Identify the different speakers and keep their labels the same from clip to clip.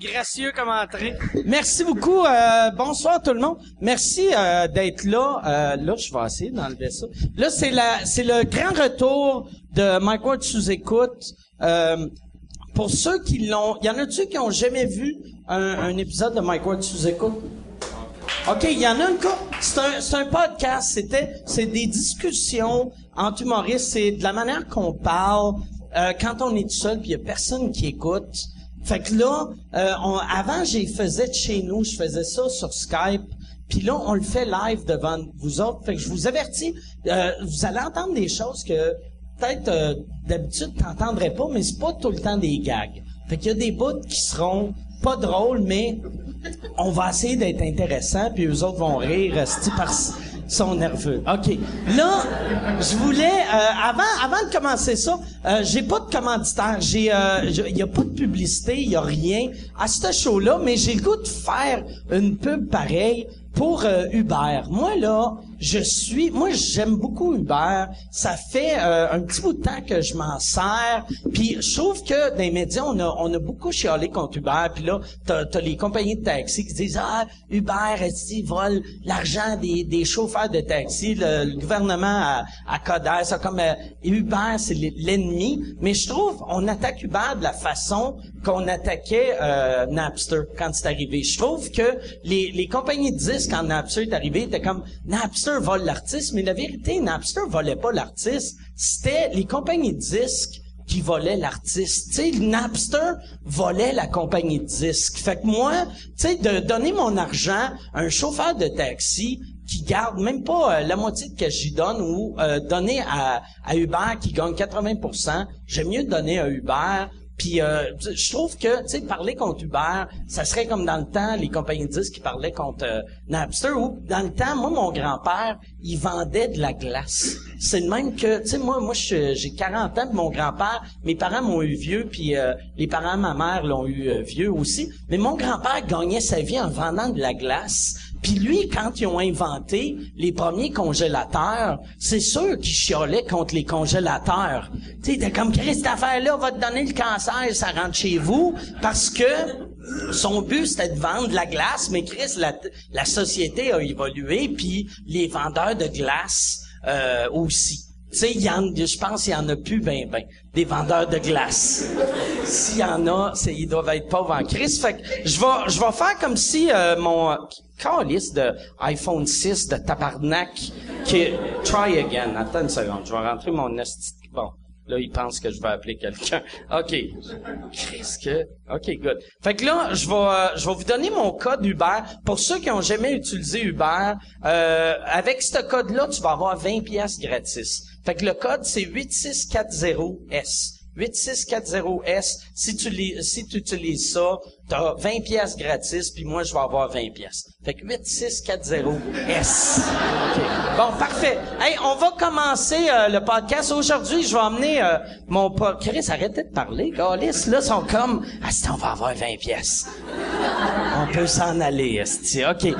Speaker 1: gracieux comme entrée.
Speaker 2: Hein?
Speaker 3: Merci beaucoup. euh, bonsoir tout le monde. Merci euh, d'être là. Euh, là, je vais essayer d'enlever ça. Là, c'est la, c'est le grand retour de Mike Ward sous écoute. Euh, pour ceux qui l'ont, il y en a-tu qui ont jamais vu un, un épisode de Mike Ward sous écoute? OK, il y en a une couple. C'est un, c'est un podcast. C'était, c'est des discussions entre humoristes. C'est de la manière qu'on parle euh, quand on est tout seul puis il y a personne qui écoute. Fait que là, euh, on- avant, j'ai faisais de chez nous. Je faisais ça sur Skype. Puis là, on le fait live devant vous autres. Fait que je vous avertis, euh, vous allez entendre des choses que peut-être euh, d'habitude t'entendrais pas, mais c'est pas tout le temps des gags. Fait qu'il y a des bouts qui seront pas drôles, mais on va essayer d'être intéressant, puis eux autres vont rire, esti, parce qu'ils sont nerveux. OK. Là, je voulais, euh, avant, avant de commencer ça, euh, j'ai pas de commanditaire, j'ai, euh, je- y a pas de publicité, y a rien à ce show-là, mais j'ai le goût de faire une pub pareille pour euh, Uber. Moi, là, je suis... Moi, j'aime beaucoup Uber. Ça fait euh, un petit bout de temps que je m'en sers. Puis je trouve que dans les médias, on a, on a beaucoup chialé contre Uber. Puis là, t'as as les compagnies de taxi qui disent « Ah, Uber, ils vole l'argent des, des chauffeurs de taxi. Le, le gouvernement à, à Coderre, ça comme... euh, Uber, c'est l'ennemi. » Mais je trouve, on attaque Uber de la façon qu'on attaquait euh, Napster quand c'est arrivé. Je trouve que les, les compagnies de disques, quand Napster est arrivé, étaient comme Napster vole l'artiste, mais la vérité, Napster volait pas l'artiste. C'était les compagnies de disques qui volaient l'artiste. Tu sais, Napster volait la compagnie de disques. Fait que moi, tu sais, de donner mon argent à un chauffeur de taxi qui garde même pas euh, la moitié de ce que j'y donne ou euh, donner à, à Uber qui gagne 80%, j'aime mieux donner à Uber puis euh, je trouve que, tu sais, parler contre Uber, ça serait comme dans le temps, les compagnies de disques qui parlaient contre euh, Napster, ou dans le temps, moi, mon grand-père, il vendait de la glace. C'est le même que, tu sais, moi, moi je- j'ai 40 ans, puis mon grand-père, mes parents m'ont eu vieux, puis euh, les parents de ma mère l'ont eu euh, vieux aussi, mais mon grand-père gagnait sa vie en vendant de la glace. Puis lui, quand ils ont inventé les premiers congélateurs, c'est sûr qu'ils chiolaient contre les congélateurs. Tu sais, t'es comme Christopher là va te donner le cancer, ça rentre chez vous, parce que son but c'était de vendre de la glace, mais Chris, la, la société a évolué, puis les vendeurs de glace euh, aussi. Tu sais, il y en- je pense qu'il y en a plus ben ben des vendeurs de glace. S'il y en a, c'est ils doivent être pauvres en crise. Fait que je vais je vais faire comme si euh, mon euh, calice de iPhone 6 de tabarnak qui try again. Attends une seconde, je vais rentrer mon esti. Bon, là il pense que je vais appeler quelqu'un. OK. Chris que OK, good. Fait que là, je vais euh, je vais vous donner mon code Uber pour ceux qui ont jamais utilisé Uber. euh, avec ce code là, tu vas avoir 20 pièces gratis. Fait que le code, c'est 8640S. 8640S. Si tu, lis- si tu utilises ça, tu as 20 pièces gratis, puis moi, je vais avoir 20 pièces. Fait que 8640S. OK. Bon, parfait. Hey, on va commencer euh, le podcast. Aujourd'hui, je vais emmener euh, mon... po- Chris, arrêtez de parler. Galice, là, sont comme... Ah, si on va avoir 20 pièces. On peut s'en aller, esti. OK.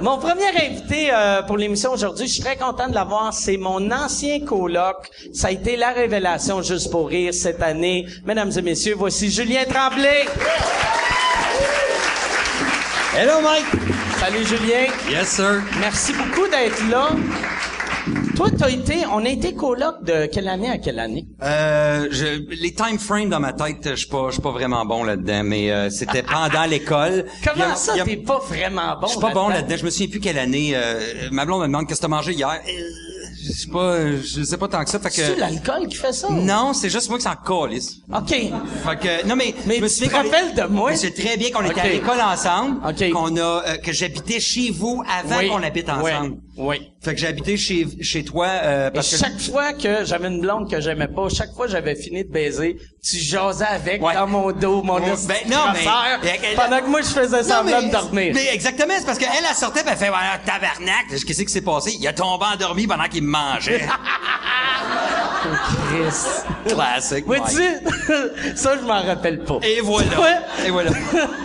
Speaker 3: Mon premier invité euh, pour l'émission aujourd'hui, je suis très content de l'avoir. C'est mon ancien coloc. Ça a été la révélation juste pour rire cette année. Mesdames et messieurs, voici Julien Tremblay.
Speaker 4: Hello, Mike!
Speaker 3: Salut Julien.
Speaker 4: Yes, sir.
Speaker 3: Merci beaucoup d'être là. Toi, t'as été, on a été coloc de quelle année à quelle année?
Speaker 4: Euh, je, les time frames dans ma tête, je suis pas, je suis pas vraiment bon là-dedans, mais euh, c'était pendant l'école. Il y
Speaker 3: Comment
Speaker 4: a- il y
Speaker 3: ça,
Speaker 4: a-
Speaker 3: t'es pas vraiment bon?
Speaker 4: Je suis pas bon
Speaker 3: là-dedans?
Speaker 4: là-dedans. Je me souviens plus quelle année. euh, ma blonde me demande qu'est-ce que t'as mangé hier. Euh, je sais pas, je sais pas tant que ça. Fait
Speaker 3: C'est-tu
Speaker 4: que
Speaker 3: l'alcool qui fait ça?
Speaker 4: non, c'est juste moi qui s'en calisse.
Speaker 3: OK.
Speaker 4: Fait que non mais,
Speaker 3: Mais
Speaker 4: je me
Speaker 3: tu
Speaker 4: souviens
Speaker 3: te
Speaker 4: qu'on est-
Speaker 3: rappelles de moi?
Speaker 4: Je sais très bien qu'on était
Speaker 3: Ok.
Speaker 4: à l'école ensemble,
Speaker 3: Ok.
Speaker 4: qu'on a, euh, que j'habitais chez vous avant
Speaker 3: Oui.
Speaker 4: qu'on habite
Speaker 3: Oui.
Speaker 4: ensemble.
Speaker 3: Oui.
Speaker 4: Fait que j'habitais chez chez toi euh,
Speaker 3: Et
Speaker 4: parce que
Speaker 3: chaque fois que j'avais une blonde que j'aimais pas, chaque fois que j'avais fini de baiser, tu jasais avec
Speaker 4: Ouais.
Speaker 3: dans mon dos, mon
Speaker 4: Ouais,
Speaker 3: esti
Speaker 4: ben,
Speaker 3: de
Speaker 4: non, mais-
Speaker 3: crosseur,
Speaker 4: mais-
Speaker 3: pendant que moi je faisais semblant de dormir.
Speaker 4: mais exactement, c'est parce qu'elle, elle sortait pis elle fait, voilà, tabarnak, qu'est-ce qui s'est passé? Il a tombé endormi pendant qu'il me mangeait.
Speaker 3: Christ.
Speaker 4: Classique.
Speaker 3: Vois-tu?
Speaker 4: Mike.
Speaker 3: ça, je m'en rappelle pas.
Speaker 4: Et voilà.
Speaker 3: Ouais.
Speaker 4: Et voilà.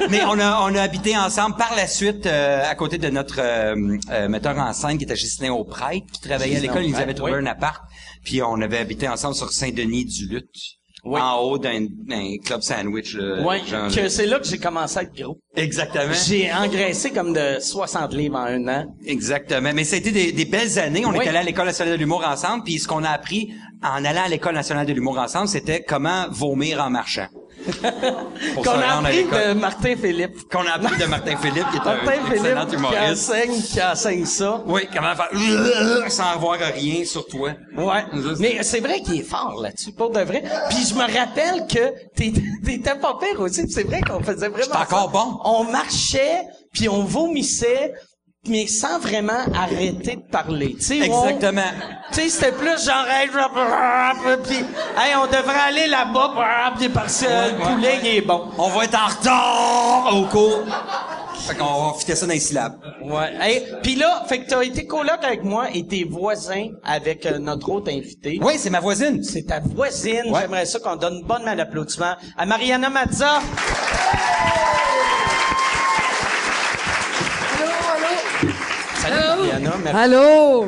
Speaker 4: Mais on a, on a habité ensemble par la suite euh, à côté de notre euh, euh, metteur en scène qui était Justin Auprêtre, qui travaillait à l'école. Il nous avait trouvé
Speaker 3: Oui.
Speaker 4: un appart. Puis on avait habité ensemble sur Saint-Denis-du-Luth.
Speaker 3: Oui.
Speaker 5: en haut d'un d'un club sandwich. là,
Speaker 3: Ouais,
Speaker 5: Euh, genre- Hein?
Speaker 3: que c'est là que j'ai commencé à être gros.
Speaker 5: Exactement.
Speaker 3: J'ai engraissé comme de 60 livres en un an.
Speaker 5: Exactement. Mais ça a été des, des belles années. On
Speaker 3: Oui.
Speaker 5: est allé à l'École nationale de l'humour ensemble. Puis ce qu'on a appris en allant à l'École nationale de l'humour ensemble, c'était comment vomir en marchant. Pour
Speaker 3: Qu'on
Speaker 5: se
Speaker 3: a
Speaker 5: rendre à
Speaker 3: appris
Speaker 5: l'école.
Speaker 3: de Martin Philippe.
Speaker 5: Qu'on a appris de Martin Philippe, qui est
Speaker 3: Martin
Speaker 5: un excellent
Speaker 3: Philippe qui
Speaker 5: humoriste.
Speaker 3: enseigne, qui enseigne ça.
Speaker 5: Oui, comment faire sans avoir rien sur toi.
Speaker 3: Ouais.
Speaker 5: Ça, c'est-
Speaker 3: Mais c'est vrai qu'il est fort là-dessus, pour de vrai. Puis je me rappelle que t'étais t'étais pas pire aussi. puis C'est vrai qu'on faisait vraiment.
Speaker 5: J'étais
Speaker 3: ça.
Speaker 5: encore bon.
Speaker 3: On marchait, puis on vomissait, mais sans vraiment arrêter de parler. Tu sais, on-
Speaker 5: Exactement.
Speaker 3: Tu sais, c'était plus genre, hey, je- puis, hey, on devrait aller là-bas, puis parce que
Speaker 5: Ouais,
Speaker 3: le
Speaker 5: ouais,
Speaker 3: poulet,
Speaker 5: ouais.
Speaker 3: il est bon.
Speaker 5: On va être en retard au cours. Fait qu'on va fitter ça dans les syllabes.
Speaker 3: Ouais. Hey, puis là, fait que t'as été coloc avec moi et tes voisins avec euh, notre autre invité.
Speaker 5: Oui, c'est ma voisine.
Speaker 3: C'est ta voisine.
Speaker 5: Ouais.
Speaker 3: J'aimerais ça qu'on donne une bonne main d'applaudissement à Mariana Mazza. Salut,
Speaker 1: Allô?
Speaker 3: Mariana. Mer-
Speaker 1: Allô?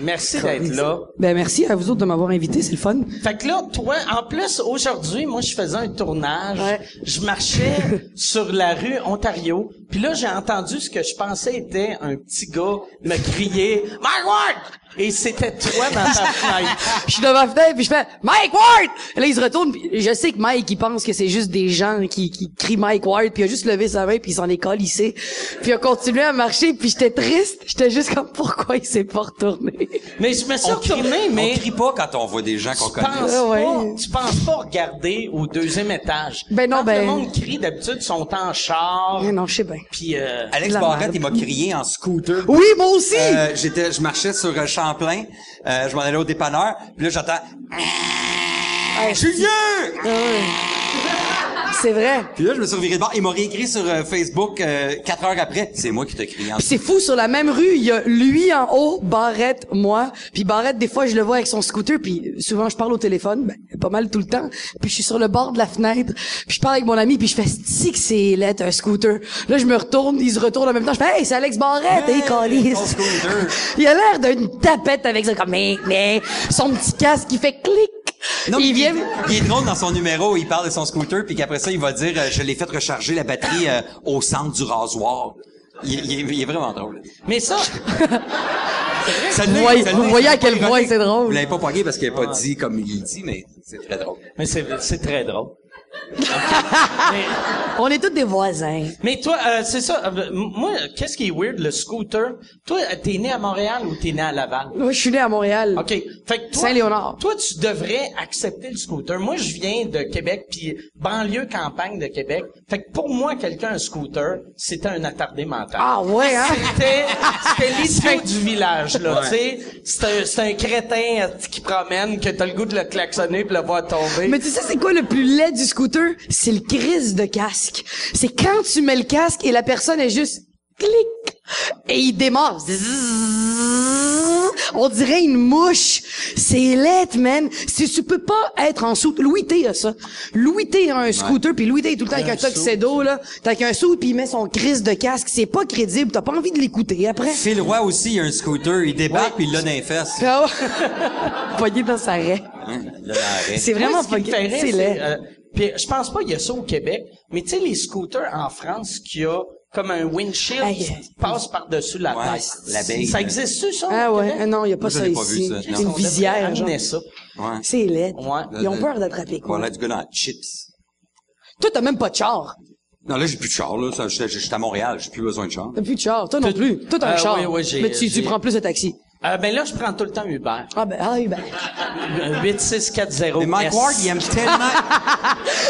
Speaker 3: Merci d'être là.
Speaker 1: Ben merci à vous autres de m'avoir invité, c'est le fun.
Speaker 3: Fait que là, toi, en plus, aujourd'hui, moi, je faisais un tournage.
Speaker 1: Ouais.
Speaker 3: Je marchais sur la rue Ontario. Puis là, j'ai entendu ce que je pensais était un petit gars me crier « My word! » Et c'était toi dans ta fenêtre.
Speaker 1: Je suis devant la fenêtre puis je fais Mike Ward! Et là il se retourne, puis je sais que Mike il pense que c'est juste des gens qui, qui crient Mike Ward puis il a juste levé sa main puis il s'en est calissé. Puis il a continué à marcher puis j'étais triste, j'étais juste comme pourquoi il s'est pas retourné.
Speaker 3: Mais je me suis
Speaker 5: On crie,
Speaker 3: retourné, mais...
Speaker 5: on crie pas quand on voit des gens qu'on
Speaker 3: Tu
Speaker 5: connaît.
Speaker 3: penses,
Speaker 1: Ah ouais.
Speaker 3: pas, tu penses pas regarder au deuxième étage.
Speaker 1: Ben non,
Speaker 3: Quand
Speaker 1: ben-
Speaker 3: le monde crie, d'habitude, ils sont en char.
Speaker 1: Mais non, je sais bien.
Speaker 3: Puis, euh,
Speaker 5: Alex
Speaker 1: La
Speaker 5: Barrette,
Speaker 1: merde.
Speaker 5: il m'a crié en scooter.
Speaker 1: Oui, moi aussi!
Speaker 5: Euh, j'étais, je marchais sur euh, Champlain, euh, je m'en allais au dépanneur, puis là j'entends
Speaker 1: Ouais,
Speaker 5: Julien!
Speaker 1: ouais. c'est vrai.
Speaker 5: Puis là je me suis reviré de bord, il m'a réécrit sur euh, Facebook euh, quatre heures après, c'est moi qui te crié en
Speaker 1: Puis c'est fou, sur la même rue, il y a lui en haut, Barrette, moi. Puis Barrette, des fois, je le vois avec son scooter, puis souvent, je parle au téléphone, ben, pas mal tout le temps. Puis je suis sur le bord de la fenêtre, puis je parle avec mon ami, puis je fais « Si que c'est laid, un scooter! » Là, je me retourne, il se retourne en même temps, je fais « Hey, c'est Alex Barrette! Hey,
Speaker 5: Hey,
Speaker 1: câlisse.
Speaker 5: ton scooter.
Speaker 1: Il a l'air d'une tapette avec ça, comme « Mais, mais! » Son petit casque qui fait « clic! »
Speaker 5: Non, mais
Speaker 1: Il vient...
Speaker 5: il est drôle dans son numéro, il parle de son scooter, puis qu'après ça, il va dire euh, Je l'ai fait recharger la batterie euh, au centre du rasoir. Il, il est, il est vraiment drôle.
Speaker 3: mais ça,
Speaker 5: Ça l'est,
Speaker 1: voyez-
Speaker 5: ça l'est,
Speaker 1: vous
Speaker 5: c'est
Speaker 1: voyez à
Speaker 5: pas
Speaker 1: quel point
Speaker 5: ironique.
Speaker 1: c'est drôle. Ah.
Speaker 5: Vous l'avez pas poigné parce qu'il a pas dit comme il dit, mais c'est très drôle.
Speaker 3: mais c'est, c'est très drôle.
Speaker 1: On est tous des voisins.
Speaker 3: Mais toi, euh, c'est ça. euh, m- moi, qu'est-ce qui est weird, le scooter? Toi, euh, t'es né à Montréal ou t'es né à Laval?
Speaker 1: Moi, je suis né à Montréal.
Speaker 3: OK. Fait que toi,
Speaker 1: Saint-Léonard.
Speaker 3: Toi, tu devrais accepter le scooter. Moi, je viens de Québec, puis banlieue campagne de Québec. Fait que pour moi, quelqu'un un scooter, c'était un attardé mental.
Speaker 1: Ah ouais, hein?
Speaker 3: C'était, c'était l'idiot du village, là, tu sais. C'est un, c'est un crétin euh, qui promène, que t'as le goût de le klaxonner puis le voir tomber.
Speaker 1: Mais tu sais, c'est quoi le plus laid du scooter? C'est le crise de casque. C'est quand tu mets le casque et la personne est juste clic et il démarre. Zzzz. On dirait une mouche. C'est laid, man. Si tu peux pas être en soute. Louis T a ça. Louis T a un scooter, puis Louis T est tout le temps avec un tuxedo, là. T'as qu'un soute, puis il met son crise de casque. C'est pas crédible. T'as pas envie de l'écouter après.
Speaker 5: Phil Roy aussi, il a un scooter, il débarque, puis il l'a dans les fesses.
Speaker 1: Ah ouais. Pogné dans sa raie.
Speaker 5: Hein, il l'a dans la raie.
Speaker 1: C'est vraiment
Speaker 3: Moi, ce qui me
Speaker 1: fucking-
Speaker 3: fait rire,
Speaker 1: C'est
Speaker 3: c'est,
Speaker 1: laid.
Speaker 3: euh, puis je pense pas qu'il y a ça au Québec, mais tu sais, les scooters en France qui a comme un windshield
Speaker 1: Hey.
Speaker 3: qui passe par-dessus la
Speaker 5: Ouais,
Speaker 3: tête.
Speaker 5: l'abeille,
Speaker 3: Ça
Speaker 5: là.
Speaker 3: existe-tu, ça? au
Speaker 1: Ah ouais,
Speaker 3: Québec?
Speaker 1: ah non, il a pas
Speaker 5: Moi, je
Speaker 1: ça
Speaker 5: l'ai pas vu,
Speaker 1: ici.
Speaker 5: ça.
Speaker 1: C'est
Speaker 5: Non.
Speaker 1: une visière, genre.
Speaker 3: amener ça.
Speaker 5: Ouais.
Speaker 1: C'est laid.
Speaker 3: Ouais.
Speaker 1: Ils ont peur d'attraper quoi.
Speaker 5: Voilà, du gars dans la chips.
Speaker 1: Toi, t'as même pas de char.
Speaker 5: Non, là, j'ai plus de char, là. Ça, j'étais- J'étais à Montréal, j'ai plus besoin de char.
Speaker 1: T'as plus de char. Toi non plus. Toi, t'as
Speaker 3: Ah
Speaker 1: un char.
Speaker 3: oui, oui, j'ai-
Speaker 1: Mais tu, tu
Speaker 3: j'ai-
Speaker 1: prends plus de taxi.
Speaker 3: Euh, ben là, je prends tout le temps Uber.
Speaker 1: Ah ben, ah oui, ben.
Speaker 3: Euh, 8640
Speaker 5: Mais Mike Ward, il aime tellement,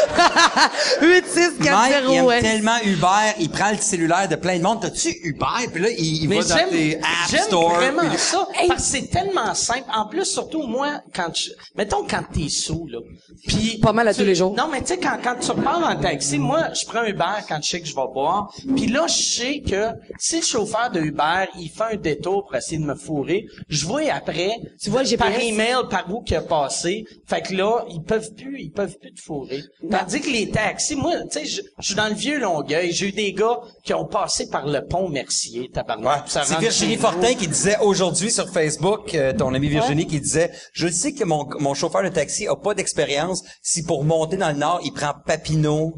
Speaker 1: 8, 6, 4,
Speaker 5: Mike, il
Speaker 1: 0,
Speaker 5: aime
Speaker 1: ouais.
Speaker 5: tellement Uber, il prend le cellulaire de plein de monde. T'as-tu Uber? Puis là, il, il
Speaker 3: Mais
Speaker 5: va dans tes
Speaker 3: j'aime,
Speaker 5: App
Speaker 3: j'aime
Speaker 5: Store.
Speaker 3: vraiment
Speaker 5: puis là-
Speaker 3: ça.
Speaker 1: Hey.
Speaker 3: Parce que c'est tellement simple. En plus, surtout moi, quand je, mettons quand t'es sous, là. Puis.
Speaker 1: Pas mal à
Speaker 3: tu-
Speaker 1: tous les jours.
Speaker 3: Non, mais tu sais, quand, quand tu repars en taxi, moi, je prends Uber quand je sais que je vais boire. Puis là, je sais que si le chauffeur de Uber, il fait un détour pour essayer de me fourrer, trouvé. Je vois après,
Speaker 1: Tu vois le
Speaker 3: par
Speaker 1: GPS?
Speaker 3: email, par où qu'il a passé. Fait que là, ils peuvent plus, ils peuvent plus te fourrer. Tandis que les taxis, moi, tu sais, je je suis dans le vieux Longueuil. J'ai eu des gars qui ont passé par le pont Mercier, tabarnak. Puis ça
Speaker 5: C'est
Speaker 3: rentre
Speaker 5: Virginie
Speaker 3: chez nous.
Speaker 5: Fortin qui disait aujourd'hui sur Facebook, euh, ton amie Virginie qui disait, je sais que mon, mon chauffeur de taxi a pas d'expérience si pour monter dans le nord, il prend Papineau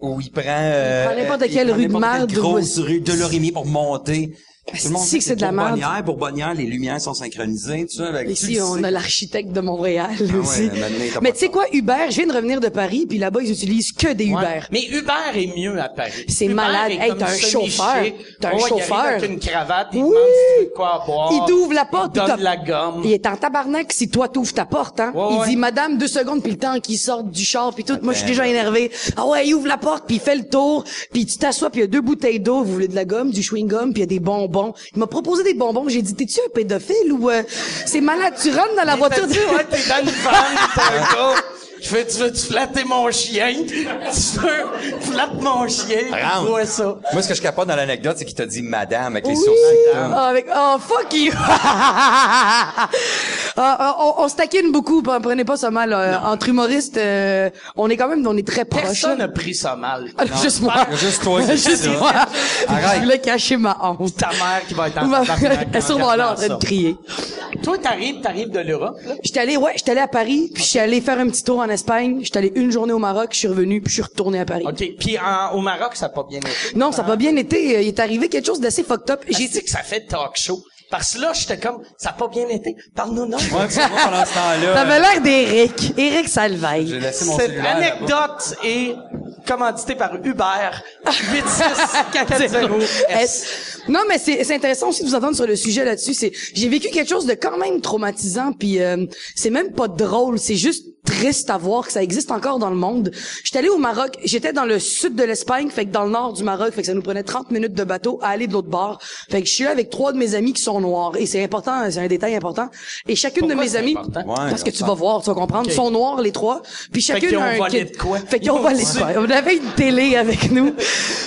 Speaker 5: ou il prend, euh,
Speaker 1: prend n'importe
Speaker 5: euh, il
Speaker 1: quelle
Speaker 5: prend
Speaker 1: rue de
Speaker 5: n'importe quelle
Speaker 1: merde,
Speaker 5: grosse
Speaker 1: ou-
Speaker 5: rue de Lorimier pour monter.
Speaker 1: c'est que c'est de la merde.
Speaker 4: Bourbonnière, Bourbonnière, les lumières sont synchronisées, tu sais. fait que tu
Speaker 1: Ici,
Speaker 4: le
Speaker 1: on
Speaker 4: sais.
Speaker 1: a l'architecte de Montréal
Speaker 4: ouais,
Speaker 1: aussi.
Speaker 4: maintenant, t'as pas
Speaker 1: mais tu sais quoi, Uber, je viens de revenir de Paris, puis là-bas, ils utilisent que des
Speaker 3: Ouais.
Speaker 1: Uber.
Speaker 3: Mais Uber est mieux à Paris.
Speaker 1: C'est
Speaker 3: Uber
Speaker 1: malade.
Speaker 3: est
Speaker 1: Hey,
Speaker 3: comme
Speaker 1: t'as un
Speaker 3: semi-chic.
Speaker 1: chauffeur. T'as un
Speaker 3: Ouais, il arrive
Speaker 1: chauffeur.
Speaker 3: avec une cravate, il
Speaker 1: Oui.
Speaker 3: demande si tu veux quoi à boire.
Speaker 1: Il t'ouvre la porte.
Speaker 3: Oh, Il donne
Speaker 1: puis
Speaker 3: de
Speaker 1: t'as-
Speaker 3: la gomme.
Speaker 1: Il est en tabarnak si toi t'ouvres ta porte, hein.
Speaker 3: Ouais,
Speaker 1: il
Speaker 3: ouais. Ben,
Speaker 1: dit, madame, deux secondes, puis le temps qu'il sorte du char, puis tout. Moi, je suis déjà énervé. Ah ouais, il ouvre la porte, puis il fait le tour, puis tu t'assois, puis il y a deux bouteilles d'eau, vous voulez de la gomme, du chewing-gum, puis il y a des bonbons. Il m'a proposé des bonbons, j'ai dit, t'es-tu un pédophile ou euh, c'est malade, tu rentres dans la
Speaker 3: Il t'a
Speaker 1: voiture.
Speaker 3: dit, ouais, t'es dans une vanne, t'as un gars. Je fais, tu veux-tu flatter mon chien? Tu veux, flatte mon chien.
Speaker 5: Rentre.
Speaker 3: Ouais, ça.
Speaker 5: Moi, ce que je capote dans l'anecdote, c'est qu'il t'a dit madame avec les
Speaker 1: Oui.
Speaker 5: sourcils.
Speaker 1: Ah, avec oh fuck you. Ah, ah, on, on se taquine beaucoup, p- prenez pas ça mal. euh, entre humoristes, euh, on est quand même, on est très proches.
Speaker 3: Personne
Speaker 1: là.
Speaker 3: n'a pris ça mal.
Speaker 1: Ah, non, juste moi.
Speaker 5: Juste toi.
Speaker 1: Juste
Speaker 5: ça.
Speaker 1: moi.
Speaker 5: Arrête.
Speaker 1: Je voulais cacher ma honte.
Speaker 3: Ta mère qui va être en
Speaker 1: Ou ma-
Speaker 3: tabarnak
Speaker 1: Elle est sûrement là en train
Speaker 3: regardant
Speaker 1: de crier.
Speaker 3: ça. Toi, t'arrives, t'arrives de l'Europe, là.
Speaker 1: J'étais allé, ouais, j'étais allé à Paris, puis je suis allé faire un petit tour en Espagne. J'étais allé une journée au Maroc, je suis revenu, puis je suis retourné à Paris.
Speaker 3: OK. Puis en- au Maroc, ça n'a pas bien été.
Speaker 1: Non, ça n'a pas bien été. euh, Il est arrivé quelque chose d'assez fucked up.
Speaker 3: J'ai
Speaker 1: J'ai
Speaker 3: dit que ça fait talk show. Parce que là, j'étais comme, ça n'a pas bien été. Parle-nous, non.
Speaker 5: Ouais, parce que moi, pendant Ah, ce temps-là, euh,
Speaker 1: T'avais l'air d'Éric. Éric Salveille.
Speaker 5: j'ai laissé mon
Speaker 3: Cette
Speaker 5: cellulaire là-bas.
Speaker 3: anecdote est commanditée par Uber 8640S.
Speaker 1: S. Non, mais c'est c'est intéressant aussi de vous entendre sur le sujet là-dessus. C'est j'ai vécu quelque chose de quand même traumatisant, puis euh, c'est même pas drôle, c'est juste triste à voir que ça existe encore dans le monde. J'étais allée au Maroc, j'étais dans le sud de l'Espagne, fait que dans le nord du Maroc, fait que ça nous prenait 30 minutes de bateau à aller de l'autre bord. Fait que je suis là avec trois de mes amis qui sont noirs et c'est important, hein, c'est un détail important. Et chacune
Speaker 3: Pourquoi
Speaker 1: de mes
Speaker 3: c'est
Speaker 1: amies
Speaker 3: important?
Speaker 5: Ouais,
Speaker 1: parce que tu vas voir, tu vas comprendre, ils sont noirs les trois, puis chacune
Speaker 3: qu'ils ont
Speaker 1: a un
Speaker 3: volé
Speaker 1: kit.
Speaker 3: de quoi?
Speaker 1: Fait qu'ils
Speaker 3: Ils
Speaker 1: ont
Speaker 3: ont
Speaker 1: volé
Speaker 3: volé.
Speaker 1: de quoi? Ouais, On avait une télé avec nous.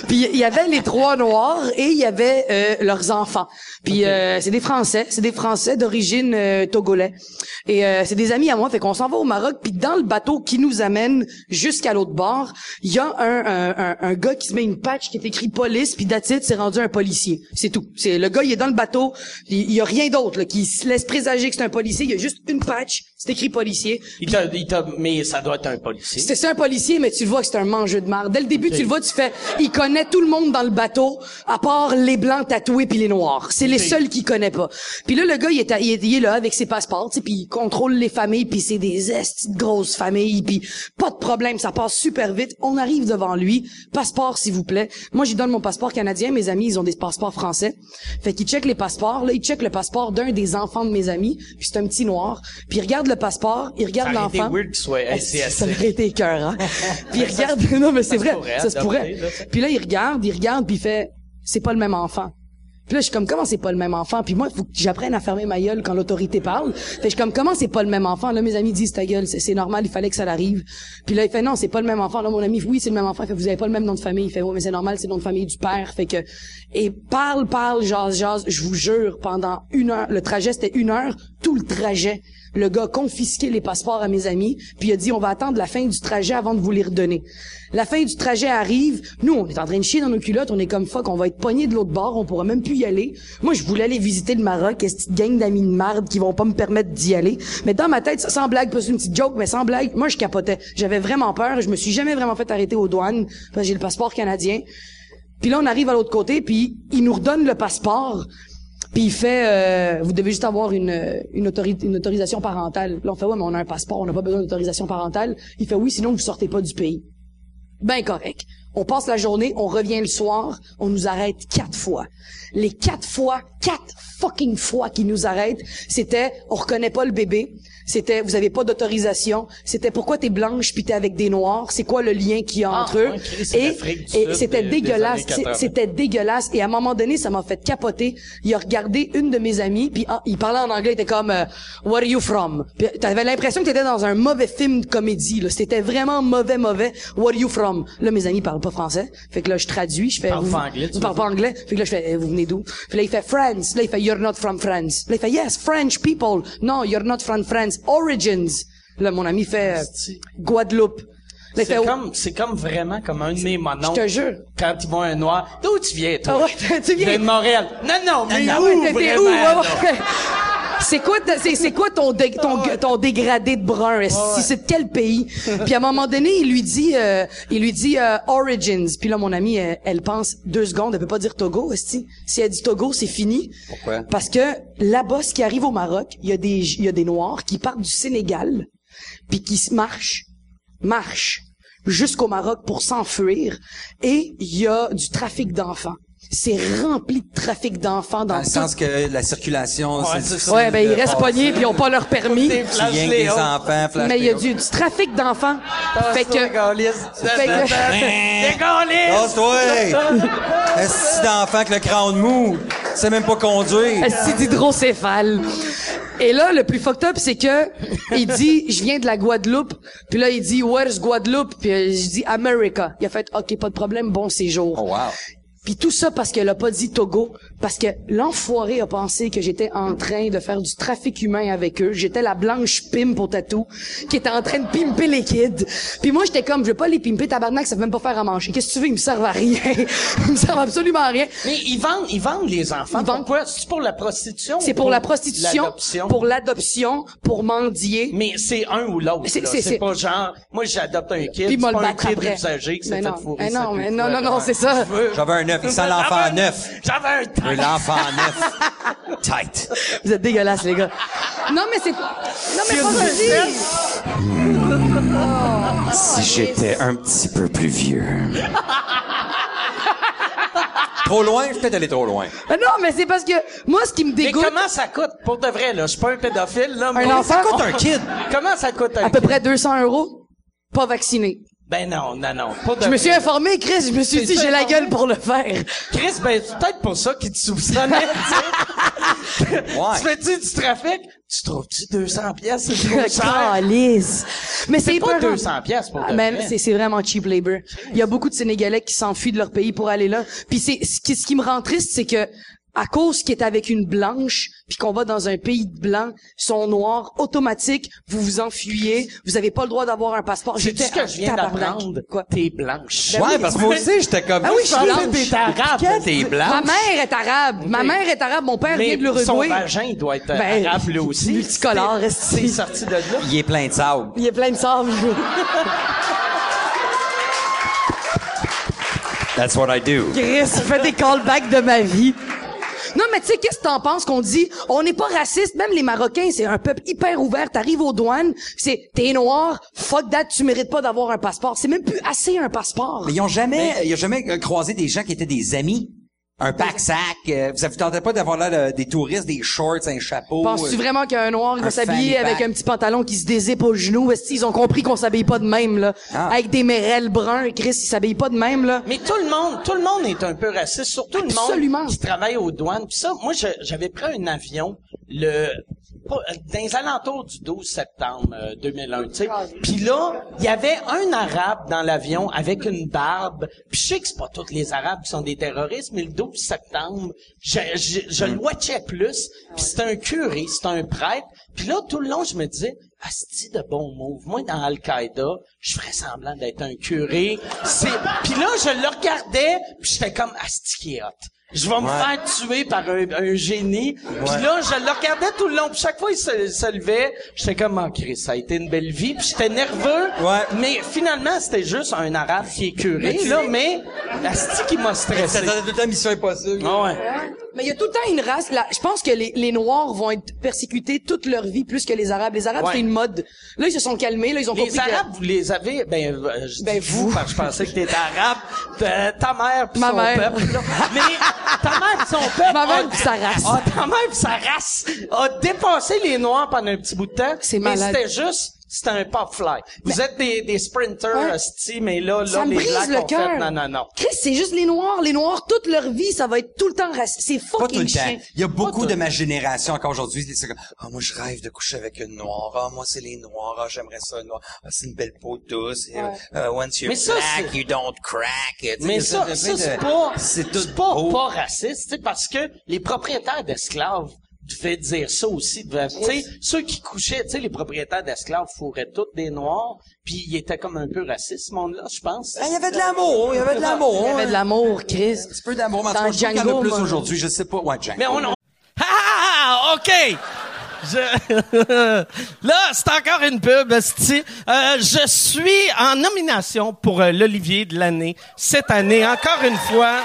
Speaker 1: Puis il y avait les trois noirs et il y avait euh, leurs enfants. Puis euh, c'est des Français, c'est des Français d'origine euh, togolais. Et euh, c'est des amis à moi, fait qu'on s'en va au Maroc. Puis dans le bateau qui nous amène jusqu'à l'autre bord, il y a un, un, un- un gars qui se met une patch qui est écrit police. Puis d'attitude, c'est rendu un policier. C'est tout. C'est le gars, il est dans le bateau. Il il y a rien d'autre là, qui se laisse présager que c'est un policier. Il y a juste une patch, c'est écrit policier.
Speaker 3: Il t'a, il t'a, mais ça doit être un policier.
Speaker 1: C'était c'est un policier, mais tu le vois que c'est un mangeux de marde. Dès le début, tu le vois, tu fais, il connaît tout le monde dans le bateau, à part les blancs tatoués puis les noirs. C'est les seuls qu'il connaît pas. Puis là, le gars, il est, à- il est, il est là avec ses passeports, tu sais, puis il contrôle les familles, puis c'est des estes de grosses familles, puis pas de problème, ça passe super vite. On arrive devant lui, passeport s'il vous plaît. Moi, je lui donne mon passeport canadien. Mes amis, ils ont des passeports français. Fait qu'il check les passeports. Là, il check le passeport d'un des enfants de mes amis, puis c'est un petit noir. Puis il regarde le passeport, il regarde
Speaker 3: Ça aurait été
Speaker 1: l'enfant.
Speaker 3: weird qu'il soit SCSC.
Speaker 1: Eh, Ça aurait été écœurant. puis il regarde, non mais c'est
Speaker 3: se
Speaker 1: vrai,
Speaker 3: pourrait,
Speaker 1: ça se pourrait.
Speaker 3: adopter, là, ça.
Speaker 1: Puis là il regarde, il regarde puis il fait c'est pas le même enfant. Puis là, je suis comme, comment c'est pas le même enfant? Puis moi, il faut que j'apprenne à fermer ma gueule quand l'autorité parle. Fait que je suis comme, comment c'est pas le même enfant? Là, mes amis disent, ta gueule, c'est c'est normal, il fallait que ça l'arrive. Puis là, il fait, non, c'est pas le même enfant. Là, mon ami, oui, c'est le même enfant. Il fait, vous avez pas le même nom de famille. Il fait, ouais, mais c'est normal, c'est le nom de famille du père. Fait que, et parle, parle, jase, jase. Je vous jure, pendant une heure, le trajet, c'était une heure, tout le trajet. Le gars a confisqué les passeports à mes amis, puis il a dit on va attendre la fin du trajet avant de vous les redonner. La fin du trajet arrive, nous on est en train de chier dans nos culottes, on est comme fuck, on va être poignés de l'autre bord, on pourra même plus y aller. Moi je voulais aller visiter le Maroc, et cette petite gang d'amis de marde qui vont pas me permettre d'y aller. Mais dans ma tête, ça, sans blague, pas c'est une petite joke, mais sans blague, moi je capotais. J'avais vraiment peur, je me suis jamais vraiment fait arrêter aux douanes parce que j'ai le passeport canadien. Puis là, on arrive à l'autre côté, puis il nous redonne le passeport. Puis il fait, euh, vous devez juste avoir une, euh, une, autori- une autorisation parentale. Là, on fait, ouais, mais on a un passeport, on n'a pas besoin d'autorisation parentale. Il fait, oui, sinon vous sortez pas du pays. Ben correct. On passe la journée, on revient le soir, on nous arrête quatre fois. Les quatre fois, quatre fucking fois qu'ils nous arrêtent, c'était on reconnaît pas le bébé, c'était vous avez pas d'autorisation, c'était pourquoi t'es blanche puis t'es avec des noirs, c'est quoi le lien qu'il y a entre eux
Speaker 3: ouais, Chris, Ah, c'est l'Afrique du
Speaker 1: et, et
Speaker 3: Sud
Speaker 1: c'était
Speaker 3: des- des
Speaker 1: dégueulasse,
Speaker 3: années 80.
Speaker 1: C'est- c'était dégueulasse et à un moment donné ça m'a fait capoter. Il a regardé une de mes amies puis ah, il parlait en anglais, il était comme euh, Where are you from? Puis t'avais l'impression que t'étais dans un mauvais film de comédie là, c'était vraiment mauvais mauvais. Where are you from? Là mes amis parlent pas pas français. Fait que là, je traduis, je fais...
Speaker 3: Parle
Speaker 1: vous-
Speaker 3: pas anglais, tu
Speaker 1: Je parle
Speaker 3: veux
Speaker 1: pas anglais. Fait que là, je fais, eh, vous venez d'où? Puis là, il fait France. Là, il fait, you're not from France. Là, il fait, yes, French people. Non, you're not from France. Origins. Là, mon ami fait, euh, Guadeloupe. Là, il
Speaker 3: C'est
Speaker 1: fait, oh,
Speaker 3: comme, c'est comme vraiment comme un de mes mononcles.
Speaker 1: Je te jure.
Speaker 3: Quand ils voient un noir, d'où tu viens, toi?
Speaker 1: Ah ouais, tu viens.
Speaker 3: Je viens de Montréal. Non, non, mais
Speaker 1: Ah
Speaker 3: où,
Speaker 1: ouais, t'es- t'es où?
Speaker 3: vraiment,
Speaker 1: Ouais,
Speaker 3: là?
Speaker 1: ouais. C'est quoi, ta- c'est, c'est quoi ton, dé- ton, ton dégradé de brun? esti? C'est de quel pays? Puis à un moment donné, il lui dit, euh, il lui dit euh, Origins. Puis là, mon amie, elle, elle pense deux secondes, elle peut pas dire Togo, esti. Si elle dit Togo, c'est fini.
Speaker 5: Pourquoi?
Speaker 1: Parce que là-bas, ce qui arrive au Maroc, il y a des, il y a des Noirs qui partent du Sénégal, puis qui se marchent, marchent jusqu'au Maroc pour s'enfuir. Et il y a du trafic d'enfants. C'est rempli de trafic d'enfants dans,
Speaker 5: Dans le
Speaker 1: tout-
Speaker 5: sens Ah, que la circulation,
Speaker 3: Ouais, Ah, c'est
Speaker 5: c'est
Speaker 3: ça. oh.
Speaker 1: Ouais, ben ils restent
Speaker 5: pogné
Speaker 1: pognés puis ils ont pas leur permis.
Speaker 3: Des
Speaker 5: Tu viens avec des
Speaker 3: Léo.
Speaker 5: enfants, flash
Speaker 1: Mais il y a
Speaker 5: Léo.
Speaker 1: du, du trafic d'enfants.
Speaker 3: Ah,
Speaker 1: Fait
Speaker 3: c'est ça, les
Speaker 1: que
Speaker 3: gaulistes.
Speaker 1: fait que-
Speaker 3: Les gaulistes!
Speaker 5: Casse-toi! Est-ce d'enfant avec le crâne mou? Tu sais même pas conduire.
Speaker 1: c'est d'hydrocéphale. Et là, le plus fucked up, c'est que il dit, je viens de la Guadeloupe. Puis là, il dit, where's Guadeloupe? Puis euh, je dis, America. Il a fait, ok, pas de problème, bon séjour.
Speaker 5: Oh, wow.
Speaker 1: Puis tout ça parce qu'elle a pas dit Togo, parce que l'enfoiré a pensé que j'étais en train de faire du trafic humain avec eux. J'étais la blanche pimp au tatou qui était en train de pimper les kids. Puis moi, j'étais comme, je vais pas les pimper, tabarnak, ça peut même pas faire à manger. Qu'est-ce que tu veux, ils me servent à rien. ils me servent absolument à rien.
Speaker 3: Mais ils vendent, ils vendent les enfants.
Speaker 1: Ils vendent-
Speaker 3: Pourquoi? C'est pour la prostitution?
Speaker 1: C'est
Speaker 3: ou
Speaker 1: pour la prostitution,
Speaker 3: l'adoption?
Speaker 1: pour l'adoption, pour mendier.
Speaker 3: Mais c'est un ou l'autre.
Speaker 1: C'est-
Speaker 3: là.
Speaker 1: c'est- c'est-
Speaker 3: C'est pas genre, moi j'adopte un kid,
Speaker 1: Puis
Speaker 3: c'est
Speaker 1: moi, le
Speaker 3: pas un
Speaker 1: battre
Speaker 3: kid
Speaker 1: après.
Speaker 3: usagé qui
Speaker 1: Mais
Speaker 3: s'est
Speaker 1: non,
Speaker 3: fait fourrer.
Speaker 1: mais
Speaker 3: ça
Speaker 1: non,
Speaker 3: deux
Speaker 1: mais non,
Speaker 3: fois,
Speaker 1: non, non,
Speaker 3: ouais.
Speaker 1: c'est ça.
Speaker 3: Je veux-
Speaker 5: J'avais un neuf, il sent l'enfant neuf.
Speaker 3: J'avais un temps.
Speaker 5: Un enfant neuf. Tight.
Speaker 1: Vous êtes dégueulasses, les gars. Non, mais c'est... Non, mais pas ceci.
Speaker 5: Si j'étais un petit peu plus vieux. trop loin? Je suis peut-être allé trop loin.
Speaker 1: Mais Euh, Non, mais c'est parce que moi, ce qui me
Speaker 3: Mais
Speaker 1: dégoûte...
Speaker 3: comment ça coûte? Pour de vrai, là, je suis pas un pédophile, là, mais...
Speaker 1: enfant,
Speaker 5: Ça coûte un kid.
Speaker 3: Comment ça coûte un
Speaker 1: à peu
Speaker 3: kid?
Speaker 1: près 200 euros, pas vacciné.
Speaker 3: Ben non, non, non. Pas de
Speaker 1: Je me
Speaker 3: vrai.
Speaker 1: suis informé, Chris, je me suis
Speaker 3: T'es
Speaker 1: dit, j'ai la
Speaker 3: informé?
Speaker 1: gueule pour le faire.
Speaker 3: Chris, ben, c'est peut-être pour ça qu'il te soupçonnait, tu sais.
Speaker 5: Ouais.
Speaker 3: Tu fais-tu du trafic? Tu trouves-tu 200 pièces? C'est trop cher.
Speaker 1: Calisse. Mais c'est
Speaker 3: C'est pas
Speaker 1: épeurant.
Speaker 3: 200 pièces pour
Speaker 1: Ah,
Speaker 3: de
Speaker 1: mais
Speaker 3: vrai.
Speaker 1: c'est c'est vraiment cheap labor. Il y a beaucoup de Sénégalais qui s'enfuient de leur pays pour aller là. Puis c'est ce qui, ce qui me rend triste, c'est que à cause qu'il est avec une blanche, puis qu'on va dans un pays de blanc, son noir automatique, vous vous enfuyez, vous avez pas le droit d'avoir un passeport.
Speaker 3: C'est tout ce
Speaker 1: J'étais
Speaker 3: que je viens
Speaker 1: en tabarnak.
Speaker 3: d'apprendre.
Speaker 1: Quoi?
Speaker 3: T'es blanche.
Speaker 1: Ben
Speaker 5: Ouais,
Speaker 1: oui.
Speaker 5: parce que moi aussi, j'étais comme.
Speaker 1: Ah oui, je suis
Speaker 3: pensais que
Speaker 1: blanche.
Speaker 3: t'étais arabe.
Speaker 5: Quand t'es blanche.
Speaker 1: Ma mère est arabe. Ma mère est arabe. Mon père vient de
Speaker 3: Mais son
Speaker 1: l'Uruguay.
Speaker 3: vagin il doit être
Speaker 1: Ben,
Speaker 3: arabe lui aussi.
Speaker 1: multicolore,
Speaker 3: C'est-
Speaker 1: est-ce que-
Speaker 3: C'est sorti de là.
Speaker 5: Il est plein de sable.
Speaker 1: Il est plein de sable.
Speaker 5: That's what I do.
Speaker 1: Chris, fais des callbacks de ma vie. Non, mais tu sais, qu'est-ce que t'en penses qu'on dit? On n'est pas raciste, même les Marocains, c'est un peuple hyper ouvert. T'arrives aux douanes, c'est t'es noir, fuck that, tu mérites pas d'avoir un passeport. C'est même plus assez un passeport.
Speaker 5: Mais ils ont jamais, ils ont jamais euh, croisé des gens qui étaient des amis. Un pack-sac. euh, vous avez tenté pas d'avoir là le- des touristes, des shorts, un chapeau.
Speaker 1: Penses-tu
Speaker 5: euh,
Speaker 1: vraiment qu'un noir il va
Speaker 5: un
Speaker 1: s'habiller
Speaker 5: fanny
Speaker 1: avec
Speaker 5: pack.
Speaker 1: un petit pantalon qui se dézippe au genou? Est-ce qu'ils ont compris qu'on s'habille pas de même, là?
Speaker 5: Ah.
Speaker 1: Avec des mérelles bruns, Chris, ils s'habillent pas de même, là?
Speaker 3: Mais tout le monde, tout le monde est un peu raciste, surtout le
Speaker 1: Absolument.
Speaker 3: monde qui travaille aux douanes. Puis ça, moi, je- j'avais pris un avion le pas- dans les alentours du 12 septembre euh, 2001, tu sais. Puis là, il y avait un arabe dans l'avion avec une barbe. Puis je sais que c'est pas tous les arabes qui sont des terroristes, mais le 12 septembre, je, je, je le watchais plus. Puis c'était un curé, c'était un prêtre. Puis là, tout le long, je me disais, Asti de bon move. Moi, dans Al-Qaïda, je ferais semblant d'être un curé. C'est... Puis là, je le regardais, puis j'étais comme Asti qui est hot. Je vais me faire tuer par un, un génie. Puis là, je le regardais tout le long. Puis chaque fois, il se, se levait. J'étais comme, oh, Chris, ça a été une belle vie. Puis j'étais nerveux.
Speaker 5: Ouais.
Speaker 3: Mais finalement, c'était juste un arabe qui est curé,
Speaker 5: Mais tu-
Speaker 3: là. Mais Asti qui m'a
Speaker 5: Ça
Speaker 3: stressé.
Speaker 5: t'attendait tout le temps Mission Impossible.
Speaker 3: Ah ouais.
Speaker 1: Mais il y a tout le temps une race. Là, je pense que les, les Noirs vont être persécutés toute leur vie plus que les Arabes. Les Arabes,
Speaker 3: Ouais.
Speaker 1: c'est une mode. Là, ils se sont calmés. Là, ils ont compris
Speaker 3: Les
Speaker 1: que-
Speaker 3: Arabes, vous les avez, ben, euh, je
Speaker 1: Ben,
Speaker 3: dis vous,
Speaker 1: vous.
Speaker 3: parce que je pensais que t'étais arabe, ta, ta mère pis
Speaker 1: Ma
Speaker 3: son
Speaker 1: mère.
Speaker 3: peuple, là. Mais, ta mère pis son peuple.
Speaker 1: Ma mère
Speaker 3: a-
Speaker 1: pis sa race.
Speaker 3: Ah, ta mère pis sa race a dépassé les Noirs pendant un petit bout de temps.
Speaker 1: C'est
Speaker 3: Mais
Speaker 1: malade.
Speaker 3: c'était juste, c'est un pop fly. Vous êtes des, des sprinters,
Speaker 1: Ouais.
Speaker 3: hostie, mais là, là,
Speaker 1: ça me
Speaker 3: les
Speaker 1: brise
Speaker 3: blacks
Speaker 1: le
Speaker 3: ont fait
Speaker 1: cœur.
Speaker 3: non, non, non.
Speaker 1: Chris, c'est juste les noirs. Les noirs, toute leur vie, ça va être tout le temps raciste. C'est
Speaker 4: Pas tout
Speaker 1: fucking
Speaker 4: le temps.
Speaker 1: chiant.
Speaker 4: Il y a beaucoup
Speaker 3: tout
Speaker 4: de
Speaker 3: le
Speaker 4: ma génération encore aujourd'hui. C'est comme,
Speaker 5: Ah, moi, je rêve de coucher avec une noire. Ah, moi, c'est les noirs. Ah, j'aimerais ça, une noire. Ah, c'est une belle peau douce. Et, euh, once you're
Speaker 3: Mais ça,
Speaker 5: black,
Speaker 3: c'est-
Speaker 5: you don't crack. Tu sais,
Speaker 3: Mais
Speaker 5: il y a
Speaker 3: ça,
Speaker 5: cette
Speaker 3: ça
Speaker 5: espèce
Speaker 3: c'est
Speaker 5: de-
Speaker 3: pas,
Speaker 5: c'est
Speaker 3: c'est
Speaker 5: tout
Speaker 3: pas,
Speaker 5: beau.
Speaker 3: pas raciste, tu sais, parce que les propriétaires d'esclaves devaient dire ça aussi. devaient- Tu sais, ceux qui couchaient, tu sais, les propriétaires d'esclaves fourraient tous des noirs, puis ils étaient comme un peu racistes, ce monde-là, je pense.
Speaker 5: Ah, Il y avait de l'amour. Il y avait de l'amour.
Speaker 1: Il y avait de l'amour, Chris.
Speaker 5: Un petit peu d'amour. mais en tout
Speaker 1: Dans
Speaker 5: cas, je trouve qu'il y en a
Speaker 1: Django,
Speaker 5: plus
Speaker 1: moi.
Speaker 5: aujourd'hui. Je sais pas. Ouais, Django.
Speaker 3: Mais on, on-
Speaker 2: Ha, ha, ha, ah, OK! Je- Là, c'est encore une pub, esti. Euh, je suis en nomination pour euh, l'Olivier de l'année cette année, encore une fois.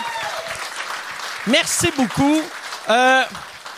Speaker 2: Merci beaucoup. Euh,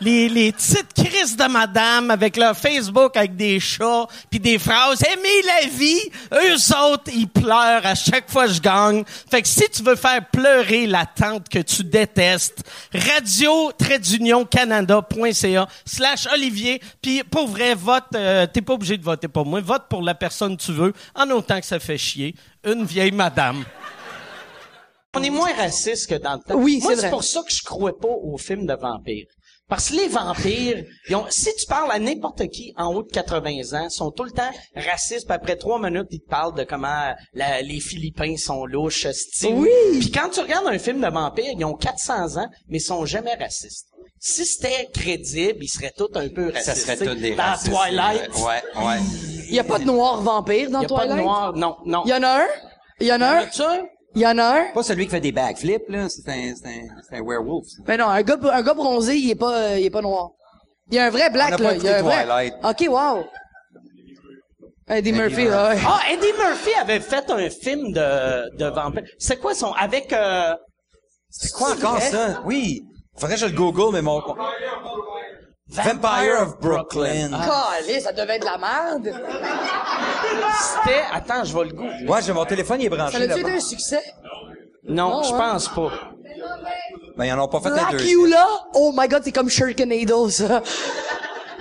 Speaker 2: Les, les petites crises de madame avec leur Facebook avec des chats puis des phrases aimez la vie eux autres ils pleurent à chaque fois que je gagne fait que si tu veux faire pleurer la tante que tu détestes radio canada.ca slash olivier puis pour vrai vote euh, t'es pas obligé de voter pour moi vote pour la personne que tu veux en autant que ça fait chier une vieille madame
Speaker 3: on est moins raciste que dans le temps.
Speaker 1: Oui,
Speaker 3: Moi,
Speaker 1: c'est
Speaker 3: c'est
Speaker 1: vrai.
Speaker 3: pour ça que je crois pas aux films de vampires. Parce que les vampires, ils ont- si tu parles à n'importe qui en haut de 80 ans, ils sont tout le temps racistes, puis après trois minutes, ils te parlent de comment la- les Philippins sont louches, style.
Speaker 1: Oui.
Speaker 3: Puis quand tu regardes un film de vampires, ils ont 400 ans, mais ils sont jamais racistes. Si c'était crédible, ils seraient tous un peu racistes.
Speaker 4: ça serait
Speaker 3: tu sais.
Speaker 4: tout des
Speaker 3: Dans
Speaker 4: racistes. euh,
Speaker 3: Twilight,
Speaker 4: Ouais, ouais.
Speaker 1: Il y a pas de noir vampire dans
Speaker 3: il y a
Speaker 1: Twilight.
Speaker 3: pas de noir, non, non.
Speaker 1: Il y en a un. Il y en
Speaker 3: Y
Speaker 1: a
Speaker 3: en
Speaker 1: un.
Speaker 3: a-tu un?
Speaker 1: Il y en a un.
Speaker 4: Pas celui qui fait des backflips, là. C'est un, c'est un, c'est un werewolf. ça.
Speaker 1: Mais Ben non, un gars, un gars bronzé, il est pas, euh, il est pas noir. Il y a un vrai
Speaker 5: On a
Speaker 1: black,
Speaker 5: pas
Speaker 1: là. Il y a un
Speaker 5: écouté
Speaker 1: vrai. Ok, wow. Eddie Murphy, ouais.
Speaker 3: Ah, Eddie Murphy avait fait un film de, de vampire. C'est quoi son, avec, euh,
Speaker 5: C'est quoi encore
Speaker 3: vrai?
Speaker 5: ça? Oui. Faudrait que je le google, mais mon... Vampire of Brooklyn.
Speaker 4: Ah.
Speaker 1: Calé, Ah, ça devait être de la merde.
Speaker 3: c'était, attends, je vais le goût.
Speaker 5: Ouais, j'ai mon téléphone, il est branché
Speaker 1: Ça a-tu été
Speaker 5: là-bas.
Speaker 1: un succès?
Speaker 3: Non,
Speaker 1: Non,
Speaker 3: je
Speaker 1: hein?
Speaker 3: pense pas.
Speaker 5: Ben, ils en ont pas fait les
Speaker 1: Black
Speaker 5: deux.
Speaker 1: Yula? Oh my god, c'est comme Sharknado, ça.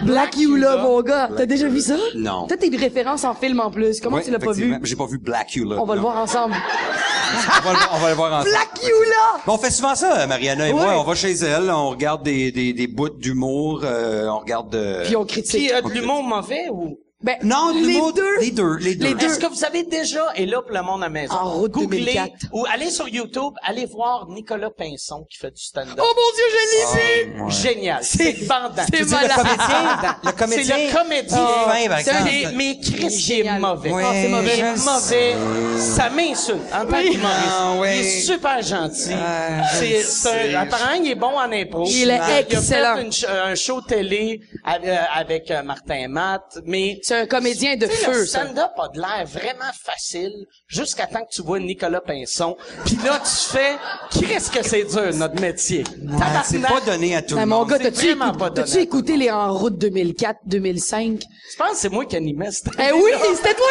Speaker 1: Black Yula, mon gars. T'as déjà vu ça?
Speaker 4: Non.
Speaker 1: Toi, t'as une référence en film en plus. Comment
Speaker 4: Ouais,
Speaker 1: tu l'as pas vu?
Speaker 4: effectivement. J'ai pas vu Black Hugh, là.
Speaker 1: On va le
Speaker 4: Non.
Speaker 1: voir ensemble.
Speaker 4: On va le voir- on va le
Speaker 5: Ah.
Speaker 4: voir ensemble.
Speaker 1: Black Yula!
Speaker 4: Bon, on fait souvent ça, Mariana et
Speaker 1: Ouais.
Speaker 4: moi. On va chez elle, on regarde des, des, des bouts d'humour, euh, on regarde... euh,
Speaker 1: Puis on critique.
Speaker 3: Puis, euh, de l'humour mauvais ou?
Speaker 1: Ben,
Speaker 4: Non, de
Speaker 1: les
Speaker 4: l'humour-
Speaker 1: deux.
Speaker 4: les deux, les deux.
Speaker 1: Les
Speaker 3: Est-ce que vous avez déjà, et là pour le monde à la maison,
Speaker 1: En route
Speaker 3: googlez
Speaker 1: 2004.
Speaker 3: ou allez sur YouTube, allez voir Nicolas Pinson qui fait du stand-up.
Speaker 1: Oh mon dieu, je l'ai vu!
Speaker 3: Génial. C'est bandant.
Speaker 1: c'est
Speaker 3: Tu dis le
Speaker 1: malade.
Speaker 3: comédien,
Speaker 5: Le comédien.
Speaker 3: C'est le comédien.
Speaker 5: Ah, fin, par
Speaker 3: C'est un
Speaker 5: exemple.
Speaker 3: des- mais Chris, il est
Speaker 1: ben, Génial.
Speaker 3: mauvais.
Speaker 1: Ah, c'est mauvais.
Speaker 3: Il est
Speaker 5: je
Speaker 3: mauvais. Ça m'insulte. En tant
Speaker 1: Oui.
Speaker 3: qu'humoriste.
Speaker 5: Ah, oui.
Speaker 3: Il est super gentil.
Speaker 5: Ah,
Speaker 3: c'est,
Speaker 5: je
Speaker 3: c'est
Speaker 5: sais.
Speaker 3: un, apparemment, il est bon en impro.
Speaker 1: Il est
Speaker 3: Il a
Speaker 1: excellent.
Speaker 3: fait une ch- euh, un show télé avec, avec, euh, Martin Matt, mais...
Speaker 1: C'est un comédien de
Speaker 3: Tu sais,
Speaker 1: feu,
Speaker 3: Le
Speaker 1: ça.
Speaker 3: stand-up a de l'air vraiment facile jusqu'à temps que tu vois Nicolas Pinson. Puis là, tu fais, qu'est-ce que c'est dur, notre métier?
Speaker 4: Ah, c'est
Speaker 3: Tabarnak.
Speaker 4: pas donné à tout
Speaker 1: Ah,
Speaker 4: le
Speaker 1: mon
Speaker 4: monde.
Speaker 1: gars,
Speaker 3: C'est
Speaker 1: t'as-tu
Speaker 3: vraiment
Speaker 1: écouté,
Speaker 3: pas donné
Speaker 1: t'as-tu
Speaker 3: à
Speaker 1: écouté les En route 2004, 2005?
Speaker 3: Je pense que c'est moi qui animais cette
Speaker 1: Eh oui, c'était toi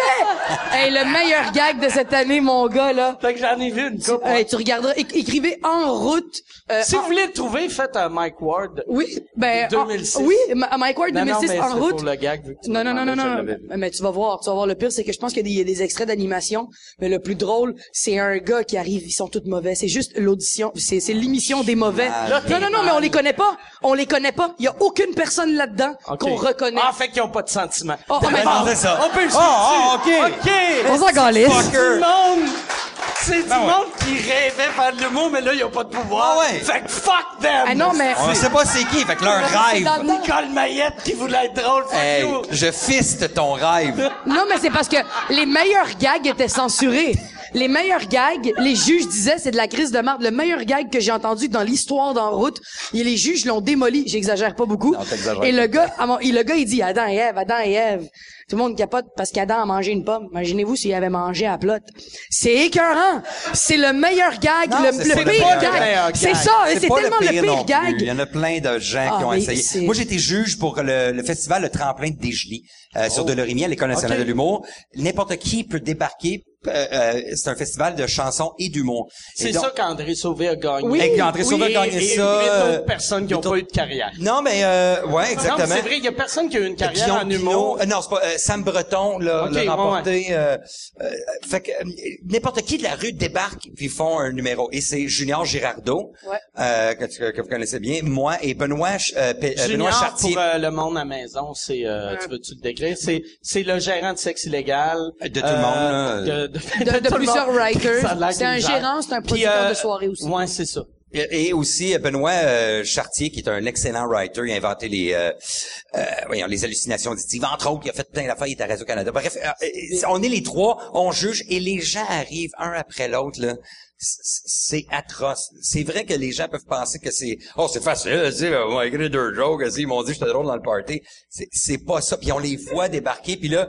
Speaker 1: qui animais! hey, le meilleur gag de cette année, mon gars, là.
Speaker 3: Fait que j'en ai vu une couple.
Speaker 1: Hey, tu regarderas, é- écrivez En route. euh,
Speaker 3: si
Speaker 1: en-
Speaker 3: vous voulez le trouver, faites un Mike Ward.
Speaker 1: Oui, ben.
Speaker 3: De 2006.
Speaker 1: en- oui, Ma- Mike Ward
Speaker 3: Non, non,
Speaker 1: 2006
Speaker 3: mais
Speaker 1: en
Speaker 3: c'est
Speaker 1: route.
Speaker 3: pour le gag, vu que tu
Speaker 1: non,
Speaker 3: me
Speaker 1: non, non, non,
Speaker 3: demandais, je
Speaker 1: non.
Speaker 3: l'avais vu.
Speaker 1: Mais tu vas voir, tu vas voir. Le pire, c'est que je pense qu'il y a des- il y a des extraits d'animation. Mais le plus drôle, c'est un gars qui arrive, ils sont tous mauvais. C'est juste l'audition, c'est, c'est l'émission des mauvais.
Speaker 3: Là,
Speaker 1: non,
Speaker 3: t'es
Speaker 1: non, non, mais on les connaît pas. On les connaît pas. Il y a aucune personne là-dedans
Speaker 3: Ok.
Speaker 1: qu'on reconnaît.
Speaker 3: Ah, fait qu'ils ont pas de sentiments.
Speaker 1: Oh, oh, mais-
Speaker 5: Ah, c'est ça.
Speaker 3: On peut le
Speaker 5: Ah,
Speaker 3: suivre.
Speaker 5: ah,
Speaker 3: OK.
Speaker 1: on s'en calisse.
Speaker 3: C'est du monde. C'est du
Speaker 5: Ben ouais.
Speaker 3: monde qui rêvait de faire de l'humour, mais là, ils ont pas de pouvoir.
Speaker 5: Ah ouais.
Speaker 3: Fait que fuck them.
Speaker 1: Ah non, mais.
Speaker 5: On sait pas c'est qui, fait que leur
Speaker 1: C'est
Speaker 5: rêve.
Speaker 1: dans le temps.
Speaker 3: Nicole Mayette qui voulait être drôle, fuck
Speaker 5: Hey,
Speaker 3: you.
Speaker 5: je fiste ton rêve.
Speaker 1: Non, mais c'est parce que les meilleurs gags étaient censurés. Les meilleurs gags, les juges disaient c'est de la crise de marde. Le meilleur gag que j'ai entendu dans l'histoire d'en route, et les juges l'ont démoli. J'exagère pas beaucoup.
Speaker 5: t'exagères
Speaker 1: et le gars, à mon- et le gars, il dit Adam et Ève, Adam et Ève. Tout le monde capote parce qu'Adam a mangé une pomme. Imaginez-vous s'il avait mangé à plot. C'est écœurant. C'est le meilleur gag, le,
Speaker 5: c'est
Speaker 1: le
Speaker 5: pas le
Speaker 1: pire
Speaker 5: meilleur
Speaker 1: gag.
Speaker 3: gag.
Speaker 1: C'est ça, Ah, c'est
Speaker 5: pas
Speaker 1: tellement le pire,
Speaker 5: non plus.
Speaker 1: gag.
Speaker 5: Il y en a plein de gens
Speaker 1: Ah,
Speaker 5: qui ont
Speaker 1: mais c'est-
Speaker 5: essayé. Moi, j'étais juge pour le, le
Speaker 1: Oh.
Speaker 5: festival Le Tremplin de Desjolies euh, sur Delorimier à l'École nationale
Speaker 3: Ok.
Speaker 5: de l'humour. N'importe qui peut débarquer euh, euh, c'est un festival de chansons et d'humour. Et
Speaker 3: C'est
Speaker 5: donc-
Speaker 3: ça qu'André Sauvé a gagné.
Speaker 1: Oui.
Speaker 5: Et André Sauvé a gagné
Speaker 3: et,
Speaker 5: ça.
Speaker 3: Et
Speaker 5: euh,
Speaker 3: d'autres personnes qui
Speaker 5: et
Speaker 3: n'ont
Speaker 5: d'autres-
Speaker 3: pas eu de carrière.
Speaker 5: Non, mais euh, ouais,
Speaker 3: Non, mais
Speaker 5: exactement.
Speaker 3: c'est vrai, il y a personne qui a eu une carrière
Speaker 5: Pion,
Speaker 3: en
Speaker 5: Pino.
Speaker 3: humour.
Speaker 5: Euh, non, c'est pas euh, Sam Breton l'a
Speaker 3: Ok,
Speaker 5: l'a
Speaker 3: ouais,
Speaker 5: remporté. euh, euh, fait que euh, n'importe qui de la rue débarque puis font un numéro. Et c'est Junior Girardeau
Speaker 1: Ouais.
Speaker 5: euh, que, tu- que vous connaissez bien, moi et Benoît Ch- euh, P- euh, Benoît
Speaker 3: Junior,
Speaker 5: Chartier
Speaker 3: pour euh, le monde à maison, c'est, euh, tu veux-tu le décrire? C'est, c'est le gérant de sexe illégal.
Speaker 5: Euh,
Speaker 3: euh,
Speaker 5: De tout le monde, là.
Speaker 3: de, de,
Speaker 1: De, de
Speaker 3: tout le
Speaker 1: plusieurs
Speaker 3: monde.
Speaker 1: writers.
Speaker 3: Ça a l'air
Speaker 1: C'est un
Speaker 3: qu'il gère.
Speaker 1: gérant, c'est un
Speaker 3: Puis,
Speaker 1: producteur
Speaker 3: euh,
Speaker 1: de soirée aussi.
Speaker 3: Ouais, c'est ça.
Speaker 5: et et aussi euh, Benoît euh, Chartier qui est un excellent writer, il a inventé les euh, euh, voyons, les hallucinations auditives entre autres, il a fait plein d'affaires, il est à Radio Canada. Bref, euh, euh, on est les trois, on juge et les gens arrivent un après l'autre là. C- c- C'est atroce. C'est vrai que les gens peuvent penser que c'est oh c'est facile, tu sais, on a écrit deux jokes, ils m'ont dit j'étais drôle dans le party. C'est- C'est pas ça. Puis on les voit débarquer, puis là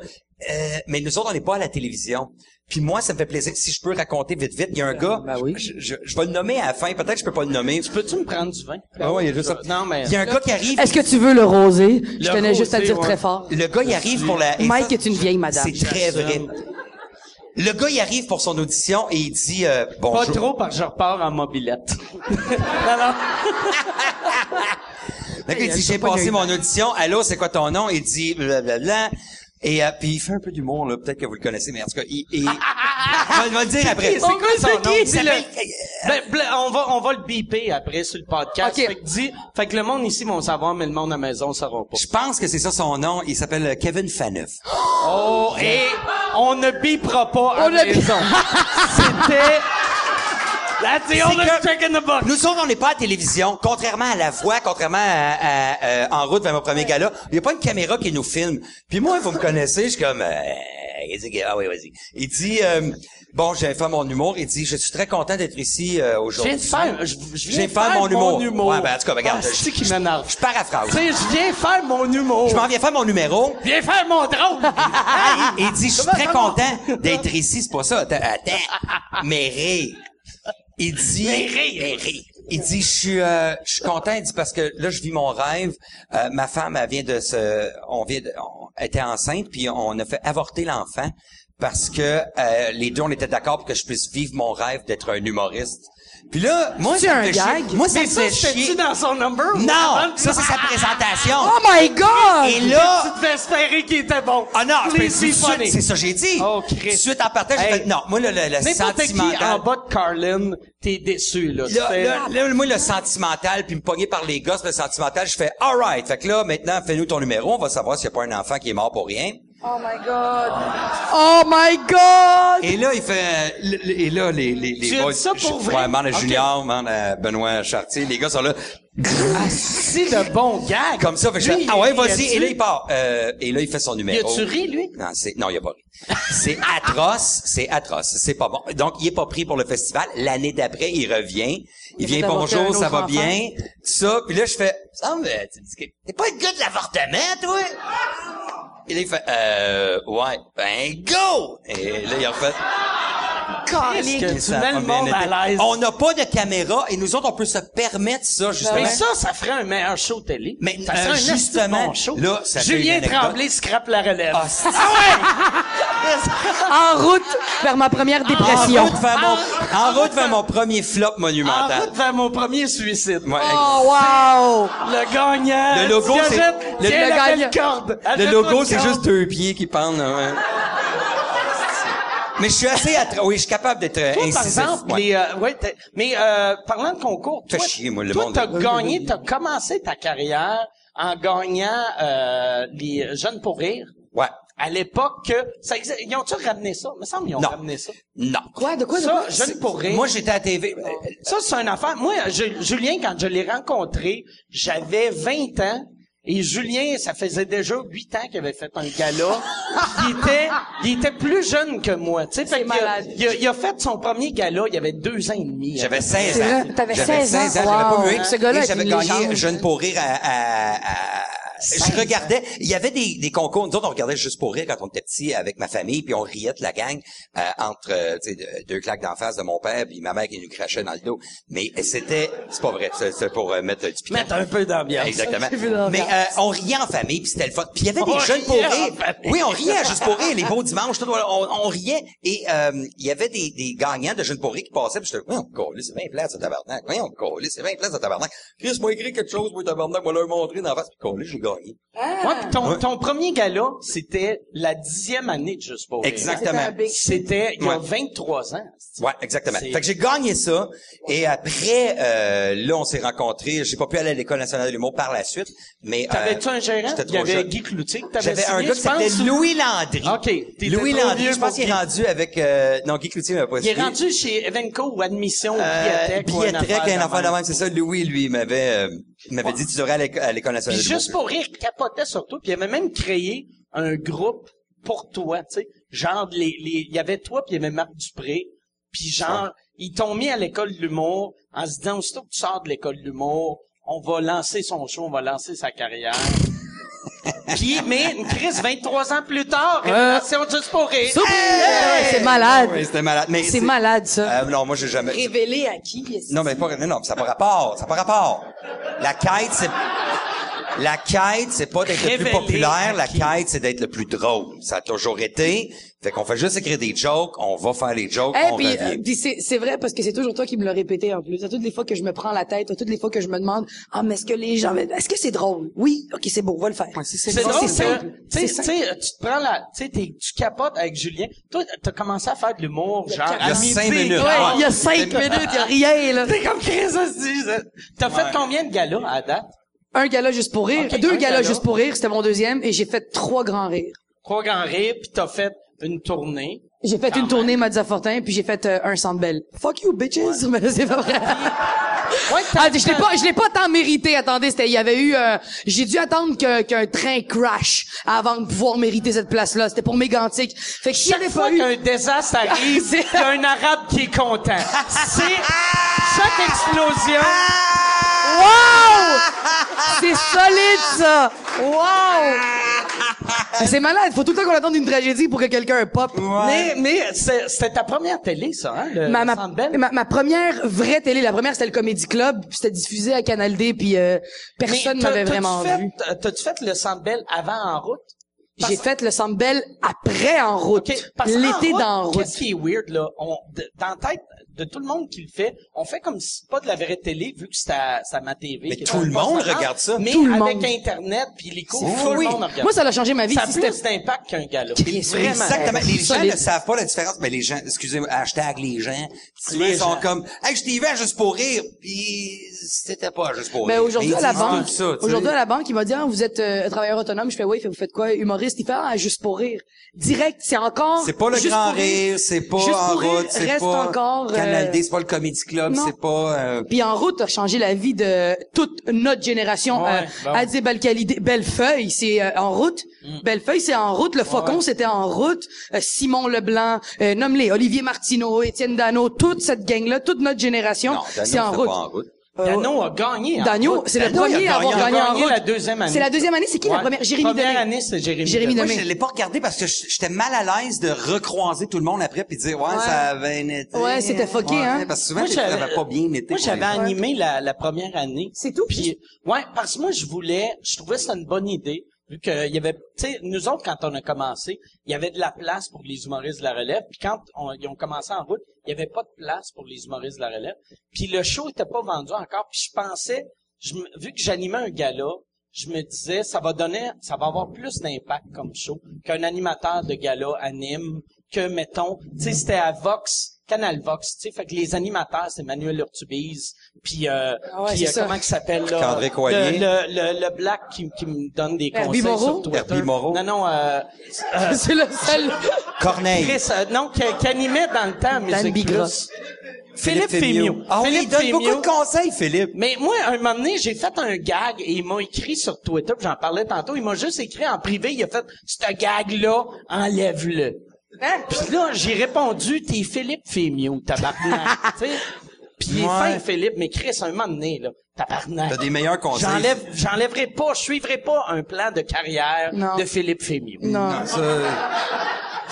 Speaker 5: euh, mais nous autres, on n'est pas à la télévision. Puis moi, ça me fait plaisir. Si je peux raconter vite, vite, il y a un gars,
Speaker 3: ben oui.
Speaker 5: je, je- je vais le nommer à la fin. Peut-être que je peux pas le nommer.
Speaker 3: Peux-tu me prendre du vin?
Speaker 5: Ah ouais, il y a juste ça.
Speaker 3: Non, mais.
Speaker 5: Il y a un gars qui arrive.
Speaker 1: Est-ce que tu veux le rosé? Je
Speaker 3: Le
Speaker 1: tenais juste à le
Speaker 3: rosé,
Speaker 1: dire
Speaker 3: ouais.
Speaker 1: très fort.
Speaker 5: Le gars, il arrive pour la... et
Speaker 1: Mike
Speaker 5: ça,
Speaker 1: est une vieille madame.
Speaker 5: C'est très vrai. Le gars, il arrive pour son audition et il dit euh,
Speaker 3: Pas
Speaker 5: bonjour.
Speaker 3: trop, parce que je repars en mobilette. non, non.
Speaker 5: Le gars, il
Speaker 1: Elle
Speaker 5: dit, j'ai
Speaker 1: pas
Speaker 5: passé
Speaker 1: qu'il y
Speaker 5: mon audition. Allô, c'est quoi ton nom? Il dit, blablabla. Et euh, puis il fait un peu d'humour, là. Peut-être que vous le connaissez, mais en tout cas, il... il... on va le dire après.
Speaker 3: C'est quoi son nom?
Speaker 5: Il
Speaker 3: Dis-le.
Speaker 5: s'appelle- euh,
Speaker 3: Ben, bla- on va, on va le biper après sur le podcast.
Speaker 1: Ok.
Speaker 3: Fait que dis, fait que le monde ici vont savoir, mais le monde à la maison ne saura pas.
Speaker 5: Je pense que c'est ça son nom. Il s'appelle euh, Kevin Faneuf.
Speaker 3: Oh, et on ne bipera pas à
Speaker 1: On
Speaker 3: la
Speaker 1: ne bi-
Speaker 3: maison. C'était... That's the only
Speaker 5: que-
Speaker 3: trick in the book.
Speaker 5: Nous autres, on n'est pas à la télévision. Contrairement à La Voix, contrairement à, à- euh, En route vers mon premier gala, il n'y a pas une caméra qui nous filme. Puis moi, vous me connaissez, je suis comme... euh, il dit, ah oui, vas-y. Il dit... euh, bon, j'ai fait mon humour. Il dit, je suis très content d'être ici
Speaker 3: Je
Speaker 5: euh,
Speaker 3: viens
Speaker 5: aujourd'hui.
Speaker 3: de faire, je, je
Speaker 5: J'ai
Speaker 3: viens de
Speaker 5: fait mon humour. Ouais, ben, en tout cas, ben, regarde,
Speaker 3: Ah, c'est
Speaker 5: je-
Speaker 3: qui m'énerve.
Speaker 5: Je paraphrase.
Speaker 3: Tu sais, je viens faire mon humour.
Speaker 5: Je m'en viens faire mon numéro.
Speaker 3: viens faire mon drôle.
Speaker 5: Ah, il, il dit, je suis
Speaker 3: Comment
Speaker 5: très
Speaker 3: ça va?
Speaker 5: content d'être ici. C'est pas ça. Attends, attends. Mais rire. Il dit... Mais rire. Il dit, je suis, euh, je suis content. Il dit, parce que là, je vis mon rêve. Euh, ma femme, elle vient de se... On vient de- on était enceinte, puis on a fait avorter l'enfant parce que euh, les deux, on était d'accord pour que je puisse vivre mon rêve d'être un humoriste. Puis là, moi,
Speaker 1: C'est
Speaker 5: ça
Speaker 1: un
Speaker 5: me fait chier.
Speaker 1: gag?
Speaker 5: Moi, ça
Speaker 3: Mais
Speaker 5: me
Speaker 3: ça,
Speaker 5: fait
Speaker 3: c'était-tu
Speaker 5: chier.
Speaker 3: dans Ah, son number? ou
Speaker 5: Non!
Speaker 3: avant?
Speaker 5: Ça, c'est sa présentation.
Speaker 3: ah,
Speaker 1: Oh my
Speaker 5: Et
Speaker 1: God!
Speaker 5: là...
Speaker 3: Tu devais espérer qu'il était bon.
Speaker 5: Ah non, je peux-
Speaker 3: Please be
Speaker 5: tout de suite,
Speaker 3: funny.
Speaker 5: c'est ça que j'ai dit.
Speaker 3: Oh, Christ.
Speaker 5: Suite en partage, j'ai
Speaker 3: Hey.
Speaker 5: fait, non, moi, le, le, le
Speaker 3: N'importe qui en
Speaker 5: sentimental.
Speaker 3: bas de Carlin, t'es déçu, là. euh,
Speaker 5: Là,
Speaker 3: C'est-
Speaker 5: là, là, moi, le sentimental, puis me pogner par les gosses, le sentimental, je fais, alright. Fait que là, maintenant, fais-nous ton numéro, on va savoir s'il n'y a pas un enfant qui est mort pour rien.
Speaker 1: Oh my God! Oh my God!
Speaker 5: Et là, il fait, euh, le- le- et là, les, les, les
Speaker 3: Tu as dit ça pour
Speaker 5: je-
Speaker 3: vrai?
Speaker 5: ouais, demande à
Speaker 3: Ok. Ah,
Speaker 5: Junior, demande à Benoît Chartier, les gars sont là.
Speaker 3: C'est le bon gag.
Speaker 5: Comme ça, fait que je
Speaker 3: Lui,
Speaker 5: fais, ah ouais,
Speaker 3: il-
Speaker 5: vas-y.
Speaker 3: il-
Speaker 5: Et là, il part. Euh, et là, il fait son numéro.
Speaker 3: Il a-tu ri, lui?
Speaker 5: Non, c'est, non, il a pas ri. C'est atroce, c'est atroce. C'est pas bon. Donc, il est pas pris pour le festival. L'année d'après, il revient. Il
Speaker 1: Il vient
Speaker 5: vient,
Speaker 1: d'avorter un
Speaker 5: bonjour,
Speaker 1: autre
Speaker 5: ça va
Speaker 1: enfant.
Speaker 5: bien. Tout ça. Puis là, je fais, ça me, tu me dis que t'es pas le gars de l'avortement, toi? Et là, il fait, euh, ouais, ben, go! Et là, il a fait,
Speaker 3: Est-ce
Speaker 1: Calique.
Speaker 3: que
Speaker 5: ça
Speaker 3: tu
Speaker 5: a
Speaker 3: mets
Speaker 5: pas
Speaker 3: le
Speaker 5: bien
Speaker 3: monde
Speaker 5: été.
Speaker 3: à l'aise?
Speaker 5: On n'a pas de caméra et nous autres, on peut se permettre ça, justement.
Speaker 3: Mais ça, ça ferait un meilleur show télé.
Speaker 5: Mais,
Speaker 3: ça
Speaker 5: euh,
Speaker 3: serait un esti de
Speaker 5: justement,
Speaker 3: bon show.
Speaker 5: là, ça fait
Speaker 3: Julien
Speaker 5: une anecdote.
Speaker 3: Tremblay scrape la relève.
Speaker 5: Ah, c'est-
Speaker 1: En route vers ma première
Speaker 5: En
Speaker 1: dépression.
Speaker 5: route vers mon, en route vers mon premier flop
Speaker 3: en
Speaker 5: monumental.
Speaker 3: route vers mon premier suicide.
Speaker 5: Ouais, ex-
Speaker 1: Oh wow!
Speaker 3: Le gagnant.
Speaker 5: Le logo,
Speaker 3: Tiens,
Speaker 5: c'est-
Speaker 3: jette-
Speaker 5: le-
Speaker 3: tiens,
Speaker 1: le
Speaker 3: la belle
Speaker 1: gagnant.
Speaker 3: corde.
Speaker 5: Le
Speaker 3: Achète-moi
Speaker 5: logo,
Speaker 3: une
Speaker 5: c'est
Speaker 3: corde.
Speaker 5: juste deux pieds qui pendent. là, ouais. Mais je suis assez attra- Oui, je suis capable d'être euh,
Speaker 3: Toi, par
Speaker 5: incisif.
Speaker 3: exemple,
Speaker 5: ouais.
Speaker 3: les, euh, ouais, t'as- mais euh, parlant de concours,
Speaker 5: Fais
Speaker 3: toi,
Speaker 5: chier, moi, le
Speaker 3: toi,
Speaker 5: monde.
Speaker 3: t'as gagné, t'as commencé ta carrière en gagnant euh, les Jeunes pour rire.
Speaker 5: Ouais.
Speaker 3: À l'époque, que ça exi- ils ont-tu ramené ça? Il me semble qu'ils ont
Speaker 5: Non.
Speaker 3: ramené ça.
Speaker 5: Non.
Speaker 1: Quoi? De quoi? De
Speaker 3: ça,
Speaker 1: quoi?
Speaker 3: Jeunes pour rire.
Speaker 5: Moi, j'étais à TV. euh,
Speaker 3: ça, c'est une affaire. Moi, je- Julien, quand je l'ai rencontré, j'avais 20 ans. Et Julien, ça faisait déjà 8 ans qu'il avait fait un gala. il était, il était plus jeune que moi. Tu sais, fait qu'il a-
Speaker 1: malade.
Speaker 3: il, a, il a fait son premier gala, il avait deux ans et demi.
Speaker 5: J'avais 16
Speaker 1: C'est
Speaker 5: ans.
Speaker 1: vrai, t'avais
Speaker 5: J'avais
Speaker 1: 16 ans.
Speaker 5: j'avais pas
Speaker 1: Wow.
Speaker 5: mué.
Speaker 1: Ce gars-là
Speaker 5: Et
Speaker 1: est
Speaker 5: j'avais
Speaker 1: une
Speaker 5: gagné
Speaker 1: légende.
Speaker 5: Jeune pour rire à, à- à- je regardais, il y avait des, des concours, nous autres, on regardait juste pour rire quand on était petits avec ma famille, puis on riait de la gang euh, entre euh, tu sais, de- deux claques d'en face de mon père, puis ma mère qui nous crachait dans le dos. Mais c'était, c'est pas vrai, c'est c'est pour euh, mettre du piquant.
Speaker 3: Mettre un peu d'ambiance.
Speaker 5: Exactement.
Speaker 1: J'ai vu l'ambiance.
Speaker 5: Mais euh, on riait en famille, puis c'était le fun. Puis il y avait des
Speaker 3: On
Speaker 5: jeunes pour
Speaker 3: riait en
Speaker 5: rire.
Speaker 3: famille.
Speaker 5: Oui, on riait à juste pour rire, les beaux dimanches, tout, voilà, on, on riait. Et euh, il y avait des, des gagnants de jeunes pour rire qui passaient, puis j'étais, voyons, colis, c'est 20 places de tabarnak. Voyons, colis, c'est 20 places de tabarnak. Chris m'a écrit quelque chose, moi, tabarnak, m'a leur montré dans la face, puis colis, j'ai gagné.
Speaker 3: Ouais, puis ton, ton premier gala, c'était la dixième année de Juste pour rire.
Speaker 5: Exactement.
Speaker 3: C'était il y a
Speaker 5: Ouais.
Speaker 3: 23 ans.
Speaker 5: Ouais, exactement.
Speaker 3: C'est-
Speaker 5: Fait que j'ai gagné ça. Et après, euh, là, on s'est rencontrés. J'ai pas pu aller à l'École nationale de l'humour par la suite, mais... euh,
Speaker 3: T'avais-tu un gérant?
Speaker 5: J'étais
Speaker 3: Il y
Speaker 5: trop
Speaker 3: avait
Speaker 5: jeune.
Speaker 3: Guy Cloutier que t'avais
Speaker 5: J'avais un
Speaker 3: signé,
Speaker 5: gars qui
Speaker 3: je pense,
Speaker 5: s'appelait
Speaker 3: ou-
Speaker 5: Louis Landry.
Speaker 3: OK. T'étais
Speaker 5: Louis
Speaker 3: trop
Speaker 5: Landry,
Speaker 3: vieux
Speaker 5: je pense
Speaker 3: pour
Speaker 5: qu'il est rendu avec... euh, non, Guy Cloutier m'avait pas
Speaker 3: Il est
Speaker 5: suivi.
Speaker 3: rendu chez Evenco ou Admission
Speaker 5: Euh,
Speaker 3: ou Biotech. ou un
Speaker 5: Billettrec,
Speaker 3: affaire
Speaker 5: un
Speaker 3: de
Speaker 5: enfant de
Speaker 3: même.
Speaker 5: même, c'est ça. Louis, lui, m'avait euh, il m'avait dit, tu devrais aller à l'École nationale
Speaker 3: Puis
Speaker 5: de l'humour.
Speaker 3: juste pour rire, capotait sur toi. Puis il avait même créé un groupe pour toi, tu sais. Genre, les, les, il y avait toi, puis il y avait Marc Dupré. Puis genre, ils t'ont mis à l'école de l'humour en se disant, aussitôt que tu sors de l'école de l'humour, on va lancer son show, on va lancer sa carrière. puis, mais une crise 23 ans plus tard, révélation juste pour rire.
Speaker 1: Soupe! Ouais, C'est malade.
Speaker 5: Oui, c'était malade. Mais
Speaker 1: C'est malade, ça.
Speaker 5: Euh, non, moi, j'ai jamais...
Speaker 1: Révélé à qui? est-ce
Speaker 5: Non, mais pas, non, non, ça n'a pas rapport, ça n'a pas rapport. La quête, c'est, la quête, c'est pas d'être le
Speaker 3: Révéler
Speaker 5: plus populaire, la quête, c'est d'être le plus drôle. Ça a toujours été. Fait qu'on fait juste écrire des jokes, on va faire les jokes,
Speaker 1: Eh
Speaker 5: on
Speaker 1: puis,
Speaker 5: revient.
Speaker 1: euh, puis c'est, c'est vrai parce que c'est toujours toi qui me l'as répété en plus. À toutes les fois que je me prends la tête, à toutes les fois que je me demande, ah mais est-ce que les gens, est-ce que c'est drôle Oui, ok c'est beau, on va le faire.
Speaker 3: C'est drôle,
Speaker 1: c'est
Speaker 3: ça.
Speaker 1: simple.
Speaker 3: Tu sais,
Speaker 1: C'est simple.
Speaker 3: tu sais, tu te prends la, tu sais, t'es- tu capotes avec Julien. Toi, t'as commencé à faire de l'humour, genre,
Speaker 1: quatre-
Speaker 3: à
Speaker 5: Il y a
Speaker 3: midi.
Speaker 5: cinq minutes.
Speaker 1: Ouais, il y a cinq minutes, il y a rien là.
Speaker 3: T'es comme Chris, aussi. T'as fait combien de galas à date?
Speaker 1: Un gala juste pour rire,
Speaker 3: Ok,
Speaker 1: deux
Speaker 3: un
Speaker 1: galas
Speaker 3: gala.
Speaker 1: juste pour rire, c'était mon deuxième et j'ai fait trois grands rires.
Speaker 3: Trois grands rires, puis t'as fait une tournée.
Speaker 1: J'ai fait
Speaker 3: Quand
Speaker 1: une
Speaker 3: même.
Speaker 1: tournée Madza Fortin puis j'ai fait euh, un Centre Bell. Fuck you bitches, mais c'est pas vrai.
Speaker 3: Ouais,
Speaker 1: Ah, je l'ai pas, je l'ai pas tant mérité. Attendez, c'était, il y avait eu, euh, j'ai dû attendre que- qu'un train crash avant de pouvoir mériter cette place-là. C'était pour Mégantic. Fait que s'il y
Speaker 3: Chaque
Speaker 1: avait
Speaker 3: fois
Speaker 1: pas eu,
Speaker 3: qu'un désastre arrive,
Speaker 1: C'est-
Speaker 3: il y a un arabe qui est content. C'est chaque explosion. euh,
Speaker 1: Wow! C'est solide, ça! Wow! Mais C'est malade. Faut tout le temps qu'on attende une tragédie pour que quelqu'un pop.
Speaker 3: Mais, mais c'est- c'était ta première télé, ça, hein?
Speaker 5: Euh,
Speaker 3: Le,
Speaker 1: Ma,
Speaker 3: le
Speaker 1: ma,
Speaker 3: Centre
Speaker 5: Ben?
Speaker 3: Bell?
Speaker 1: ma- ma première vraie télé, la première, c'était le Comedy Club, puis c'était diffusé à Canal D, puis euh, personne
Speaker 3: Mais t'as-
Speaker 1: m'avait
Speaker 3: t'as-tu
Speaker 1: vraiment
Speaker 3: fait-
Speaker 1: vu.
Speaker 3: t'as- T'as-tu fait le Centre Bell avant en route?
Speaker 1: J'ai fait le Centre Bell après en route.
Speaker 3: OK, parce qu'en
Speaker 1: L'été
Speaker 3: route,
Speaker 1: d'en route.
Speaker 3: Qu'est-ce qui est weird, là? On, de- dans la tête de tout le monde qui le fait, on fait comme si c'est pas de la vraie télé, vu que c'est à, c'est à ma TV.
Speaker 5: Mais
Speaker 3: qui est
Speaker 5: tout
Speaker 3: un
Speaker 5: le
Speaker 3: poste
Speaker 5: monde
Speaker 3: marrant,
Speaker 5: regarde ça.
Speaker 3: Mais
Speaker 1: Tout le
Speaker 3: avec
Speaker 1: monde.
Speaker 3: Internet puis les cours,
Speaker 1: Oui,
Speaker 3: tout le
Speaker 1: oui.
Speaker 3: monde regarde.
Speaker 1: Moi, ça l'a changé ma vie.
Speaker 3: ça a
Speaker 1: si
Speaker 3: plus
Speaker 1: c'était-
Speaker 3: d'impact qu'un gars, là.
Speaker 1: Bien sûr.
Speaker 5: Exactement. Les gens
Speaker 1: Solide.
Speaker 5: ne savent pas la différence, mais les gens, excusez-moi, hashtag les gens, souvent,
Speaker 3: Les
Speaker 5: ils sont
Speaker 3: gens.
Speaker 5: comme, hey, je t'y vais juste pour rire, puis c'était pas juste pour
Speaker 1: Ben
Speaker 5: rire.
Speaker 1: aujourd'hui
Speaker 5: Ils
Speaker 1: à la
Speaker 5: disent
Speaker 1: banque,
Speaker 5: tout ça, tu sais.
Speaker 1: aujourd'hui à la banque, il m'a dit ah, vous êtes euh, travailleur autonome, je fais oui, il fait, vous faites quoi humoriste, il fait ah, juste pour rire. Direct, c'est encore
Speaker 5: C'est pas le
Speaker 1: Juste
Speaker 5: grand
Speaker 1: pour
Speaker 5: rire, c'est pas
Speaker 1: Juste
Speaker 5: en
Speaker 1: pour rire
Speaker 5: route, c'est
Speaker 1: reste
Speaker 5: pas
Speaker 1: encore, euh,
Speaker 5: Canal D, c'est pas le Comedy Club,
Speaker 1: non.
Speaker 5: c'est pas euh,
Speaker 1: Puis en route a changé la vie de toute notre
Speaker 3: Ah
Speaker 1: génération.
Speaker 3: Ouais, Mm.
Speaker 1: Euh,
Speaker 3: bon.
Speaker 1: Adib Al-Khalidi- Bellefeuille, c'est euh, en route. Bellefeuille, c'est en route.
Speaker 3: Ah
Speaker 1: Le Faucon, c'était en route. Euh, Simon Leblanc, euh, nomme-les, Olivier Martineau, Étienne Dano, toute cette gang-là, toute notre génération,
Speaker 5: non, Daniel,
Speaker 1: c'est en
Speaker 5: pas
Speaker 1: route.
Speaker 5: en route.
Speaker 1: Euh,
Speaker 3: Dano a gagné. en
Speaker 1: Dano,
Speaker 3: route.
Speaker 1: c'est le
Speaker 3: Dano, il a
Speaker 1: premier à avoir
Speaker 3: il
Speaker 1: gagné
Speaker 3: a
Speaker 1: en route.
Speaker 3: la deuxième année.
Speaker 1: C'est la deuxième année, c'est qui la
Speaker 3: Ouais.
Speaker 1: première? Jérémy
Speaker 3: Première
Speaker 1: Demé.
Speaker 3: année, c'est Jérémy
Speaker 1: Jérémy
Speaker 3: Demé.
Speaker 1: Demé.
Speaker 5: Moi, je l'ai pas regardé parce que je- j'étais mal à l'aise de recroiser tout le monde après puis de dire ouais, ça avait été.
Speaker 1: Ouais, c'était fucké, hein.
Speaker 5: Parce que souvent
Speaker 3: Moi,
Speaker 5: ça
Speaker 3: j'avais
Speaker 5: avait pas bien été.
Speaker 3: Moi,
Speaker 5: pour
Speaker 3: j'avais
Speaker 5: les gens.
Speaker 3: animé la, la première année.
Speaker 1: C'est tout?
Speaker 3: Puis, ouais, parce que moi, je voulais, je trouvais que c'était une bonne idée, vu que il y avait, tu sais, nous autres, quand on a commencé, il y avait de la place pour les humoristes de la relève, puis quand on- ils ont commencé en route, il y avait pas de place pour les humoristes de la relève, puis le show était pas vendu encore, puis je pensais, je me- vu que j'animais un gala, je me disais, ça va donner, ça va avoir plus d'impact comme show qu'un animateur de gala anime, que, mettons, tu sais, c'était à Vox, Canal Vox, tu sais, fait que les animateurs, c'est Manuel Urtubise, puis, euh,
Speaker 1: Ah ouais,
Speaker 3: puis,
Speaker 1: c'est
Speaker 3: euh,
Speaker 1: ça.
Speaker 3: comment il s'appelle, là?
Speaker 5: Marc-André
Speaker 3: Le,
Speaker 5: Coallier.
Speaker 3: le, le, le black qui, qui me donne des
Speaker 1: Herbie
Speaker 3: conseils
Speaker 1: Moreau?
Speaker 3: sur Twitter.
Speaker 5: Herbie Moreau.
Speaker 3: Non, non, euh, euh,
Speaker 1: C'est le seul.
Speaker 5: Corneille.
Speaker 3: Chris, euh, non, qui, qui animait dans le temps, Musique
Speaker 1: Bigra.
Speaker 3: Plus. Philippe
Speaker 5: Fémiot.
Speaker 3: Fémieux.
Speaker 5: Ah oui, il
Speaker 3: Philippe
Speaker 5: donne
Speaker 3: Fémieux.
Speaker 5: beaucoup de conseils, Philippe.
Speaker 3: Mais moi, un moment donné, j'ai fait un gag et il m'a écrit sur Twitter, puis j'en parlais tantôt, il m'a juste écrit en privé, il a fait « Ce gag-là,
Speaker 1: Hein?
Speaker 3: enlève-le. Puis là, j'ai répondu « T'es Philippe Fémieux, tabarnak. » Tu sais. Puis il est
Speaker 5: Ouais.
Speaker 3: fin, Philippe, mais Chris, un moment donné, là, tabarnak.
Speaker 5: T'as des meilleurs conseils.
Speaker 3: J'enlève, j'enlèverai pas, je suivrai pas un plan de carrière
Speaker 1: Non. Mm.
Speaker 3: de Philippe Fémieux.
Speaker 1: Non.
Speaker 5: Ça,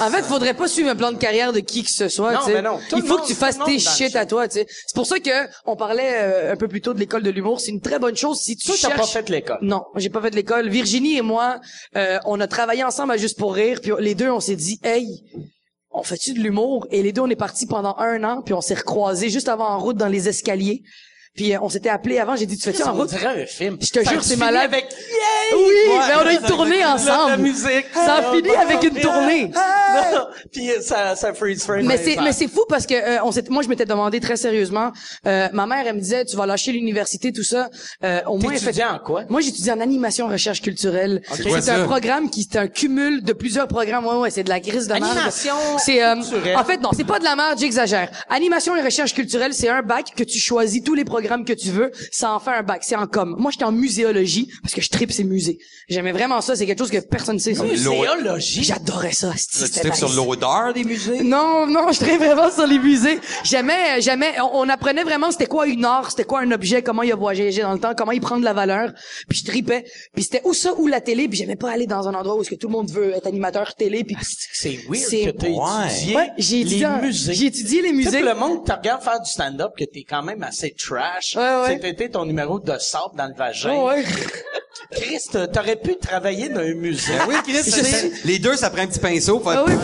Speaker 1: En fait, faudrait pas suivre un plan de carrière de qui que ce soit.
Speaker 3: Non,
Speaker 1: tu sais.
Speaker 3: mais non. Tout
Speaker 1: Il
Speaker 3: le
Speaker 1: faut
Speaker 3: monde-
Speaker 1: que tu
Speaker 3: tout
Speaker 1: fasses
Speaker 3: le monde
Speaker 1: tes
Speaker 3: dans le
Speaker 1: shit
Speaker 3: show.
Speaker 1: à toi. tu sais. C'est pour ça que on parlait euh, un peu plus tôt de l'école de l'humour. C'est une très bonne chose si tu
Speaker 3: Toi, t'as
Speaker 1: cherches.
Speaker 3: pas fait l'école.
Speaker 1: Non, j'ai pas fait de l'école. Virginie et moi, euh, on a travaillé ensemble à Juste pour rire, puis les deux, on s'est dit, hey, on fait-tu de l'humour? Et les deux, on est partis pendant un an, puis on s'est recroisés juste avant en route dans les escaliers. Puis euh, on s'était appelés avant, j'ai dit, tu fais-tu
Speaker 3: Ça,
Speaker 1: en
Speaker 3: on
Speaker 1: route?
Speaker 3: dirait un film.
Speaker 1: Je te
Speaker 3: Ça
Speaker 1: jure,
Speaker 3: finit
Speaker 1: c'est malade.
Speaker 3: avec Yay!
Speaker 1: Oui,
Speaker 3: Ouais,
Speaker 1: mais on a
Speaker 3: ça
Speaker 1: une tournée
Speaker 3: fait- là,
Speaker 1: ensemble.
Speaker 3: La musique.
Speaker 1: Ça a fini avec une tournée.
Speaker 3: Non, Puis euh, ça, ça freeze frame.
Speaker 1: Ah, Mais c'est mais c'est fou parce que euh, on s'est- moi je m'étais demandé très sérieusement euh, ma mère elle me disait tu vas lâcher l'université tout ça euh, au moins
Speaker 3: T'étudiais en quoi?
Speaker 1: Moi j'étudiais en animation recherche culturelle.
Speaker 4: quoi
Speaker 1: C'est un
Speaker 4: ça?
Speaker 1: programme qui c'est un cumul de plusieurs programmes. Ouais ouais, c'est de la grise de merde.
Speaker 3: Animation
Speaker 1: C'est euh,
Speaker 3: culturelle.
Speaker 1: en fait non, c'est pas de la merde, j'exagère. Animation et recherche culturelle, c'est un bac que tu choisis tous les programmes que tu veux, ça en fait un bac, c'est en com. Moi j'étais en muséologie parce que je tripe ces musées. J'aimais vraiment ça, c'est quelque chose que personne sait. ça.
Speaker 3: Muséologie.
Speaker 1: J'adorais ça. asti,
Speaker 4: Tu
Speaker 1: c'était
Speaker 4: tripes sur
Speaker 1: nice.
Speaker 4: l'odeur des musées?
Speaker 1: Non, non, je serais vraiment sur les musées. Jamais, jamais. On, on apprenait vraiment c'était quoi une art, c'était quoi un objet, comment il a voyagé dans le temps, comment il prend de la valeur. Puis je tripais. Puis c'était ou ça ou la télé. Puis j'aimais pas aller dans un endroit où est-ce que tout le monde veut être animateur télé. Puis
Speaker 3: Ah, C'est weird
Speaker 1: C'est-
Speaker 3: que t'as
Speaker 4: Ouais.
Speaker 3: étudié
Speaker 1: Ouais, j'ai étudié en-
Speaker 3: les musées.
Speaker 1: j'ai étudié les
Speaker 3: Tu sais,
Speaker 1: musées.
Speaker 3: pour le monde, tu regardes faire du stand-up que t'es quand même assez trash.
Speaker 1: Ouais, ouais.
Speaker 3: Cet été, ton numéro de sable dans le vagin.
Speaker 1: Oh, ouais.
Speaker 3: Christ, t'aurais pu travailler dans un musée.
Speaker 4: Ben oui, Chris,
Speaker 1: Je
Speaker 4: c'est-
Speaker 1: sais.
Speaker 4: les deux, ça prend un petit pinceau. faut-
Speaker 1: Ah oui.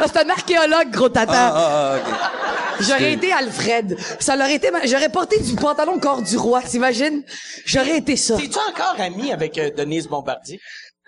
Speaker 1: Ah, C'est un archéologue, gros tata.
Speaker 4: Ah, ah, ah, ok.
Speaker 1: J'aurais été Alfred. Ça l'aurait été. ma- J'aurais porté du pantalon corps du roi. T'imagines? J'aurais été ça.
Speaker 3: T'es-tu encore ami avec euh, Denise Bombardier?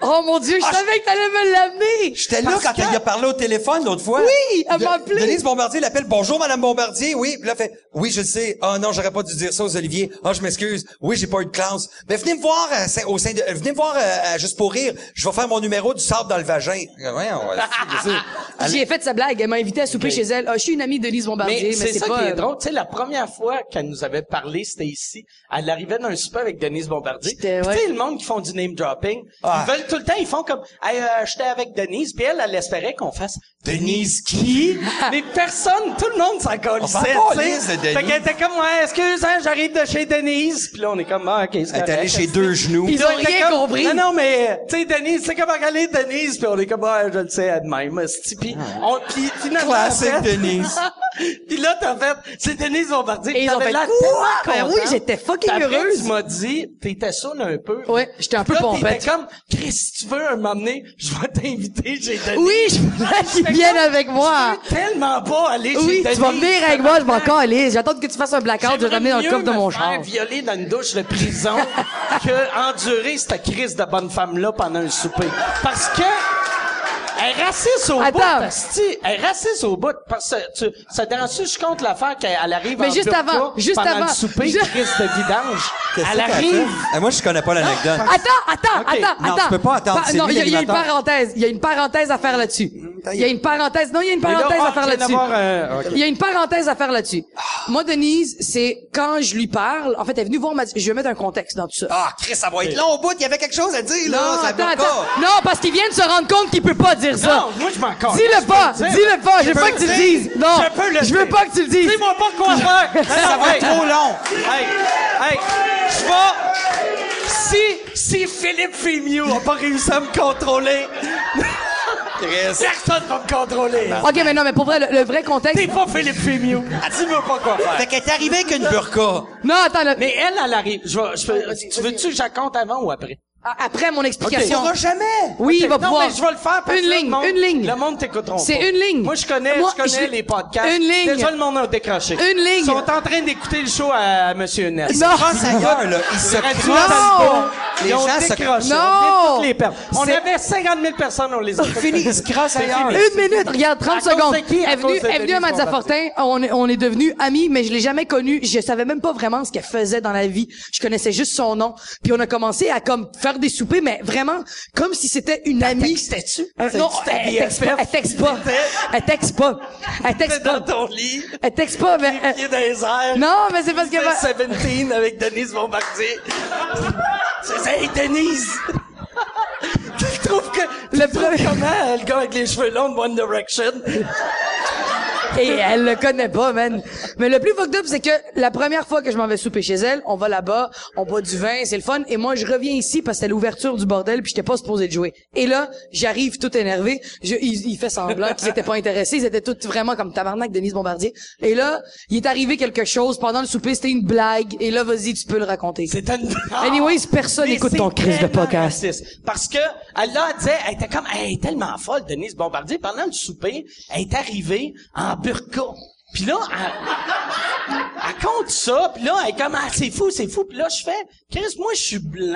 Speaker 1: Oh mon dieu, je savais que t'allais me l'amener.
Speaker 4: J'étais là
Speaker 1: Parce
Speaker 4: quand
Speaker 1: que-
Speaker 4: elle y a parlé au téléphone l'autre fois.
Speaker 1: Oui, elle
Speaker 4: De-
Speaker 1: m'a appelé.
Speaker 4: Denise Bombardier l'appelle. Bonjour, Madame Bombardier. Oui, puis là, elle fait. Oui, je le sais. Ah non, j'aurais pas dû dire ça aux Olivier. Ah, je m'excuse. Oui, j'ai pas eu de classe. Mais venez me voir euh, c'est- au sein de. euh, Venez me voir euh, à juste pour rire. Je vais faire mon numéro du sable dans le vagin. Euh, ouais, on va- c'est- c'est-
Speaker 1: J'y ai fait sa blague. Elle m'a invité à souper
Speaker 3: Ok.
Speaker 1: chez elle. Ah, je suis une amie de Denise Bombardier,
Speaker 3: Mais
Speaker 1: mais,
Speaker 3: c'est ça
Speaker 1: pas...
Speaker 3: qui est drôle. Tu sais, la première fois qu'elle nous avait parlé, c'était ici. Elle arrivait d'un super avec Denise Bombardier. Puis
Speaker 1: J'étais-
Speaker 3: Tu sais,
Speaker 1: ouais.
Speaker 3: le monde qui font du name dropping,
Speaker 4: Ah.
Speaker 3: ils veulent tout le temps, ils font comme, hey, euh, j'étais avec Denise, puis elle, elle espérait qu'on fasse
Speaker 4: Denise qui?
Speaker 3: Mais personne, tout le monde s'en
Speaker 4: s'en
Speaker 3: colissait, tu
Speaker 4: calisse
Speaker 3: sais.
Speaker 4: de Denise.
Speaker 3: Fait qu'elle était comme, ouais, excuse, hein, j'arrive de chez Denise. Puis là, on est comme, ah, ok, c'est
Speaker 4: Elle est allée
Speaker 3: correct.
Speaker 4: chez deux genoux.
Speaker 1: Ils
Speaker 3: Puis là,
Speaker 1: ont
Speaker 3: elle était
Speaker 1: rien
Speaker 3: comme,
Speaker 1: compris.
Speaker 3: Non, non, mais, tu sais, Denise, tu sais comment elle est, Denise? Puis on est comme, ah, je le sais, elle de même, esti. Puis,
Speaker 1: Ah.
Speaker 3: on, puis finalement,
Speaker 4: Classique
Speaker 3: en fait-
Speaker 4: Denise.
Speaker 3: puis là, t'as fait, c'est Denise Bombardier.
Speaker 1: Et ils ont
Speaker 3: T'avais
Speaker 1: fait,
Speaker 3: l'air
Speaker 1: quoi?
Speaker 3: tellement
Speaker 1: Ben oui,
Speaker 3: contente.
Speaker 1: j'étais fucking
Speaker 3: Puis après,
Speaker 1: heureuse.
Speaker 3: tu m'as dit, t'étais saoul un peu.
Speaker 1: Ouais, j'étais un peu
Speaker 3: Puis là,
Speaker 1: pompette.
Speaker 3: T'étais comme, Chris, si tu veux m'emmener, je vais t'inviter chez Denise.
Speaker 1: Oui, je voulais qu'ils
Speaker 3: Fait
Speaker 1: viennent
Speaker 3: comme,
Speaker 1: avec moi.
Speaker 3: Je veux tellement pas aller chez
Speaker 1: Oui, tu
Speaker 3: Denise.
Speaker 1: vas venir avec moi, je m'en calisse. J'attends que tu fasses un blackout, je vais t'amener dans le
Speaker 3: J'aimerais
Speaker 1: coffre de
Speaker 3: mieux
Speaker 1: mon
Speaker 3: me
Speaker 1: char.
Speaker 3: faire violer dans une douche de prison que endurer cette crise de bonne femme-là pendant un souper. Parce que... Elle est raciste au
Speaker 1: Attends.
Speaker 3: bout, asti. Elle est raciste au bout. Parce que tu, ça te rend-tu, je compte l'affaire qu'elle elle arrive
Speaker 1: Mais
Speaker 3: en
Speaker 1: juste
Speaker 3: burqa
Speaker 1: avant, juste
Speaker 3: pendant
Speaker 1: avant.
Speaker 3: le souper,
Speaker 1: Je-
Speaker 3: crise de vidange. Elle
Speaker 4: Qu'est-ce qu'elle a
Speaker 3: arrive.
Speaker 5: Ah,
Speaker 4: fait? Eh, Moi, je connais pas l'anecdote.
Speaker 1: Attends, attends,
Speaker 3: Ok,
Speaker 1: attends,
Speaker 4: non,
Speaker 1: attends.
Speaker 4: tu peux pas attendre, c'est
Speaker 1: non,
Speaker 4: lui
Speaker 1: il y, a- il y a une
Speaker 4: l'animateur.
Speaker 1: parenthèse. Il y a une parenthèse à faire là-dessus. Il y a une parenthèse. Non, il y a une parenthèse
Speaker 3: ah,
Speaker 1: à faire
Speaker 3: je viens
Speaker 1: là-dessus.
Speaker 3: d'avoir
Speaker 2: euh,
Speaker 3: un- euh, ok.
Speaker 1: Il y a une parenthèse à faire là-dessus. Moi, Denise, c'est quand je lui parle. En fait, elle est venue voir ma. Je vais mettre un contexte dans tout ça.
Speaker 4: Ah, Chris, ça va être long au bout. Il y avait quelque chose à dire, là. Ça
Speaker 1: attends,
Speaker 4: va
Speaker 1: attends.
Speaker 4: pas.
Speaker 1: Non, parce qu'il vient de se rendre compte qu'il peut pas dire ça.
Speaker 3: Non, moi, je m'en calisse, je
Speaker 1: Dis-le
Speaker 3: peux
Speaker 1: pas,
Speaker 3: le dire.
Speaker 1: dis-le pas, je veux
Speaker 3: peux
Speaker 1: pas que tu le dises. Non,
Speaker 3: Je peux le
Speaker 1: je veux
Speaker 3: dire.
Speaker 1: pas que tu le dises.
Speaker 3: Dis-moi pas quoi faire.
Speaker 4: Ça va être trop long.
Speaker 3: Hey, hey, je vais... Si, si Philippe Fémieux a pas réussi à me contrôler,
Speaker 4: Chris.
Speaker 3: personne va me contrôler.
Speaker 1: Ok, mais non, mais pour vrai, le, le vrai contexte.
Speaker 3: T'es pas Philippe Fémieux. Dis-moi pas quoi faire.
Speaker 4: Fait qu'elle est arrivée avec une burqa.
Speaker 1: Non, attends, le-
Speaker 3: Mais elle, elle arrive. Je vais- je peux- tu veux-tu que je raconte avant ou après?
Speaker 1: a- après mon explication.
Speaker 4: On va jamais.
Speaker 1: Oui, il va
Speaker 3: non,
Speaker 1: pouvoir.
Speaker 3: mais je vais le faire parce
Speaker 1: Une
Speaker 3: que là,
Speaker 1: ligne,
Speaker 3: le monde,
Speaker 1: une ligne.
Speaker 3: Le monde t'écouteront
Speaker 1: C'est
Speaker 3: pas.
Speaker 1: une ligne.
Speaker 3: Moi, je connais,
Speaker 1: Moi,
Speaker 3: je connais
Speaker 1: je-
Speaker 3: les podcasts.
Speaker 1: Une ligne.
Speaker 3: Déjà, le monde a décroché.
Speaker 1: Une ligne.
Speaker 3: Ils sont en train d'écouter le show à Monsieur Ness.
Speaker 1: Non.
Speaker 4: Pense ailleurs, là. Il se
Speaker 3: Radio
Speaker 4: crosse.
Speaker 3: Talbot.
Speaker 4: Les
Speaker 3: Ils ont
Speaker 4: gens se-
Speaker 3: décroché.
Speaker 1: Non.
Speaker 3: On vient de toutes les perdre. On
Speaker 1: C'est-
Speaker 3: avait 50 000 personnes, on les a
Speaker 4: Fini, il se crosse ailleurs.
Speaker 1: Une minute, regarde, 30
Speaker 3: À cause
Speaker 1: secondes.
Speaker 3: de qui? À
Speaker 1: Elle est venue,
Speaker 3: cause de
Speaker 1: elle est venue
Speaker 3: Denise
Speaker 1: à Matza
Speaker 3: Bombardier.
Speaker 1: Fortin. On est, on est devenus amis, mais je l'ai jamais connue. Je savais même pas vraiment ce qu'elle faisait dans la vie. Je connaissais juste son nom. Puis on a commencé à comme faire des soupers, mais vraiment comme si c'était une amie.
Speaker 3: textais-tu?
Speaker 1: Euh, Non,
Speaker 3: C'était
Speaker 1: elle texte pas.
Speaker 3: BFF.
Speaker 1: Elle texte pas.
Speaker 3: C'était-
Speaker 1: Elle texte pas. Elle texte
Speaker 3: T'es dans
Speaker 1: pas.
Speaker 3: ton lit,
Speaker 1: Elle texte pas, mais euh,
Speaker 3: les pieds dans les airs.
Speaker 1: non, mais c'est parce que
Speaker 3: Fais 17 avec Denise Bombardier. C'est ça, hey, Denise! tu trouves que, tu
Speaker 1: Le
Speaker 3: trouves
Speaker 1: pre-
Speaker 3: comment euh, le gars avec les cheveux longs de One Direction?
Speaker 1: Et elle le connaît pas, man. Mais le plus fucked up, c'est que la première fois que je m'en vais souper chez elle, on va là-bas, on boit du vin, c'est le fun. Et moi, je reviens ici parce que c'était l'ouverture du bordel puis j'étais pas supposé de jouer. Et là, j'arrive tout énervé. Je, il, il fait semblant qu'ils étaient pas intéressés. Ils étaient tous vraiment comme tabarnak, Denise Bombardier. Et là, il est arrivé quelque chose pendant le souper. C'était une blague. Et là, vas-y, tu peux le raconter.
Speaker 3: C'est une...
Speaker 1: Anyways, personne
Speaker 3: Mais
Speaker 1: n'écoute
Speaker 3: c'est
Speaker 1: ton crise de
Speaker 3: tellement
Speaker 1: podcast.
Speaker 3: raciste. Parce que, elle, là, elle disait, elle était comme, elle est tellement folle, Denise Bombardier. Pendant le souper, elle est arrivée en burqa. Puis là, elle, elle compte ça, puis là, elle est comme, ah, c'est fou, c'est fou. Puis là, je fais, Chris, moi, je suis blanc.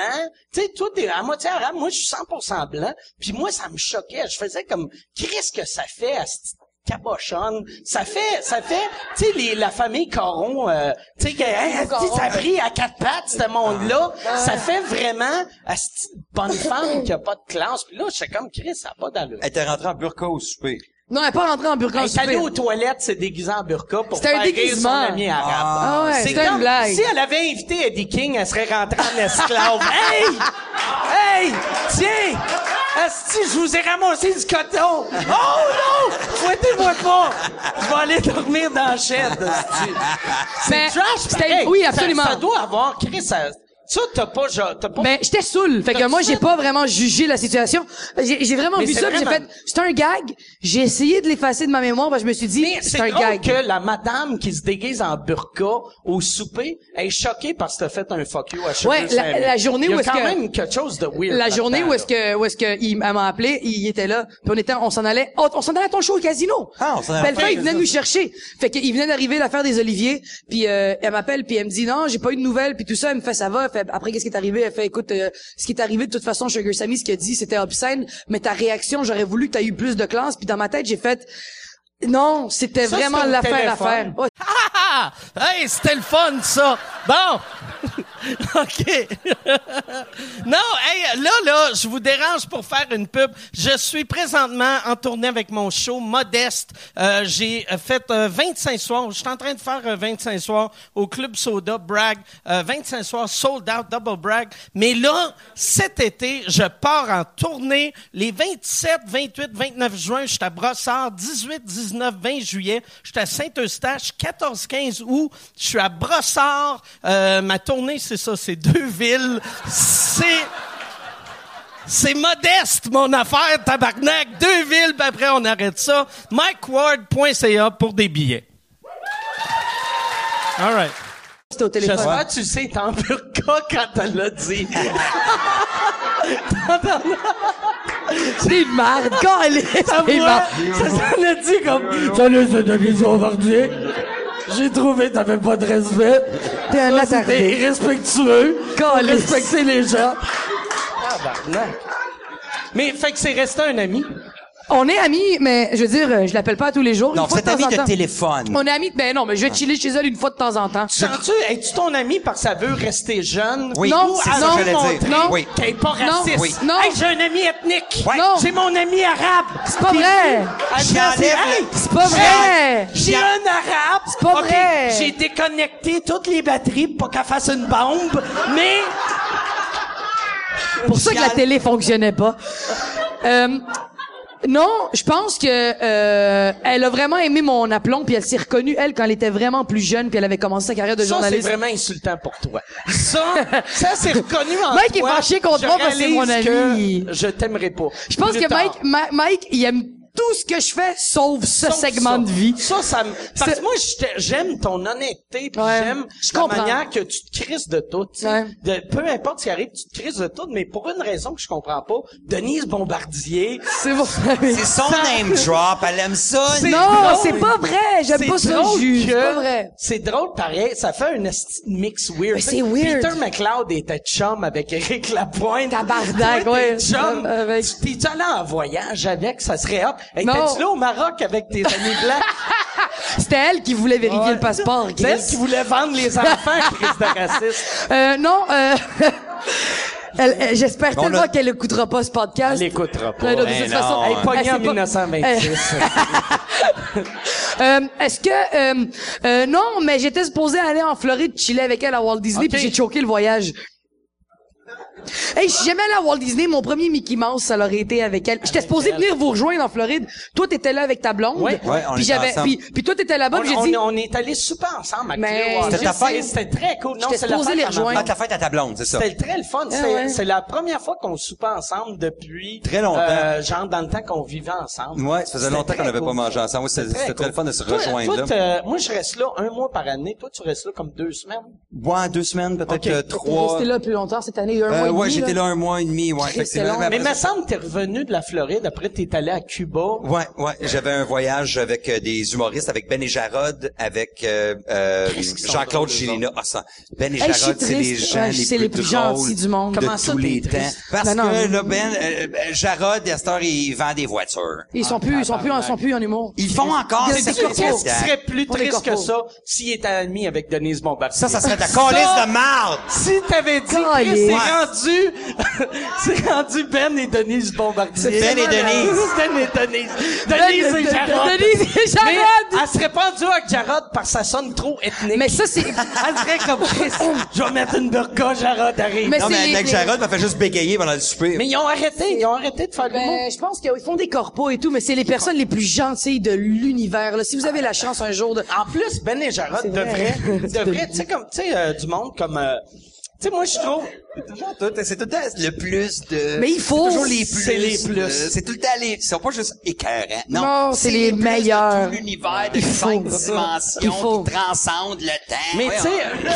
Speaker 3: Tu sais, toi, t'es à moitié arabe, moi, je suis 100% blanc. Puis moi, ça me choquait. Je faisais comme, Chris, que ça fait à cette cabochonne. Ça fait, ça fait, tu sais, les- la famille Caron, euh, tu sais, que, hey, asti, ça a pris à quatre pattes, ce monde-là. Ça fait vraiment, asti, de bonne femme qui a pas de classe. Puis là, j'étais comme, Chris, ça a pas d'allure.
Speaker 5: Elle était rentrée en burqa au souper.
Speaker 1: Non, elle est pas rentrée en burqa. en
Speaker 3: Elle est allée
Speaker 1: souper.
Speaker 3: aux toilettes, c'est déguisé en burqa pour
Speaker 1: C'était un
Speaker 3: faire rire son
Speaker 1: déguisement.
Speaker 3: ami arabe.
Speaker 1: Ah ouais,
Speaker 3: C'est
Speaker 1: c'était une
Speaker 3: comme
Speaker 1: blague.
Speaker 3: Si elle avait invité Eddie King, elle serait rentrée en esclave. hey! Hey! Tiens! Asti, je vous ai ramassé du coton! Oh non! Fouettez-moi pas! Je vais aller dormir dans la chaîne, asti.
Speaker 1: Mais
Speaker 3: C'est trash,
Speaker 1: c'était-
Speaker 3: pareil.
Speaker 1: oui,
Speaker 3: Ça-
Speaker 1: absolument.
Speaker 3: Ça, doit avoir... Chris, ça... Ça, t'as pas... genre, T'as pas...
Speaker 1: Ben, j'étais saoul. Fait que
Speaker 3: T'as-tu
Speaker 1: moi, j'ai
Speaker 3: fait?
Speaker 1: pas vraiment jugé la situation. J'ai j'ai vraiment
Speaker 3: Mais
Speaker 1: vu
Speaker 3: c'est
Speaker 1: ça, puis j'ai fait,
Speaker 3: vraiment-
Speaker 1: c'est un gag. J'ai essayé de l'effacer de ma mémoire, parce que je me suis dit,
Speaker 3: Mais
Speaker 1: c'est
Speaker 3: c'est
Speaker 1: un
Speaker 3: drôle
Speaker 1: gag.
Speaker 3: que la madame qui se déguise en burqa au souper est choquée parce que t'as fait un fuck you à Sugar
Speaker 1: Ouais, la-
Speaker 3: Sammy.
Speaker 1: la journée
Speaker 3: Il y a
Speaker 1: où est-ce
Speaker 3: quand
Speaker 1: que-
Speaker 3: même quelque chose de weird.
Speaker 1: La
Speaker 3: là-dedans,
Speaker 1: journée où
Speaker 3: là.
Speaker 1: est-ce que, où est-ce que il elle m'a appelé, il était là, puis on était, on s'en allait, oh, on s'en allait à ton show au casino.
Speaker 5: Ah, on s'en allait
Speaker 1: Puis
Speaker 5: au
Speaker 1: elle fait, il
Speaker 5: casino.
Speaker 1: venait nous chercher. Fait qu'il venait d'arriver l'affaire des Oliviers, puis euh, elle m'appelle, puis elle me dit non, j'ai pas eu de nouvelles, puis tout ça. Elle me fait ça va. Elle fait, après qu'est-ce qui est arrivé Elle fait écoute, euh, ce qui est arrivé de toute façon, Sugar Sammy, ce qu'il a dit, c'était obscène, mais ta réaction, j'aurais voulu que t'as eu plus de classe. Puis dans ma tête, j'ai fait non, c'était
Speaker 3: Ça,
Speaker 1: vraiment
Speaker 3: c'était au
Speaker 1: l'affaire à
Speaker 3: téléphone.
Speaker 1: faire. Ouais,
Speaker 2: Ah! Hey, c'était le fun, ça! Bon! OK. non, hey, là, là, je vous dérange pour faire une pub. Je suis présentement en tournée avec mon show Modeste. Euh, j'ai euh, fait euh, 25 soirs. Je suis en train de faire euh, 25 soirs au Club Soda, brag. Euh, 25 soirs, sold out, double brag. Mais là, cet été, je pars en tournée les 27, 28, 29 juin. Je suis à Brossard, 18, 19, 20 juillet. Je suis à Saint-Eustache, 14, 15 août. Je suis à Brossard. Euh, ma tournée, c'est ça, c'est deux villes. C'est... C'est modeste, mon affaire, tabarnak. Deux villes, puis après, on arrête ça. MikeWard.ca pour des billets. All right.
Speaker 1: C'était au téléphone.
Speaker 3: J'espère que tu sais, t'es en burqa quand elle l'a dit.
Speaker 1: C'est une merde. Quand elle est,
Speaker 3: Ça
Speaker 1: c'est une merde.
Speaker 3: s'en a dit comme... Salut, c'est Denise Bombardier. J'ai trouvé, t'avais pas de respect.
Speaker 1: T'es un attardé.
Speaker 3: respectueux.
Speaker 1: Quand elle est-
Speaker 3: les gens. Tabarnak. Mais fait que c'est resté un ami.
Speaker 1: On est amis, mais je veux dire, euh, je l'appelle pas tous les jours.
Speaker 5: Non,
Speaker 1: une fois
Speaker 5: c'est
Speaker 1: de temps
Speaker 5: ami
Speaker 1: en
Speaker 5: de
Speaker 1: temps.
Speaker 5: téléphone. Ah.
Speaker 1: On est amis, ben non, mais je vais chiller chez elle une fois de temps en temps.
Speaker 3: Sens-tu, es-tu ton ami parce qu'elle veut rester jeune?
Speaker 5: Oui,
Speaker 1: Non,
Speaker 3: ou
Speaker 5: c'est
Speaker 4: ah,
Speaker 3: elle
Speaker 5: ça
Speaker 1: non,
Speaker 5: que j'allais dire.
Speaker 1: non.
Speaker 5: Oui.
Speaker 3: Qu'elle est pas
Speaker 1: Non,
Speaker 3: raciste.
Speaker 1: oui. non.
Speaker 3: Hey, j'ai un ami ethnique.
Speaker 5: Ouais.
Speaker 1: Non.
Speaker 3: J'ai mon ami arabe.
Speaker 1: C'est pas
Speaker 3: Puis-
Speaker 1: vrai.
Speaker 3: Elle
Speaker 5: J'y
Speaker 3: dit,
Speaker 5: enlève
Speaker 3: hey,
Speaker 5: Ah, le-
Speaker 1: C'est pas vrai!
Speaker 3: J'ai un arabe. C'est
Speaker 1: pas vrai.
Speaker 3: J'ai déconnecté toutes les batteries pour pas qu'elle fasse une bombe, mais
Speaker 1: Pour ça que la télé fonctionnait pas. Euh, non, je pense que euh, elle a vraiment aimé mon aplomb, puis elle s'est reconnue elle quand elle était vraiment plus jeune, puis elle avait commencé sa carrière de
Speaker 3: ça, c'est
Speaker 1: journaliste.
Speaker 3: vraiment insultant pour toi. Ça, ça, c'est reconnu en
Speaker 1: Mike est
Speaker 3: toi.
Speaker 1: fâché contre
Speaker 3: Je
Speaker 1: moi parce que c'est mon
Speaker 3: réalise
Speaker 1: ami.
Speaker 3: que Je t'aimerais pas.
Speaker 1: Je pense
Speaker 3: Plus
Speaker 1: que
Speaker 3: tard.
Speaker 1: Mike, Ma- Mike, il aime tout ce que je fais, sauf ce
Speaker 3: Sauf
Speaker 1: segment
Speaker 3: ça.
Speaker 1: de vie.
Speaker 3: Ça, ça me... Parce
Speaker 1: C'est-
Speaker 3: que moi, j'étais- j'aime ton honnêteté, puis
Speaker 1: Ouais.
Speaker 3: j'aime
Speaker 1: Je
Speaker 3: la
Speaker 1: comprends.
Speaker 3: manière que tu te crises de tout. tu sais.
Speaker 1: Ouais.
Speaker 3: De- peu importe ce qui arrive, tu te crises de tout, mais pour une raison que je comprends pas, Denise Bombardier...
Speaker 1: C'est bon.
Speaker 5: C'est son name drop. Elle aime ça.
Speaker 3: C'est
Speaker 1: non,
Speaker 3: drôle.
Speaker 1: c'est pas vrai. J'aime
Speaker 3: C'est
Speaker 1: pas ça
Speaker 3: drôle
Speaker 1: juge. C'est
Speaker 3: que-
Speaker 1: pas vrai.
Speaker 3: C'est drôle, pareil. Ça fait un esti de mix weird.
Speaker 1: Mais c'est weird.
Speaker 3: Peter McLeod était chum avec Eric Lapointe.
Speaker 1: Tabarnak,
Speaker 3: Toi, t'es
Speaker 1: ouais.
Speaker 3: Chum.
Speaker 1: Euh, avec-
Speaker 3: Tu- T'es-tu allé en voyage avec? Ça serait hop. Hey,
Speaker 1: Non.
Speaker 3: T'es-tu là au Maroc avec tes amis blancs?
Speaker 1: C'était elle qui voulait vérifier
Speaker 3: Ouais.
Speaker 1: le passeport.
Speaker 3: C'est elle
Speaker 1: Chris.
Speaker 3: qui voulait vendre les enfants, Chris de raciste.
Speaker 1: Euh, non, euh, elle- elle- j'espère
Speaker 5: On
Speaker 1: tellement
Speaker 5: l'a-
Speaker 1: qu'elle écoutera pas ce podcast.
Speaker 3: Elle écoutera pas.
Speaker 1: Ouais, non, de
Speaker 5: Ben
Speaker 1: toute
Speaker 5: non,
Speaker 1: façon,
Speaker 5: hein.
Speaker 3: Elle est pognée
Speaker 1: sait
Speaker 3: en
Speaker 1: pas.
Speaker 3: 1926.
Speaker 1: Euh, Est-ce que euh, euh, non, mais j'étais supposé aller en Floride chiller avec elle à Walt Disney
Speaker 3: Ok.
Speaker 1: puis j'ai choqué le voyage. Hey, je suis jamais allé à Walt Disney. Mon premier Mickey Mouse, ça l'aurait été avec elle. J'étais supposé
Speaker 3: elle.
Speaker 1: venir vous rejoindre en Floride. Toi, t'étais là avec ta blonde.
Speaker 3: Ouais.
Speaker 5: Ouais, on
Speaker 1: puis
Speaker 5: était
Speaker 1: j'avais,
Speaker 5: ensemble.
Speaker 1: puis, puis toi, t'étais là-bas.
Speaker 3: On,
Speaker 1: puis j'ai
Speaker 3: on-
Speaker 1: dit,
Speaker 3: on est allés souper ensemble à
Speaker 1: Mais-
Speaker 3: Clearwater.
Speaker 1: C'était
Speaker 4: ta fête?
Speaker 3: C'était très cool. Non,
Speaker 1: J'étais
Speaker 3: c'est la
Speaker 1: supposé
Speaker 3: fête
Speaker 1: les
Speaker 3: à ma
Speaker 1: rejoindre. Ah
Speaker 5: Ah,
Speaker 3: blonde.
Speaker 5: ta fête à ta blonde, c'est ça.
Speaker 3: C'était très le fun. C'est
Speaker 1: ouais.
Speaker 3: c'est la première fois qu'on soupait ensemble depuis
Speaker 5: Très longtemps.
Speaker 3: euh, genre dans le temps qu'on vivait ensemble.
Speaker 5: Ouais, ça faisait
Speaker 3: C'était
Speaker 5: longtemps qu'on
Speaker 3: très
Speaker 5: n'avait pas
Speaker 3: cool.
Speaker 5: mangé ensemble. Ouais, c'était- c'était très le fun de se
Speaker 3: Toi-
Speaker 5: rejoindre,
Speaker 3: toi,
Speaker 5: là.
Speaker 3: t'es- moi, je reste là un mois par année. Toi, tu restes là comme deux semaines.
Speaker 5: Ouais, deux semaines, peut-être
Speaker 3: Ok.
Speaker 5: euh,
Speaker 1: T'es
Speaker 5: trois.
Speaker 1: resté là plus longtemps cette année, un
Speaker 5: Euh,
Speaker 1: mois et
Speaker 5: ouais,
Speaker 1: demi,
Speaker 5: j'étais là un mois et demi, ouais,
Speaker 1: Christ, c'est
Speaker 5: effectivement.
Speaker 1: long.
Speaker 5: Mais
Speaker 3: Mais il me semble que t'es revenu de la Floride. Après, t'es allé à Cuba.
Speaker 5: Ouais, ouais, j'avais un voyage avec euh, des humoristes, avec Ben et Jarod, avec euh, euh, Jean-Claude Gélina. Ah, ça, Ben et
Speaker 1: Hey, je suis
Speaker 5: Jarod, c'est les
Speaker 1: triste.
Speaker 5: gens
Speaker 1: Ouais,
Speaker 5: les,
Speaker 1: c'est
Speaker 5: plus
Speaker 1: les plus gentils
Speaker 5: drôles
Speaker 1: du monde.
Speaker 5: de
Speaker 1: Comment ça,
Speaker 5: tous
Speaker 1: t'es
Speaker 5: les
Speaker 1: triste?
Speaker 5: temps. Parce
Speaker 1: Non, non,
Speaker 5: que
Speaker 1: mais-
Speaker 5: là, Ben, euh, euh, Jarod, à cette heure, il vend des voitures.
Speaker 1: Ils sont plus, ils sont plus, ils sont plus en humour.
Speaker 5: Ah, Ils font encore
Speaker 1: Il y a
Speaker 5: ces
Speaker 1: des corpos.
Speaker 3: Qu'est-ce qui
Speaker 5: critiques.
Speaker 3: serait plus
Speaker 1: On est
Speaker 3: triste que
Speaker 1: corpo.
Speaker 3: ça s'il était ami avec Denise Bombardier?
Speaker 5: Ça, ça serait ta calice de marde!
Speaker 3: Si t'avais dit,
Speaker 1: Calais.
Speaker 3: Chris, c'est
Speaker 1: Ouais.
Speaker 3: rendu, c'est rendu Ben et Denise Bombardier.
Speaker 5: Ben et Denise.
Speaker 3: Ben et Denise. Denise et Jarod.
Speaker 1: Denise et Jarod.
Speaker 3: Mais elle serait pas rendue avec Jarod parce que ça sonne trop ethnique.
Speaker 1: Mais ça, c'est, Oh.
Speaker 3: elle serait comme Chris. Je vais mettre une burqa, Jarod arrive.
Speaker 1: Mais
Speaker 5: Non,
Speaker 1: c'est
Speaker 5: mais
Speaker 1: les-
Speaker 5: avec
Speaker 1: les-
Speaker 5: Jarod, m'a fait juste bégayer pendant le souper.
Speaker 3: Mais ils ont arrêté, ils ont arrêté de faire de l'humour.
Speaker 1: Ben, je pense qu'ils font des corpos et tout, mais c'est les personnes les plus gentilles de l'univers. là. Si vous avez la chance un jour de...
Speaker 3: En plus, Ben et Jarod
Speaker 1: C'est vrai.
Speaker 3: devraient, devraient, tu sais, comme, tu sais, euh, du monde comme, euh, tu sais, moi, je trouve,
Speaker 5: Toujours tout- C'est tout le temps le plus de.
Speaker 1: Mais il faut.
Speaker 5: C'est toujours les plus.
Speaker 3: C'est les plus.
Speaker 5: euh, C'est tout le temps les. Ils sont pas juste écœurants. Non.
Speaker 1: Non, c'est les
Speaker 5: plus De
Speaker 1: meilleurs.
Speaker 5: tout l'univers de
Speaker 1: Il faut.
Speaker 5: cinq
Speaker 1: Il
Speaker 5: dimensions
Speaker 1: faut.
Speaker 5: qui transcendent le temps.
Speaker 3: mais tu
Speaker 5: Voyons.
Speaker 3: sais,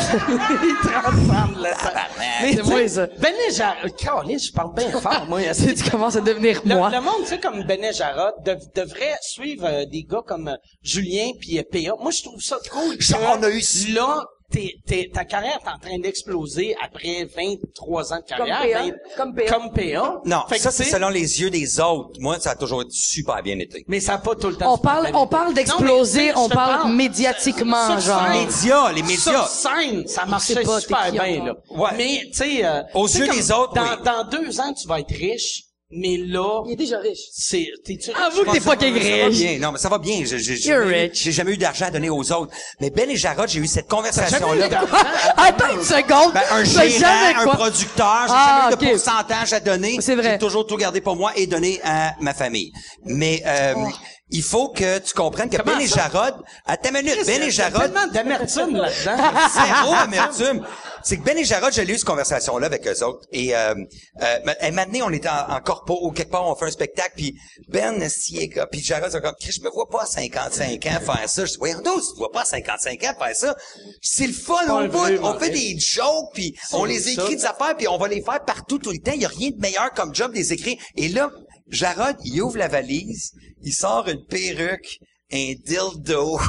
Speaker 3: ils transcendent le temps. Mais
Speaker 1: C'est moi,
Speaker 3: tu
Speaker 1: ça.
Speaker 3: sais, Ben et Jarod, Calais, je parle bien fort, moi.
Speaker 1: Tu tu commences à devenir
Speaker 3: Le,
Speaker 1: moi.
Speaker 3: le monde, tu sais, comme Ben et Jarod, dev- devrait suivre euh, des gars comme euh, Julien puis euh, PA. Moi, je trouve ça cool. que
Speaker 5: Genre, on a eu ça.
Speaker 3: Là, t'es- t'es- ta carrière est en train d'exploser après 23 ans de carrière.
Speaker 1: PA,
Speaker 3: vingt-
Speaker 1: comme PA.
Speaker 3: Comme PA.
Speaker 5: Non,
Speaker 3: Fait que,
Speaker 5: ça, c'est
Speaker 3: tu sais,
Speaker 5: selon les yeux des autres. Moi, ça a toujours été super bien été.
Speaker 3: Mais ça n'a pas tout le temps.
Speaker 1: On parle, on parle d'exploser, on parle médiatiquement,
Speaker 3: Sur
Speaker 1: genre.
Speaker 5: Les
Speaker 3: scène.
Speaker 5: médias, les
Speaker 3: Sur
Speaker 5: médias.
Speaker 3: scène, ça marchait
Speaker 1: sait pas
Speaker 3: super
Speaker 1: t'es qui
Speaker 3: bien, là.
Speaker 1: encore.
Speaker 5: Ouais.
Speaker 3: Mais, tu sais, euh,
Speaker 5: Aux
Speaker 3: tu sais,
Speaker 5: yeux
Speaker 3: comme
Speaker 5: des autres,
Speaker 3: dans,
Speaker 5: oui.
Speaker 3: dans deux ans, tu vas être riche, mais là,
Speaker 1: Il est déjà riche.
Speaker 3: c'est, t'es-tu
Speaker 1: Avoue que t'es pas
Speaker 5: Ça va
Speaker 1: gay riche.
Speaker 5: bien. Non, mais ça va bien. J'ai- J'ai
Speaker 1: You're
Speaker 5: jamais,
Speaker 1: rich.
Speaker 5: j'ai jamais eu d'argent à donner aux autres. Mais Ben et Jarod, j'ai eu cette
Speaker 3: jamais
Speaker 5: conversation-là.
Speaker 3: eu d'argent.
Speaker 1: Attends une seconde.
Speaker 5: Ben, un
Speaker 1: Je
Speaker 5: gérant,
Speaker 1: sais jamais
Speaker 5: un
Speaker 1: quoi.
Speaker 5: producteur, j'ai
Speaker 1: Ah,
Speaker 5: jamais eu
Speaker 1: ok.
Speaker 5: de pourcentage à donner.
Speaker 1: C'est vrai.
Speaker 5: J'ai toujours tout gardé pour moi et donné à ma famille. Mais euh,
Speaker 1: Oh.
Speaker 5: il faut que tu comprennes que
Speaker 3: Comment
Speaker 5: Ben et
Speaker 3: ça?
Speaker 5: Jarod, à ta minute, Ben
Speaker 3: Il y
Speaker 5: et
Speaker 3: a
Speaker 5: Jarod,
Speaker 3: tellement d'amertume là-dedans.
Speaker 5: zéro amertume. C'est que Ben et Jarod, j'ai eu cette conversation-là avec eux autres. Et euh, euh, ma- un moment donné, on était en, en corpo ou quelque part, on fait un spectacle, puis Ben, si est comme- puis Jarod, c'est comme, Chris, je me vois pas à 55 ans faire ça. Je dis, voyons donc, tu te vois pas à 55 ans faire ça. C'est le fun,
Speaker 3: un
Speaker 5: on, bout,
Speaker 3: vrai
Speaker 5: on fait
Speaker 3: humoriste.
Speaker 5: des jokes, puis on les
Speaker 3: ça.
Speaker 5: écrit des affaires, puis on va les faire partout tout le temps. Il n'y a rien de meilleur comme job des écrits. Et là, Jarod, il ouvre la valise, il sort une perruque, un dildo,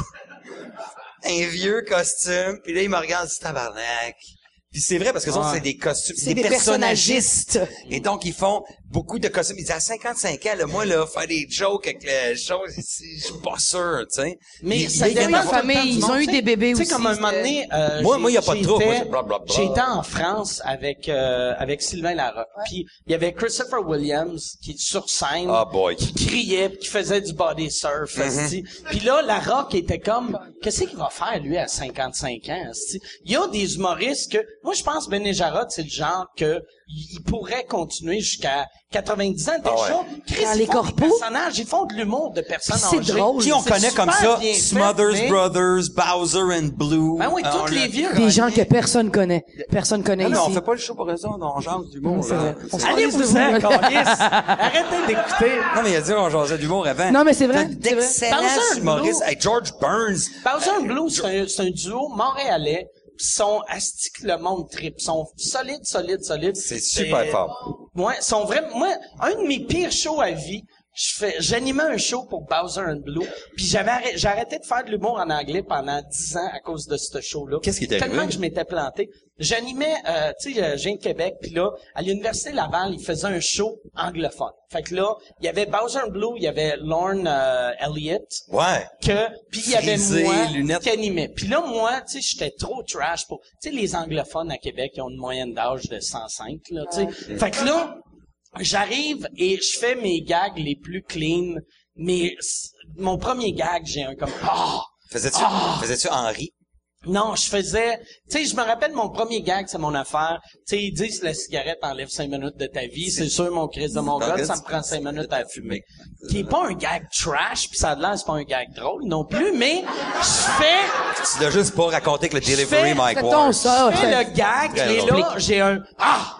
Speaker 5: un vieux costume, puis là, il me regarde du tabarnak. Puis c'est vrai, parce que ça, c'est des costumes, c'est des, personnagistes. Et donc, ils font beaucoup de costumes. Ils disent, à 55 ans, là, moi, là, faire des jokes avec les choses, je suis pas sûr, tu sais.
Speaker 3: Mais
Speaker 5: Il-
Speaker 3: ça
Speaker 5: il y a
Speaker 3: dépend
Speaker 5: des-
Speaker 1: une famille,
Speaker 3: tout le temps du
Speaker 1: ils
Speaker 3: monde,
Speaker 1: ont eu
Speaker 3: tu sais.
Speaker 1: des bébés
Speaker 3: Tu sais,
Speaker 1: aussi,
Speaker 3: comme un moment
Speaker 1: c'était-
Speaker 3: donné, euh,
Speaker 5: Moi-
Speaker 3: j'ai-
Speaker 5: moi, y a pas de
Speaker 3: j'étais-
Speaker 5: trouble. Moi, c'est blablabla.
Speaker 3: J'étais en France avec euh, avec Sylvain Larocque. Puis il y avait Christopher Williams qui sur scène.
Speaker 5: Ah, boy. Mm-hmm.
Speaker 3: Qui criait, puis qui faisait du body surf. esti. Puis là, Larocque était comme, qu'est-ce qu'il va faire lui à 55 ans esti? Il y a des humoristes que, moi je pense Ben et Jarod, c'est le genre que il pourrait continuer jusqu'à 90 ans
Speaker 5: Ah
Speaker 3: déjà. Chris,
Speaker 1: Dans
Speaker 3: ils
Speaker 1: les
Speaker 3: font des
Speaker 1: corpos.
Speaker 3: personnages, ils font de l'humour de personnes
Speaker 1: C'est
Speaker 3: âgées.
Speaker 1: drôle.
Speaker 5: Ah Qui on
Speaker 3: C'est
Speaker 5: connaît
Speaker 3: super
Speaker 5: comme ça?
Speaker 3: bien fait,
Speaker 5: Smothers
Speaker 3: mais-
Speaker 5: Brothers, Bowser and Blue.
Speaker 3: Ben oui,
Speaker 5: Ah, on
Speaker 3: tous les
Speaker 5: l'a-
Speaker 3: vieux.
Speaker 1: Des gens que personne connaît. Personne connaît
Speaker 5: Non, mais
Speaker 1: ici.
Speaker 5: on fait pas le show pour eux autres, on jase d'humour.
Speaker 1: C'est
Speaker 5: là.
Speaker 1: vrai. On se calisse de
Speaker 3: Allez-vous-en,
Speaker 1: vous.
Speaker 3: câlisse. Arrêtez d'écouter.
Speaker 5: Ah. Non, mais il a dit on jasait d'humour avant.
Speaker 1: Non, mais c'est vrai,
Speaker 5: T'as
Speaker 1: c'est vrai.
Speaker 5: D'excellents
Speaker 3: Bowser,
Speaker 5: humoristes.
Speaker 3: Blue.
Speaker 5: Hey, George Burns.
Speaker 3: Bowser Blue, c'est un, c'est un duo montréalais. Ils sont astiques le monde trip. Ils sont solides, solides, solides.
Speaker 5: C'est super fort.
Speaker 3: Moi, ils sont vraiment, moi, un de mes pires shows à vie, je fais, j'animais un show pour Bowser and Blue, puis j'avais arrêt- j'ai arrêté de faire de l'humour en anglais pendant 10 ans à cause de ce show-là.
Speaker 5: Qu'est-ce qui t'est
Speaker 3: Tellement
Speaker 5: arrivé?
Speaker 3: que je m'étais planté. J'animais, euh, tu sais, euh, je viens de Québec, puis là, à l'université Laval, ils faisaient un show anglophone. Fait que là, il y avait Bowser and Blue, il y avait Lorne euh, Elliott,
Speaker 5: Ouais.
Speaker 3: que puis il y avait
Speaker 5: Frisé,
Speaker 3: moi
Speaker 5: lunettes.
Speaker 3: qui animais. Puis là moi, tu sais, j'étais trop trash pour tu sais les anglophones à Québec, ils ont une moyenne d'âge de 105 là, tu sais.
Speaker 5: Ah,
Speaker 3: Fait que là j'arrive et je fais mes gags les plus clean, mais s- mon premier gag, j'ai un comme ah
Speaker 5: Faisais-tu, faisais-tu Henri?
Speaker 3: Non, je faisais, tu sais, je me rappelle mon premier gag, c'est mon affaire. Tu sais, ils disent la cigarette enlève cinq minutes de ta vie. C'est sûr, mon Chris de mon
Speaker 5: Non,
Speaker 3: gars,
Speaker 5: Chris,
Speaker 3: ça me prend cinq minutes à fumer. Qui est pas un gag trash, puis ça a l'air, c'est pas un gag drôle non plus, mais je fais,
Speaker 5: Tu l'as juste pas raconté que le
Speaker 3: fais-
Speaker 5: delivery Mike
Speaker 1: C'est
Speaker 5: Ward.
Speaker 1: ton ça.
Speaker 3: je fais le gag,
Speaker 5: Très
Speaker 3: et
Speaker 5: drôle.
Speaker 3: là, j'ai un, ah!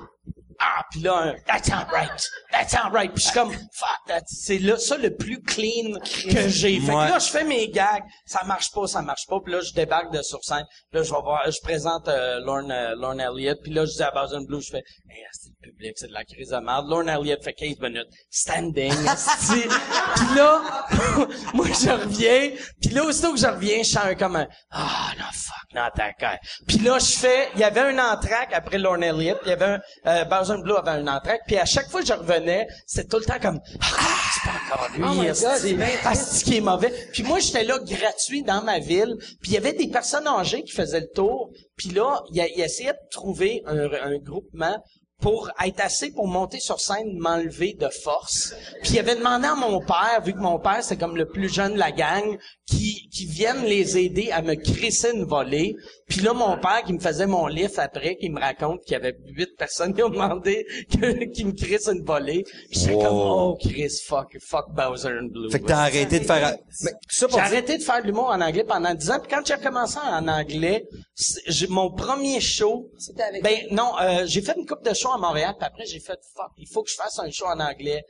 Speaker 3: Ah, puis là, un, that's not right, that's not right. Puis je suis comme, fuck, that- c'est là, ça le plus clean que j'ai. Fait que
Speaker 5: Ouais.
Speaker 3: là, je fais mes gags, ça marche pas, ça marche pas. Puis là, je débarque de sur scène. Là, je vais voir, je présente euh, Lorne, euh, Lorne Elliott. Puis là, je dis à Bazen Blue, je fais, hey, c'est le public, c'est de la crise de merde. Lorne Elliott fait 15 minutes, standing, esti. Puis là, moi, je reviens. Puis là, aussitôt que je reviens, je chante comme un, ah, non, fuck, non, d'accord. Puis là, je fais, il y avait un entraque après Lorne Elliott. Il y avait un, euh, Bazen Blue avait un entraque. Puis à chaque fois que je revenais, c'était tout le temps comme, ah, c'est pas encore lui,
Speaker 1: Oh my
Speaker 3: esti.
Speaker 1: God, c'est bien
Speaker 3: Asti qui est mauvais. Puis moi, j'étais là gratuit dans ma ville. Puis il y avait des personnes âgées qui faisaient le tour. Puis là, ils il essayaient de trouver un, un groupement pour être assez pour monter sur scène, m'enlever de force. Puis il avait demandé à mon père, vu que mon père, c'est comme le plus jeune de la gang, qui, qui vienne les aider à me crisser une volée. Puis là, mon père, qui me faisait mon lift après, qui me raconte qu'il y avait huit personnes qui ont demandé que- qui me crissent une volée. Puis j'étais comme, oh,
Speaker 5: Wow.
Speaker 3: Chris, fuck, fuck Bowser and Blue.
Speaker 4: Fait que t'as arrêté de faire... Mais tout ça
Speaker 3: J'ai
Speaker 4: pour dire...
Speaker 3: arrêté de faire de l'humour en anglais pendant 10 ans. Puis quand j'ai recommencé en anglais, c'est- j'ai- mon premier show...
Speaker 1: C'était avec-
Speaker 3: Ben non, euh, j'ai fait une coupe de show à Montréal. Puis après, j'ai fait, fuck, il faut que je fasse un show en anglais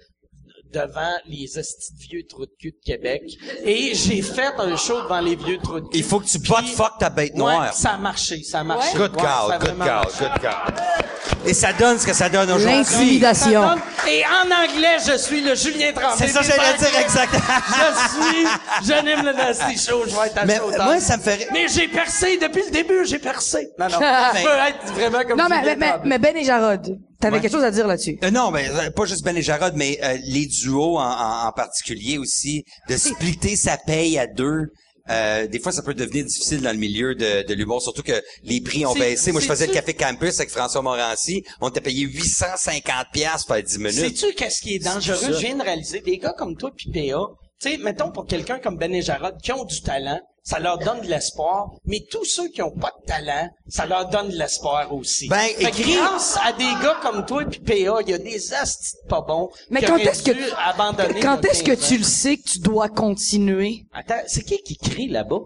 Speaker 3: devant les estis de vieux trous de cul de Québec. Et j'ai fait un show devant les vieux trous de cul.
Speaker 5: Il faut que tu bottes fuck ta bête
Speaker 3: Ouais,
Speaker 5: noire.
Speaker 3: puis ça a marché, ça a marché.
Speaker 5: Good
Speaker 3: Ouais, ça a
Speaker 5: cow, good
Speaker 3: vraiment
Speaker 5: cow,
Speaker 3: marché.
Speaker 5: good cow. Et ça donne ce que ça donne aujourd'hui.
Speaker 3: Ça
Speaker 1: L'intimidation.
Speaker 3: donne- Et en anglais, je suis le Julien Tremblay.
Speaker 5: C'est ça que
Speaker 3: des
Speaker 5: j'allais dire
Speaker 3: Anglais.
Speaker 5: exactement.
Speaker 3: Je suis, j'anime le Nasty Show, je vais être à
Speaker 5: Mais
Speaker 3: chaud
Speaker 5: moi, ça me fait rire.
Speaker 3: Mais j'ai percé, depuis le début, j'ai percé. Non, non,
Speaker 1: Mais-
Speaker 3: je veux être vraiment comme
Speaker 1: Non,
Speaker 3: Julien
Speaker 1: mais, mais, mais,
Speaker 3: Tremblay.
Speaker 1: mais Ben et Jarod, t'avais quelque chose à dire là-dessus.
Speaker 5: Euh, non, mais euh, pas juste Ben et Jarod, mais euh, les duos en, en- en particulier aussi, de splitter sa paye à deux. euh, des fois, ça peut devenir difficile dans le milieu de, de l'humour, surtout que les prix ont
Speaker 3: C'est-
Speaker 5: baissé. Moi, je faisais le
Speaker 3: c'est-tu-
Speaker 5: Café Campus avec François Morancy. On t'a payé 850 pièces pour faire 10 minutes.
Speaker 3: Sais-tu qu'est-ce qui est dangereux? Je viens de réaliser, des gars comme toi puis PA, tu sais, mettons pour quelqu'un comme Ben et Jarod qui ont du talent, ça leur donne de l'espoir, mais tous ceux qui ont pas de talent, ça leur donne de l'espoir aussi.
Speaker 5: Ben,
Speaker 3: Fait que
Speaker 5: écris-
Speaker 3: grâce à des gars comme toi puis PA, il y a des astis de pas bons
Speaker 1: Mais
Speaker 3: qui
Speaker 1: quand
Speaker 3: auraient
Speaker 1: est-ce que,
Speaker 3: dû abandonner
Speaker 1: quand
Speaker 3: il y a
Speaker 1: est-ce que
Speaker 3: 15
Speaker 1: tu
Speaker 3: ans.
Speaker 1: le sais que tu dois continuer?
Speaker 3: Attends, c'est qui qui crie là-bas?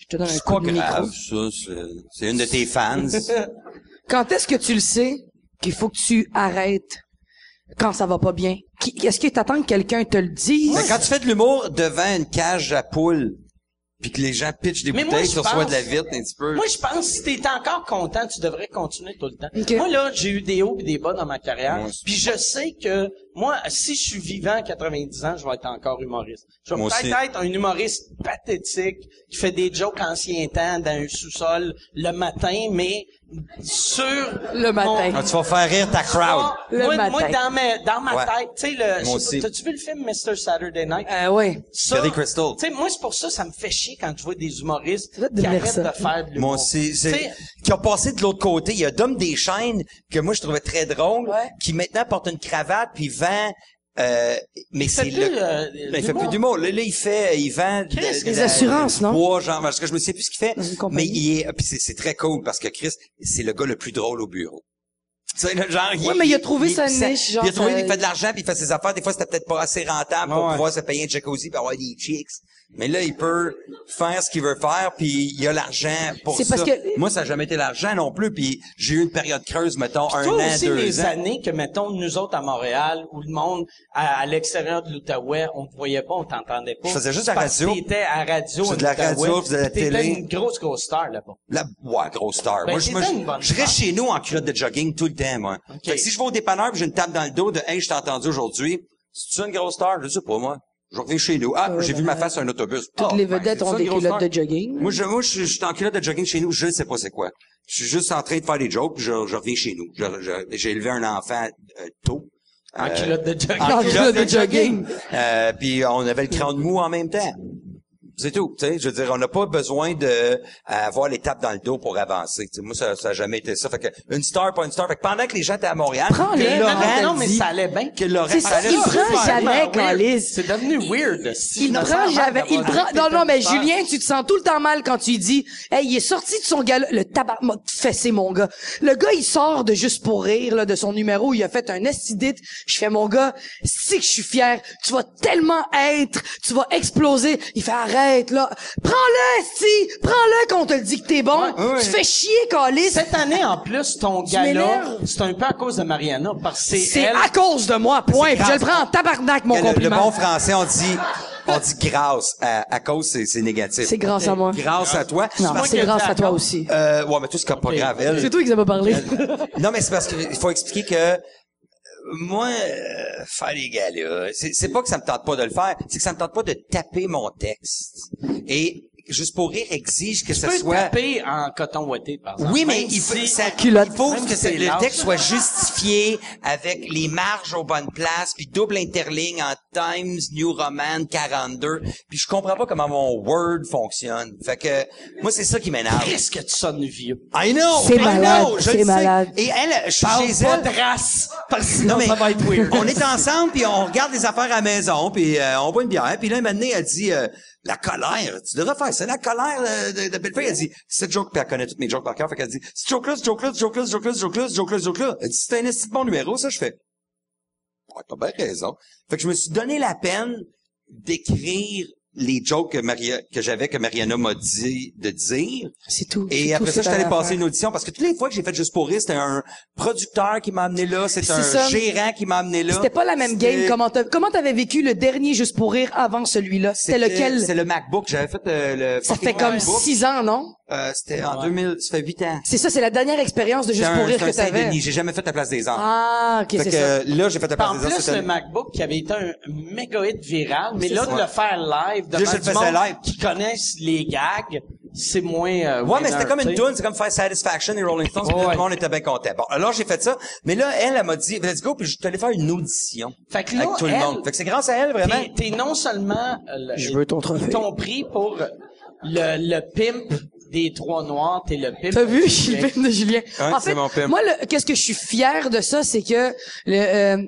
Speaker 1: Je te donne un
Speaker 5: C'est
Speaker 1: coup
Speaker 5: pas
Speaker 1: de micro.
Speaker 5: grave, ça. c'est- C'est une de tes fans.
Speaker 1: Quand est-ce que tu le sais qu'il faut que tu arrêtes quand ça va pas bien? Qui- Est-ce que t'attends que quelqu'un te le dise?
Speaker 5: Mais quand tu fais de l'humour devant une cage à poules, puis que les gens pitchent des
Speaker 3: Mais moi,
Speaker 5: bouteilles,
Speaker 3: je
Speaker 5: tu reçois
Speaker 3: pense-
Speaker 5: de la vitre un petit peu.
Speaker 3: Moi, je pense que si t'es encore content, tu devrais continuer tout le temps.
Speaker 1: Ok.
Speaker 3: Moi, là, j'ai eu des hauts et des bas dans ma carrière.
Speaker 5: Moi aussi.
Speaker 3: Puis je sais que moi, si je suis vivant à 90 ans, je vais être encore humoriste. Je vais
Speaker 5: Moi
Speaker 3: peut-être
Speaker 5: aussi.
Speaker 3: être un humoriste pathétique qui fait des jokes ancien temps dans un sous-sol le matin, mais sur...
Speaker 1: Le matin.
Speaker 5: Ah, tu vas faire rire ta crowd.
Speaker 3: Ah,
Speaker 1: Le
Speaker 3: moi,
Speaker 1: matin.
Speaker 3: moi, dans ma, dans ma
Speaker 5: Ouais.
Speaker 3: tête, tu sais, le,
Speaker 5: Moi
Speaker 3: je sais
Speaker 5: aussi.
Speaker 3: pas, t'as-tu vu le film Mr. Saturday Night?
Speaker 1: Euh, ouais.
Speaker 3: Ça,
Speaker 5: Billy Crystal.
Speaker 3: Tu sais, moi, c'est pour ça, ça me fait chier quand je vois des humoristes
Speaker 1: doit
Speaker 3: qui
Speaker 1: devenir
Speaker 3: arrêtent
Speaker 1: ça.
Speaker 3: de faire de l'humour.
Speaker 5: Moi aussi, c'est-
Speaker 3: Tu sais,
Speaker 5: qui ont passé de l'autre côté. Il y a Dom Deschaines, que moi je trouvais très drôle,
Speaker 1: Ouais.
Speaker 5: qui maintenant porte une cravate puis vend. euh, mais c'est
Speaker 3: plus,
Speaker 5: le,
Speaker 3: euh,
Speaker 5: mais il fait
Speaker 3: d'humour.
Speaker 5: plus d'humour. Là, là, il fait, il vend de-
Speaker 3: Qu'est-ce que-
Speaker 5: de-
Speaker 1: Des assurances,
Speaker 5: du
Speaker 1: non?
Speaker 5: bois, genre, parce que je me sais plus ce qu'il fait.
Speaker 1: Dans une
Speaker 5: Mais
Speaker 1: compagnie.
Speaker 5: il est, puis c'est, c'est très cool parce que Chris, c'est le gars le plus drôle au bureau. Tu sais, le genre,
Speaker 1: Ouais, mais il a trouvé sa
Speaker 5: ça-
Speaker 1: niche, genre, euh,
Speaker 5: il a trouvé,
Speaker 1: ça-
Speaker 5: il fait de l'argent puis il fait ses affaires. Des fois, c'était peut-être pas assez rentable pour
Speaker 3: Ouais.
Speaker 5: pouvoir se payer un jacuzzi puis avoir des chicks. Mais là, il peut faire ce qu'il veut faire puis il a l'argent pour
Speaker 1: C'est
Speaker 5: ça.
Speaker 1: parce que-
Speaker 5: Moi, ça n'a jamais été l'argent non plus puis j'ai eu une période creuse, mettons, un
Speaker 3: toi
Speaker 5: an,
Speaker 3: aussi,
Speaker 5: deux
Speaker 3: les
Speaker 5: ans.
Speaker 3: années que, mettons, nous autres à Montréal, ou le monde à, à l'extérieur de l'Outaouais, on te voyait pas, on t'entendait pas.
Speaker 5: Je faisais juste la
Speaker 3: Parce que
Speaker 5: radio.
Speaker 3: T'étais à radio.
Speaker 5: Je faisais
Speaker 3: en
Speaker 5: de la
Speaker 3: Outaouais,
Speaker 5: radio, je faisais de la
Speaker 3: puis t'étais
Speaker 5: télé.
Speaker 3: une grosse, grosse star, là-bas.
Speaker 5: La, ouais, grosse star.
Speaker 3: Ben,
Speaker 5: moi, je,
Speaker 3: t'étais une bonne
Speaker 5: me- je
Speaker 3: star.
Speaker 5: reste chez nous en culotte de jogging tout le temps, moi. Fait que si je vais au dépanneur pis j'ai une tape dans le dos de, hey, je t'ai entendu aujourd'hui. C'est-tu une grosse star? Je sais pas, moi. Je reviens chez nous. Ah,
Speaker 1: Ouais,
Speaker 5: j'ai
Speaker 1: ben,
Speaker 5: vu ma face sur un autobus.
Speaker 1: Toutes
Speaker 5: Ah,
Speaker 1: les
Speaker 5: ben,
Speaker 1: vedettes
Speaker 5: c'est
Speaker 1: ont
Speaker 5: ça,
Speaker 1: des
Speaker 5: une grosse
Speaker 1: culottes
Speaker 5: star?
Speaker 1: de jogging.
Speaker 5: Moi, je, moi, je, je suis en culotte de jogging chez nous, je sais pas c'est quoi. Je suis juste en train de faire des jokes, puis je, je reviens chez nous. Je- je- J'ai élevé un enfant euh, tôt.
Speaker 3: En culotte de jogging.
Speaker 1: En culotte de jogging.
Speaker 5: Euh, puis on avait le cran de mou en même temps. C'est tout, tu sais. Je veux dire, on n'a pas besoin de euh, avoir les tapes dans le dos pour avancer. Tu sais, moi, ça, ça a jamais été ça. Fait que une star, pas une star. Fait que pendant que les gens étaient à Montréal,
Speaker 1: Prends-le.
Speaker 5: que
Speaker 1: Non,
Speaker 3: non,
Speaker 5: Laurent
Speaker 3: non, mais
Speaker 5: dit-
Speaker 3: ça allait bien.
Speaker 5: que Laurent
Speaker 1: C'est ça,
Speaker 5: allait-
Speaker 1: il prend jamais, Calice.
Speaker 3: C'est devenu weird. si
Speaker 1: Il
Speaker 3: je me
Speaker 1: prend,
Speaker 3: sens mal
Speaker 1: j'avais, il
Speaker 3: d'avoir
Speaker 1: prend,
Speaker 3: dit
Speaker 1: non, non, mais
Speaker 3: Peter
Speaker 1: Julien, tu te sens tout le temps mal quand tu lui dis, hey, il est sorti de son gala, le tabac m'a fessé, mon gars. Le gars, il sort de juste pour rire, là, de son numéro, il a fait un estidite. Je fais, mon gars, si que je suis fier, tu vas tellement être, tu vas exploser. Il fait, arrête, là. Prends-le, si, prends-le qu'on te le dit que t'es bon.
Speaker 3: ouais.
Speaker 1: Tu fais chier, Calice.
Speaker 3: Cette année, en plus, ton gala,
Speaker 1: m'énerves.
Speaker 3: c'est un peu à cause de Mariana, parce que c'est
Speaker 1: C'est
Speaker 3: elle.
Speaker 1: à cause de moi, point. Puis je le prends en tabarnak, mon
Speaker 5: que le, le
Speaker 1: compliment.
Speaker 5: bon français, on dit, on dit grâce à, à cause, c'est, c'est négatif.
Speaker 1: C'est grâce à moi.
Speaker 5: Grâce à toi.
Speaker 1: Non,
Speaker 5: Parce
Speaker 1: c'est
Speaker 5: que-
Speaker 1: grâce à toi aussi.
Speaker 5: Euh, ouais, mais tout ce qui pas grave, elle.
Speaker 1: C'est toi qui ça pas parlé.
Speaker 5: Non, mais c'est parce qu'il faut expliquer que euh, moi, euh, faire les galas, c'est c'est pas que ça me tente pas de le faire, c'est que ça me tente pas de taper mon texte. Et juste pour rire exige que
Speaker 3: Tu
Speaker 5: ça
Speaker 3: peux
Speaker 5: soit.
Speaker 3: taper en coton ouaté, par exemple.
Speaker 5: Oui, mais
Speaker 3: Même
Speaker 5: il faut,
Speaker 3: si-
Speaker 5: ça-
Speaker 1: culotte.
Speaker 5: il faut
Speaker 3: Même
Speaker 5: que
Speaker 3: si
Speaker 5: ça-
Speaker 3: c'est
Speaker 5: le
Speaker 3: large.
Speaker 5: texte soit justifié avec les marges aux bonnes places, puis double interligne en Times New Roman 42. Puis je comprends pas comment mon Word fonctionne. Fait que moi c'est ça qui m'énerve.
Speaker 3: Qu'est-ce que tu sonnes vieux?
Speaker 5: I know,
Speaker 1: C'est
Speaker 5: I
Speaker 1: malade,
Speaker 5: know, je
Speaker 1: c'est
Speaker 5: le sais.
Speaker 1: malade.
Speaker 5: Et elle, je suis
Speaker 3: Parle
Speaker 5: chez
Speaker 3: pas
Speaker 5: elle.
Speaker 3: de race, parce que
Speaker 5: Non,
Speaker 3: sinon,
Speaker 5: mais
Speaker 3: ça va être weird.
Speaker 5: on est ensemble, puis on regarde les affaires à la maison, puis euh, on boit une bière. Puis là, un moment donné, elle dit, euh, la colère, tu devrais faire ça, la colère euh, de, de Bellefeuille. Elle dit, cette joke, puis elle connaît toutes mes jokes par cœur, fait qu'elle dit, ce joke-là, ce joke-là, ce joke-là, ce joke-là, ce joke-là, ce joke-là, ce joke-là. Elle dit, c'est un esti de bon numéro, ça, je fais. Ouais, t'as bien raison. Fait que je me suis donné la peine d'écrire les jokes que, Maria, que j'avais que Mariana m'a dit de dire.
Speaker 1: C'est tout.
Speaker 5: Et après ça, je suis allé passer une audition parce que toutes les fois que j'ai fait juste pour rire, c'était un producteur qui m'a amené là, c'est
Speaker 1: C'est
Speaker 5: un
Speaker 1: ça.
Speaker 5: gérant qui m'a amené là.
Speaker 1: C'était pas la même game.
Speaker 5: C'était-
Speaker 1: Comment t'as- comment t'avais vécu le dernier juste pour rire avant celui-là C'était
Speaker 5: C'est
Speaker 1: lequel
Speaker 5: le MacBook. J'avais fait euh, le.
Speaker 1: Ça
Speaker 5: fucking
Speaker 1: fait comme
Speaker 5: MacBook.
Speaker 1: six ans, non
Speaker 5: Euh, c'était en
Speaker 3: Ouais.
Speaker 5: 2000. Ça fait huit ans.
Speaker 1: C'est ça, c'est la dernière expérience de
Speaker 5: C'était
Speaker 1: juste
Speaker 5: un-
Speaker 1: pour rire
Speaker 5: c'était un
Speaker 1: que t'avais.
Speaker 5: Saint-Denis. J'ai jamais fait la place des arts.
Speaker 1: Ah, ok,
Speaker 5: fait
Speaker 1: c'est
Speaker 5: que
Speaker 1: ça.
Speaker 5: euh, là, j'ai fait la place
Speaker 3: En
Speaker 5: des arts.
Speaker 3: plus,
Speaker 5: c'était-
Speaker 3: le MacBook qui avait été un méga hit viral, mais là, de
Speaker 5: ça.
Speaker 3: le faire live,
Speaker 5: Là, je le
Speaker 3: devant du
Speaker 5: faisais
Speaker 3: monde
Speaker 5: live.
Speaker 3: qui connaissent les gags, c'est moins... euh,
Speaker 5: Ouais, mais
Speaker 3: winner,
Speaker 5: c'était comme
Speaker 3: t'sais.
Speaker 5: une tune, c'est comme faire Satisfaction et Rolling Stones, puis
Speaker 3: Ouais.
Speaker 5: tout le monde était bien content. Bon, alors j'ai fait ça, mais là, elle, elle m'a dit, let's go, puis je suis allé faire une audition
Speaker 3: Fait que là,
Speaker 5: avec tout le
Speaker 3: elle-
Speaker 5: monde. Fait que c'est grâce à elle, vraiment.
Speaker 3: T'es- T'es non seulement... euh, le-
Speaker 1: Je veux ton trophée.
Speaker 3: Ils t'ont pris pour euh, le, le pimp des Trois Noirs, t'es le pimp...
Speaker 1: T'as vu, je suis le film de Julien. en
Speaker 5: c'est
Speaker 1: fait,
Speaker 5: mon film.
Speaker 1: moi, le- qu'est-ce que je suis fier de ça, c'est que le. euh,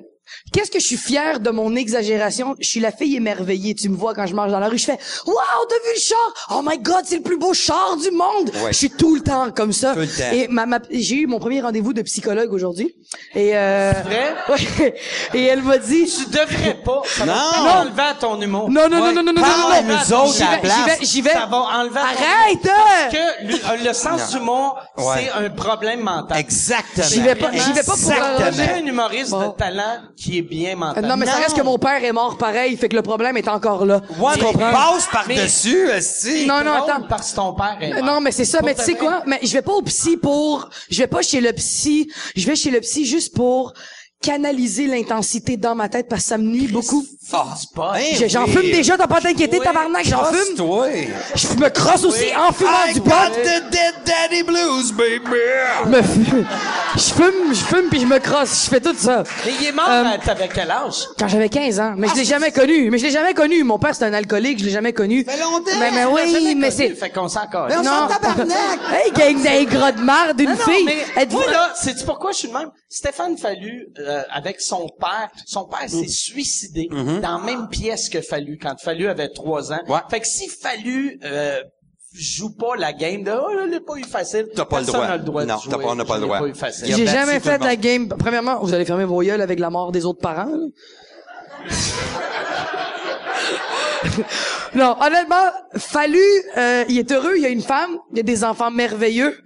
Speaker 1: Qu'est-ce que je suis fier de mon exagération? Je suis la fille émerveillée. Tu me vois quand je marche dans la rue, je fais « Wow, t'as vu le char? Oh my God, c'est le plus beau char du monde!
Speaker 5: Ouais.
Speaker 1: Je suis tout le temps comme ça.
Speaker 5: Tout le temps.
Speaker 1: Et ma, ma- j'ai eu mon premier rendez-vous de psychologue aujourd'hui. Et euh,
Speaker 3: vrai?
Speaker 1: Ouais. Et elle m'a dit...
Speaker 3: Tu devrais pas. Ça
Speaker 5: Non.
Speaker 3: va
Speaker 5: Non.
Speaker 3: tellement enlever à ton humour.
Speaker 1: Non, non,
Speaker 5: Ouais.
Speaker 1: non, non, non, non, non,
Speaker 5: Parle à
Speaker 1: non,
Speaker 5: nous autres
Speaker 1: J'y
Speaker 5: à la
Speaker 1: vais,
Speaker 5: place.
Speaker 1: j'y vais, j'y vais.
Speaker 3: Ça va enlever à ton
Speaker 1: Arrête! hein!
Speaker 3: Parce que le, le sens
Speaker 5: Non.
Speaker 3: du d'humour,
Speaker 5: Ouais.
Speaker 3: c'est un problème mental.
Speaker 5: Exactement.
Speaker 1: J'y vais pas, j'y vais pas pour
Speaker 3: J'ai
Speaker 1: arranger.
Speaker 3: un humoriste
Speaker 1: Bon.
Speaker 3: de talent qui est bien
Speaker 1: Euh,
Speaker 3: mental.
Speaker 1: Non, mais ça reste que mon père est mort pareil, fait que le problème est encore là.
Speaker 5: Ouais,
Speaker 1: tu
Speaker 5: mais
Speaker 1: comprends?
Speaker 5: passe par-dessus, esti.
Speaker 1: Non, non,
Speaker 3: Drôle
Speaker 1: attends.
Speaker 3: Parce que ton père est
Speaker 1: Euh,
Speaker 3: mort.
Speaker 1: Non, mais c'est ça.
Speaker 3: Pour
Speaker 1: Mais tu sais
Speaker 3: de
Speaker 1: quoi? Mais je vais pas au psy pour, je vais pas chez le psy. Je vais chez le psy juste pour canaliser l'intensité dans ma tête parce que ça me nuit beaucoup.
Speaker 5: Ah,
Speaker 3: pas-
Speaker 5: hein,
Speaker 1: J'ai- J'en
Speaker 5: oui.
Speaker 1: fume déjà, t'as pas t'inquiéter,
Speaker 3: Oui.
Speaker 1: tabarnak, j'en fume.
Speaker 5: Toi.
Speaker 1: Je me crosse aussi en fumant
Speaker 5: I
Speaker 1: du
Speaker 5: got
Speaker 1: pot.
Speaker 5: the dead daddy blues, baby.
Speaker 1: Me fume. Je fume, je fume puis je me crosse. Je fais tout ça.
Speaker 3: Mais il est mort,
Speaker 1: Euh,
Speaker 3: euh, t'avais quel âge?
Speaker 1: Quand j'avais 15 ans,
Speaker 5: Ah,
Speaker 1: mais je l'ai jamais connu, mais je l'ai jamais connu. Mon père c'est un alcoolique, je l'ai jamais connu.
Speaker 5: fait longtemps.
Speaker 1: Mais, mais
Speaker 3: Je l'ai
Speaker 1: oui, mais
Speaker 3: connu,
Speaker 1: c'est
Speaker 3: Fait qu'on s'en casse.
Speaker 5: Mais on s'en tabarnak.
Speaker 1: Hey, gang d'aigre de marde, une
Speaker 3: Ah Non, non,
Speaker 1: fille.
Speaker 3: mais
Speaker 1: Êtes-vous
Speaker 3: moi, là, sais-tu pourquoi je suis le même? Stéphane Fallu, euh, avec son père, son père
Speaker 1: Mm.
Speaker 3: s'est suicidé
Speaker 1: Mm-hmm.
Speaker 3: dans la même pièce que Fallu, quand Fallu avait trois ans.
Speaker 5: Ouais.
Speaker 3: Fait que si Fallu euh, joue pas la game de « Oh, là, il est pas eu facile »,
Speaker 5: T'as pas le
Speaker 3: personne
Speaker 5: droit.
Speaker 3: n'a le droit de
Speaker 5: Non,
Speaker 3: jouer.
Speaker 5: t'as pas- on n'a pas le
Speaker 3: Il
Speaker 5: droit.
Speaker 3: a eu facile.
Speaker 5: Il a
Speaker 1: J'ai
Speaker 5: battu
Speaker 1: jamais
Speaker 5: tout le
Speaker 1: fait la
Speaker 5: monde.
Speaker 1: game. Premièrement, vous allez fermer vos yeux avec la mort des autres parents. là. non, honnêtement, fallu. euh, il est heureux, il y a une femme, il y a des enfants merveilleux.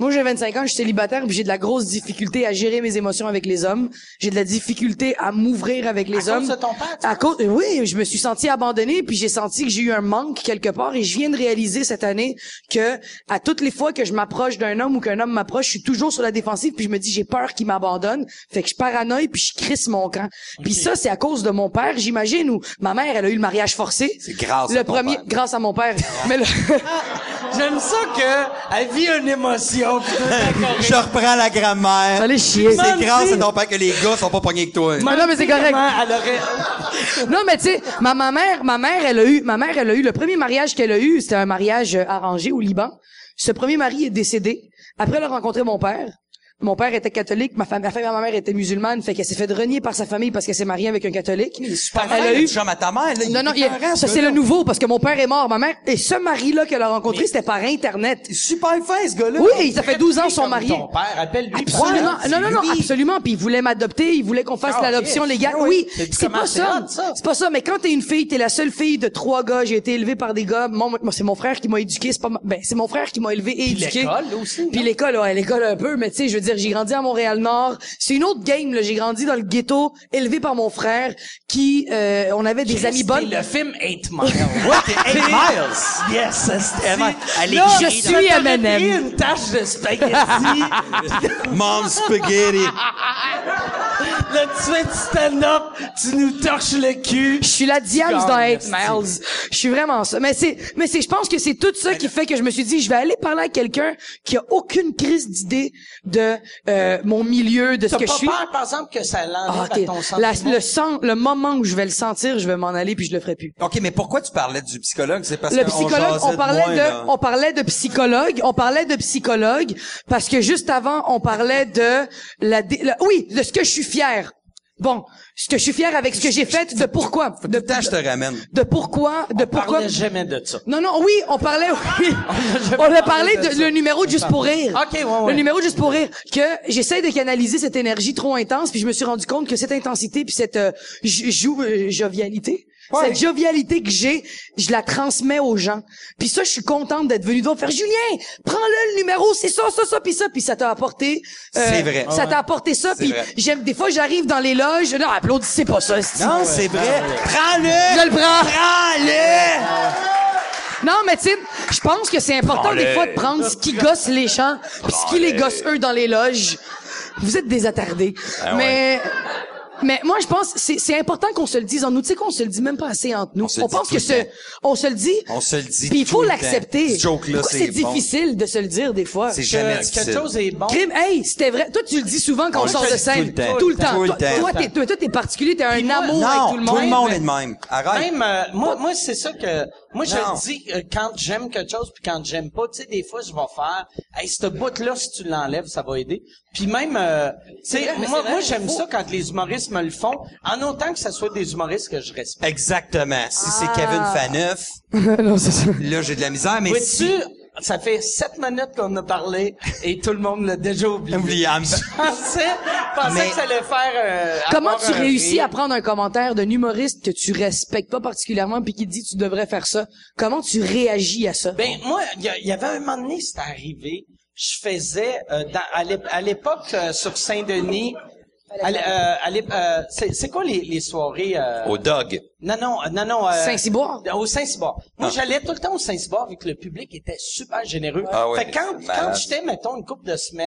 Speaker 1: Moi, j'ai 25 ans, je suis célibataire, puis j'ai de la grosse difficulté à gérer mes émotions avec les hommes. J'ai de la difficulté à m'ouvrir avec les
Speaker 3: À
Speaker 1: hommes.
Speaker 3: cause de ton père, tu
Speaker 1: À cause, oui, je me suis senti abandonné, puis j'ai senti que j'ai eu un manque quelque part, et je viens de réaliser cette année que à toutes les fois que je m'approche d'un homme ou qu'un homme m'approche, je suis toujours sur la défensive, puis je me dis j'ai peur qu'il m'abandonne, fait que je paranoïe, puis je crisse mon camp. Puis ça, c'est à cause de mon père, j'imagine, ou ma mère, elle a eu le mariage forcé.
Speaker 5: C'est grâce
Speaker 1: le
Speaker 5: à ton
Speaker 1: premier,
Speaker 5: père.
Speaker 3: Ah,
Speaker 1: grâce à mon père. Mais le,
Speaker 3: J'aime ça que elle vit une émotion. puis tout le temps qu'on
Speaker 5: Je reprends la grammaire.
Speaker 1: Allez chier.
Speaker 3: Maman,
Speaker 5: C'est grâce
Speaker 3: si.
Speaker 5: à ton père que les gars sont pas pognés que toi.
Speaker 1: Mais non, mais c'est correct.
Speaker 3: Comment elle aurait-
Speaker 1: Non, mais tu sais, ma, ma mère, ma mère, elle a eu, ma mère, elle a eu le premier mariage qu'elle a eu, c'était un mariage euh, arrangé au Liban. Ce premier mari est décédé. Après, elle a rencontré mon père. Mon père était catholique, ma femme, la femme de ma mère était musulmane, fait qu'elle s'est fait renier par sa famille parce qu'elle s'est mariée avec un catholique.
Speaker 5: Super
Speaker 1: elle
Speaker 5: mal,
Speaker 1: a eu.
Speaker 5: tu chambres à ta mère, là, il
Speaker 1: Non, non,
Speaker 5: est
Speaker 1: il y a-
Speaker 5: écœurant, ce
Speaker 1: ça c'est
Speaker 5: gars-là.
Speaker 1: le nouveau parce que mon père est mort, ma mère et ce mari-là qu'elle a rencontré, c'était par internet.
Speaker 3: Super fin, ce gars-là.
Speaker 1: Oui, ça fait 12 ans qu'ils sont
Speaker 3: Comme
Speaker 1: mariés.
Speaker 3: Ton père, appelle-lui.
Speaker 1: Absolument.
Speaker 3: Paul,
Speaker 1: Non, non, non,
Speaker 3: dis-lui.
Speaker 1: absolument. Puis il voulait m'adopter, il voulait qu'on fasse
Speaker 3: Ah,
Speaker 1: l'adoption
Speaker 3: yes.
Speaker 1: légale.
Speaker 3: Ah oui.
Speaker 1: Oui,
Speaker 3: C'est
Speaker 1: c'est
Speaker 3: comment
Speaker 1: pas
Speaker 3: c'est
Speaker 1: ça.
Speaker 3: hot, ça.
Speaker 1: C'est pas ça. Mais quand t'es une fille, t'es la seule fille de trois gars. J'ai été élevée par des gars. Mon- moi, c'est mon frère qui m'a éduqué. C'est pas ma- ben, c'est mon frère qui m'a élevé et éduqué.
Speaker 3: l'école, là, aussi,
Speaker 1: Puis
Speaker 3: non?
Speaker 1: l'école, ouais, l'école un peu. Mais tu sais, je veux dire, j'ai grandi à Montréal Nord. C'est une autre game. Là, j'ai grandi dans le ghetto, élevé par mon frère, qui euh, on avait des amis bonnes.
Speaker 3: C'était le film Eight Mile.
Speaker 5: What? T'es eight miles?
Speaker 3: Yes, c'était
Speaker 5: Emma, elle est
Speaker 3: Là,
Speaker 1: je
Speaker 3: ça
Speaker 1: suis
Speaker 3: t'aurait
Speaker 1: M&M.
Speaker 3: pris une tache de spaghetti.
Speaker 5: Mom spaghetti.
Speaker 3: Là, tu fais du stand-up, tu nous torches le cul.
Speaker 1: Je suis la diable
Speaker 3: Genre,
Speaker 1: dans 8
Speaker 3: esti.
Speaker 1: Miles. Je suis vraiment ça. Mais c'est, mais c'est, je pense que c'est tout ça qui fait que je me suis dit, je vais aller parler à quelqu'un qui a aucune crise d'idée de euh, mon milieu, de ce
Speaker 3: T'as
Speaker 1: que je
Speaker 3: pas
Speaker 1: suis.
Speaker 3: peur, par exemple, que ça l'enlève
Speaker 1: Ah, ok.
Speaker 3: à ton sens
Speaker 1: La-
Speaker 3: du
Speaker 1: le
Speaker 3: monde?
Speaker 1: sang, le moment où je vais le sentir, je vais m'en aller puis je le ferai plus.
Speaker 5: OK, mais pourquoi tu parlais du psychologue? C'est parce
Speaker 1: Le
Speaker 5: qu'on
Speaker 1: psychologue,
Speaker 5: jasait
Speaker 1: on parlait
Speaker 5: moins,
Speaker 1: de,
Speaker 5: là.
Speaker 1: on parlait de psychologue, on parlait de psychologue parce que juste avant, on parlait de la, dé- la- oui, de ce que je suis fier. Bon, ce que je suis fier avec ce que j'ai fait, de pourquoi, de,
Speaker 5: Tout le temps, je te ramène.
Speaker 1: de pourquoi, de
Speaker 3: On
Speaker 1: pourquoi.
Speaker 3: parlait jamais de ça.
Speaker 1: Non, non, oui, on parlait, oui.
Speaker 3: jamais
Speaker 1: on
Speaker 3: parlé
Speaker 1: a parlé
Speaker 3: de
Speaker 1: de,
Speaker 3: ça.
Speaker 1: le numéro de Juste pour rire.
Speaker 3: Ok, ouais, ouais.
Speaker 1: Le numéro de Juste pour rire. Que j'essaie de canaliser cette énergie trop intense, puis je me suis rendu compte que cette intensité, puis cette euh, jo- jo- euh, jovialité,
Speaker 3: Ouais.
Speaker 1: cette jovialité que j'ai, je la transmets aux gens. Puis ça, je suis contente d'être venue donc faire Julien, prends-le le numéro, c'est ça, ça, ça, puis ça, puis ça t'a apporté. euh,
Speaker 5: C'est vrai.
Speaker 1: Ça t'a apporté ça, puis
Speaker 5: vrai.
Speaker 1: j'aime des fois j'arrive dans les loges, non, applaudissez pas ça. c'est-
Speaker 5: Non, c'est
Speaker 1: Ah,
Speaker 5: vrai. Prends-le!
Speaker 1: Je le prends.
Speaker 5: Prends-le!
Speaker 1: Non, mais tu sais, je pense que c'est important des fois de prendre ce qui gosse les gens puis ce qui les gosse eux dans les loges. Vous êtes des attardés.
Speaker 5: Ah
Speaker 1: mais mais moi je pense que c'est c'est important qu'on se le dise en nous, tu sais qu'on se le dit même pas assez entre nous.
Speaker 5: On se
Speaker 1: On,
Speaker 5: le dit
Speaker 1: pense
Speaker 5: tout le
Speaker 1: que ce
Speaker 5: temps.
Speaker 1: on se le dit.
Speaker 5: On se le dit
Speaker 1: Puis il
Speaker 5: tout
Speaker 1: faut
Speaker 5: le temps.
Speaker 1: l'accepter.
Speaker 5: Ce joke-là,
Speaker 1: Pourquoi
Speaker 5: c'est
Speaker 1: c'est
Speaker 5: bon.
Speaker 1: difficile de se le dire des fois.
Speaker 5: C'est
Speaker 3: Que-
Speaker 5: jamais
Speaker 3: Quelque
Speaker 5: difficile.
Speaker 3: chose est bon.
Speaker 1: Crime, hey, c'était vrai. Toi, tu le dis souvent quand
Speaker 5: On
Speaker 1: on
Speaker 5: le
Speaker 1: sort
Speaker 5: fait
Speaker 1: de scène.
Speaker 5: tout le temps.
Speaker 1: Tout le temps.
Speaker 5: Tout le
Speaker 1: Toi,
Speaker 5: temps.
Speaker 1: toi, t'es- toi, toi, t'es particulier, t'es un
Speaker 3: moi,
Speaker 1: amour
Speaker 5: Non,
Speaker 1: avec tout le monde.
Speaker 5: est de même. Arrête.
Speaker 3: Même, euh, moi, moi c'est ça que... Moi, je
Speaker 5: Non.
Speaker 3: le dis euh, quand j'aime quelque chose puis quand j'aime pas. Tu sais, des fois, je vais faire... Hey, cette bout-là, si tu l'enlèves, ça va aider. Puis même... euh, tu sais, moi, moi j'aime ça quand les humoristes me le font, en autant que ce soit des humoristes que je respecte.
Speaker 5: Exactement. Si c'est Kevin Faneuf,
Speaker 1: non, c'est ça.
Speaker 5: là, j'ai de la misère, mais si...
Speaker 3: Ah. Vois-tu, ça fait sept minutes qu'on a parlé et tout le monde l'a déjà oublié.
Speaker 5: Oublie, I'm-
Speaker 3: Je pensais, je pensais
Speaker 5: Mais-
Speaker 3: que ça allait faire... euh,
Speaker 1: Comment
Speaker 3: avoir
Speaker 1: tu
Speaker 3: un
Speaker 1: réussis
Speaker 3: rire.
Speaker 1: à prendre un commentaire d'un humoriste que tu respectes pas particulièrement puis qui te dit tu devrais faire ça? Comment tu réagis à ça?
Speaker 3: Ben moi, il y, a- il y avait un moment donné, c'était arrivé. Je faisais euh, dans, à l'ép- à l'époque euh, sur Saint-Denis. à l'é- euh, à l'ép- euh, c'est c'est quoi les, les soirées euh,
Speaker 5: Au dog.
Speaker 3: Non non euh, non non. euh,
Speaker 1: Saint-Cyboire?
Speaker 3: Au Saint-Cyboire. Moi, j'allais tout le temps au Saint-Cyboire vu que le public était super généreux.
Speaker 5: Ah ouais,
Speaker 3: fait que quand
Speaker 5: c'est
Speaker 3: quand
Speaker 5: malade.
Speaker 3: j'étais mettons une couple de semaines.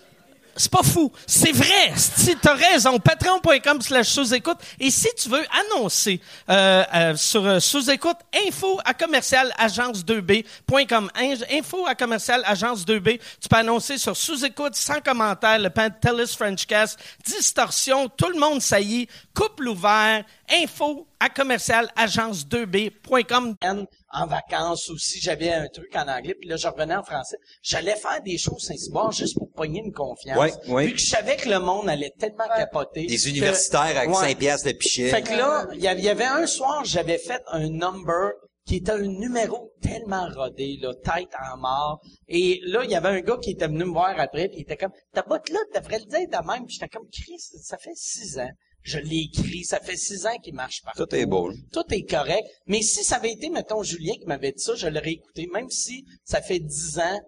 Speaker 2: C'est pas fou. C'est vrai. Si t'as raison, patreon.com slash sous-écoute. Et si tu veux annoncer euh, euh, sur euh, sous-écoute, info à commercial agence2b.com. Inge- Info à commercial agence2b. Tu peux annoncer sur sous-écoute, sans commentaire, le Pantelis Frenchcast, distorsion, tout le monde saillit, couple ouvert, info à commercial agence2b.com.
Speaker 3: semaines en vacances ou si j'avais un truc en anglais, puis là, je revenais en français. J'allais faire des choses Saint-Cyboire juste pour pogner une confiance.
Speaker 5: Ouais, ouais.
Speaker 3: Vu que je savais que le monde allait tellement capoter.
Speaker 5: Des
Speaker 3: que-
Speaker 5: universitaires avec
Speaker 3: Ouais.
Speaker 5: 5 piastres de pichet.
Speaker 3: Fait que là, il y avait- il y avait un soir, j'avais fait un number qui était un numéro tellement rodé, là, tête en mort. Et là, il y avait un gars qui était venu me voir après, puis il était comme, ta botte là, tu devrais le dire de même. Puis j'étais comme, Chris, ça fait six ans. Je l'ai écrit, ça fait six ans qu'il marche partout.
Speaker 5: Tout est beau.
Speaker 3: Tout est correct. Mais si ça avait été, mettons, Julien qui m'avait dit ça, je l'aurais écouté, même si ça fait dix ans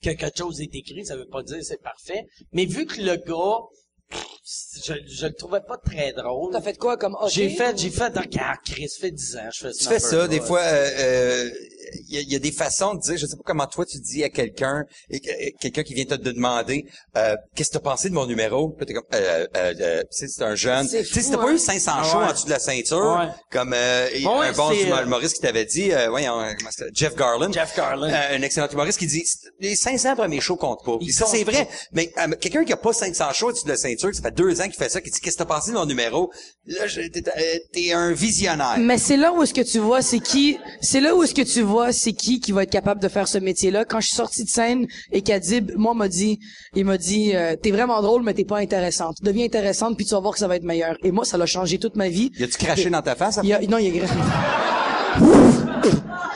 Speaker 3: que quelque chose est écrit, ça veut pas dire que c'est parfait. Mais vu que le gars, pff, je, je le trouvais pas très drôle.
Speaker 1: T'as fait quoi comme hockey?
Speaker 3: J'ai fait, j'ai fait, ah, Chris, fait 10 ans, je fais
Speaker 5: Tu fais ça, des fois, euh, euh, il y, a- il y a des façons de dire, je sais pas comment toi tu dis à quelqu'un, et que- et quelqu'un qui vient te demander, euh, qu'est-ce que t'as pensé de mon numéro? Puis là, t'es comme, euh, euh, euh, tu sais, c'est un jeune.
Speaker 1: C'est
Speaker 5: Tu sais, si
Speaker 1: fou,
Speaker 5: t'as pas
Speaker 1: hein?
Speaker 5: eu 500 shows
Speaker 3: Ouais.
Speaker 5: en dessous de la ceinture,
Speaker 3: Ouais.
Speaker 5: comme euh, et
Speaker 3: Ouais,
Speaker 5: un bon
Speaker 3: c'est, euh,
Speaker 5: humoriste qui t'avait dit, euh, voyons, euh, comment c'était, Jeff Garland.
Speaker 3: Jeff Garland.
Speaker 5: Euh, un excellent humoriste qui dit, les 500 premiers shows comptent pas.
Speaker 3: Ils
Speaker 5: Puis ça,
Speaker 3: comptent
Speaker 5: c'est vrai. Mais euh, quelqu'un qui a pas 500 shows au-dessus de la ceinture, qui ça fait deux ans qu'il fait ça, qui dit, qu'est-ce que t'as pensé de mon numéro? Là, je- t'es euh, t'es un visionnaire.
Speaker 1: Mais c'est là où est-ce que tu vois, c'est qui, c'est là où est-ce que tu vois, c'est qui qui va être capable de faire ce métier-là. Quand je suis sorti de scène et qu'Adib, moi, m'a dit, il m'a dit, euh, t'es vraiment drôle, mais t'es pas intéressante. Deviens intéressante, puis tu vas voir que ça va être meilleur. Et moi, ça l'a changé toute ma vie.
Speaker 5: Y a-tu craché dans ta face? après?
Speaker 1: Il y a- non, il y a gra-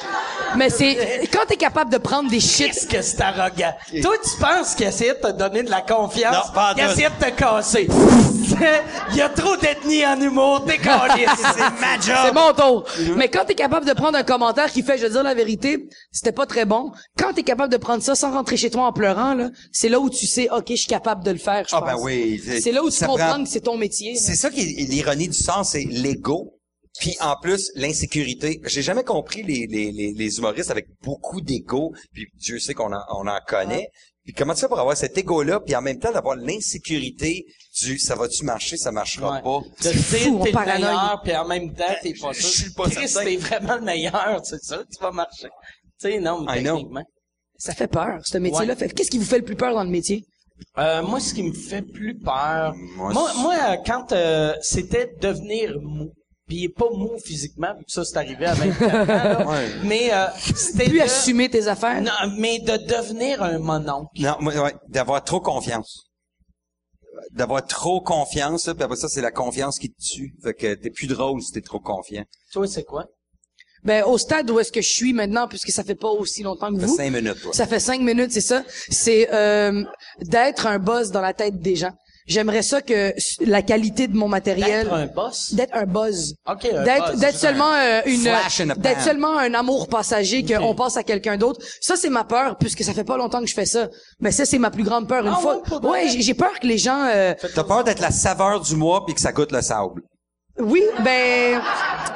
Speaker 1: Mais c'est, quand t'es capable de prendre des shit,
Speaker 3: Qu'est-ce que c'est arrogant? Toi, tu penses qu'il essayait de te donner de la confiance?
Speaker 5: Non, pas en
Speaker 3: qu'il
Speaker 5: tout.
Speaker 3: essayait de te casser. Il y a trop d'ethnie en humour, t'es calé. c'est ma
Speaker 1: c'est mon tour.
Speaker 5: Mm-hmm.
Speaker 1: Mais quand t'es capable de prendre un commentaire qui fait, je veux dire la vérité, c'était pas très bon. Quand t'es capable de prendre ça sans rentrer chez toi en pleurant, là, c'est là où tu sais, ok, je suis capable de le faire, je
Speaker 5: Ah
Speaker 1: pense.
Speaker 5: ben oui.
Speaker 1: C'est là où tu
Speaker 5: ça
Speaker 1: comprends
Speaker 5: prend-
Speaker 1: que c'est ton métier. là.
Speaker 5: C'est ça qui est l'ironie du sens, c'est l'ego. Puis en plus, l'insécurité. J'ai jamais compris les, les, les, les humoristes avec beaucoup d'ego. Puis Dieu sait qu'on en, on en connaît. Puis comment tu fais pour avoir cet ego-là, puis en même temps d'avoir l'insécurité du ça va-tu marcher, ça marchera
Speaker 3: Ouais.
Speaker 5: pas.
Speaker 3: De te
Speaker 1: fou,
Speaker 3: dire
Speaker 1: on
Speaker 3: t'es le
Speaker 1: paranoïe.
Speaker 3: meilleur, puis en même temps, t'es pas
Speaker 5: Je
Speaker 3: sûr.
Speaker 5: suis pas
Speaker 3: Chris,
Speaker 5: certain.
Speaker 3: t'es vraiment le meilleur, c'est ça, tu vas marcher. Tu sais, non, mais
Speaker 5: I know.
Speaker 3: techniquement.
Speaker 1: Ça fait peur, ce métier-là.
Speaker 3: Ouais.
Speaker 1: Fait- Qu'est-ce qui vous fait le plus peur dans le métier?
Speaker 3: Euh, moi, ce qui me fait plus peur,
Speaker 5: Moi,
Speaker 3: moi, moi,
Speaker 5: c'est-
Speaker 3: euh, quand euh, c'était devenir mou, puis pas mou physiquement, vu que ça, c'est arrivé à 24 ans, là,
Speaker 5: Ouais.
Speaker 3: mais euh, c'était...
Speaker 1: Plus
Speaker 3: de-
Speaker 1: assumer tes affaires.
Speaker 3: Non, mais de devenir un mononcle.
Speaker 5: Non, moi, ouais, d'avoir trop confiance. D'avoir trop confiance, là, puis après ça, c'est la confiance qui te tue. Fait que t'es plus drôle si t'es trop confiant.
Speaker 3: Toi, c'est quoi?
Speaker 1: Ben, au stade où est-ce que je suis maintenant, puisque ça fait pas aussi longtemps que
Speaker 5: Ça fait
Speaker 1: vous.
Speaker 5: cinq minutes, toi.
Speaker 1: Ça fait cinq minutes, c'est ça. C'est euh, d'être un boss dans la tête des gens. J'aimerais ça que s- la qualité de mon matériel...
Speaker 3: D'être un boss?
Speaker 1: D'être un buzz.
Speaker 3: Ok, un
Speaker 1: D'être
Speaker 3: buzz,
Speaker 1: d'être
Speaker 3: juste
Speaker 1: seulement euh, une
Speaker 5: flash in the
Speaker 1: d'être
Speaker 5: pan.
Speaker 1: seulement un amour passager qu'on passe à quelqu'un d'autre. Ça c'est ma peur puisque ça fait pas longtemps que je fais ça. Mais ça c'est ma plus grande peur une
Speaker 3: Ah
Speaker 1: fois.
Speaker 3: ouais, pour de
Speaker 1: Ouais,
Speaker 3: vrai?
Speaker 1: j'ai- j'ai peur que les gens euh,
Speaker 5: T'as peur d'être la saveur du mois puis que ça goûte le sable.
Speaker 1: Oui, ben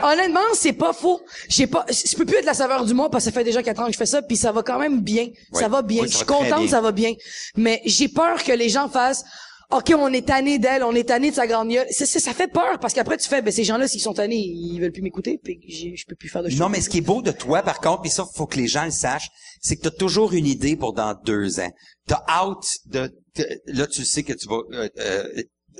Speaker 1: honnêtement, c'est pas faux. J'ai pas je peux plus être la saveur du mois parce que ça fait déjà quatre ans que je fais ça puis ça va quand même bien. Ça
Speaker 5: Ouais.
Speaker 1: va bien,
Speaker 5: Oui,
Speaker 1: je
Speaker 5: ça
Speaker 1: suis
Speaker 5: va très
Speaker 1: contente,
Speaker 5: bien.
Speaker 1: ça va bien. Mais j'ai peur que les gens fassent OK, on est tanné d'elle, on est tanné de sa grande gueule. C'est- c'est- ça fait peur parce qu'après tu fais ben ces gens-là s'ils sont tannés, ils veulent plus m'écouter puis j'ai- je peux plus faire de choses.
Speaker 5: Non, mais ce qui est beau de toi, par contre, puis ça, faut que les gens le sachent, c'est que t'as toujours une idée pour dans deux ans. T'as out de... t'es- Là, tu sais que tu vas euh, euh,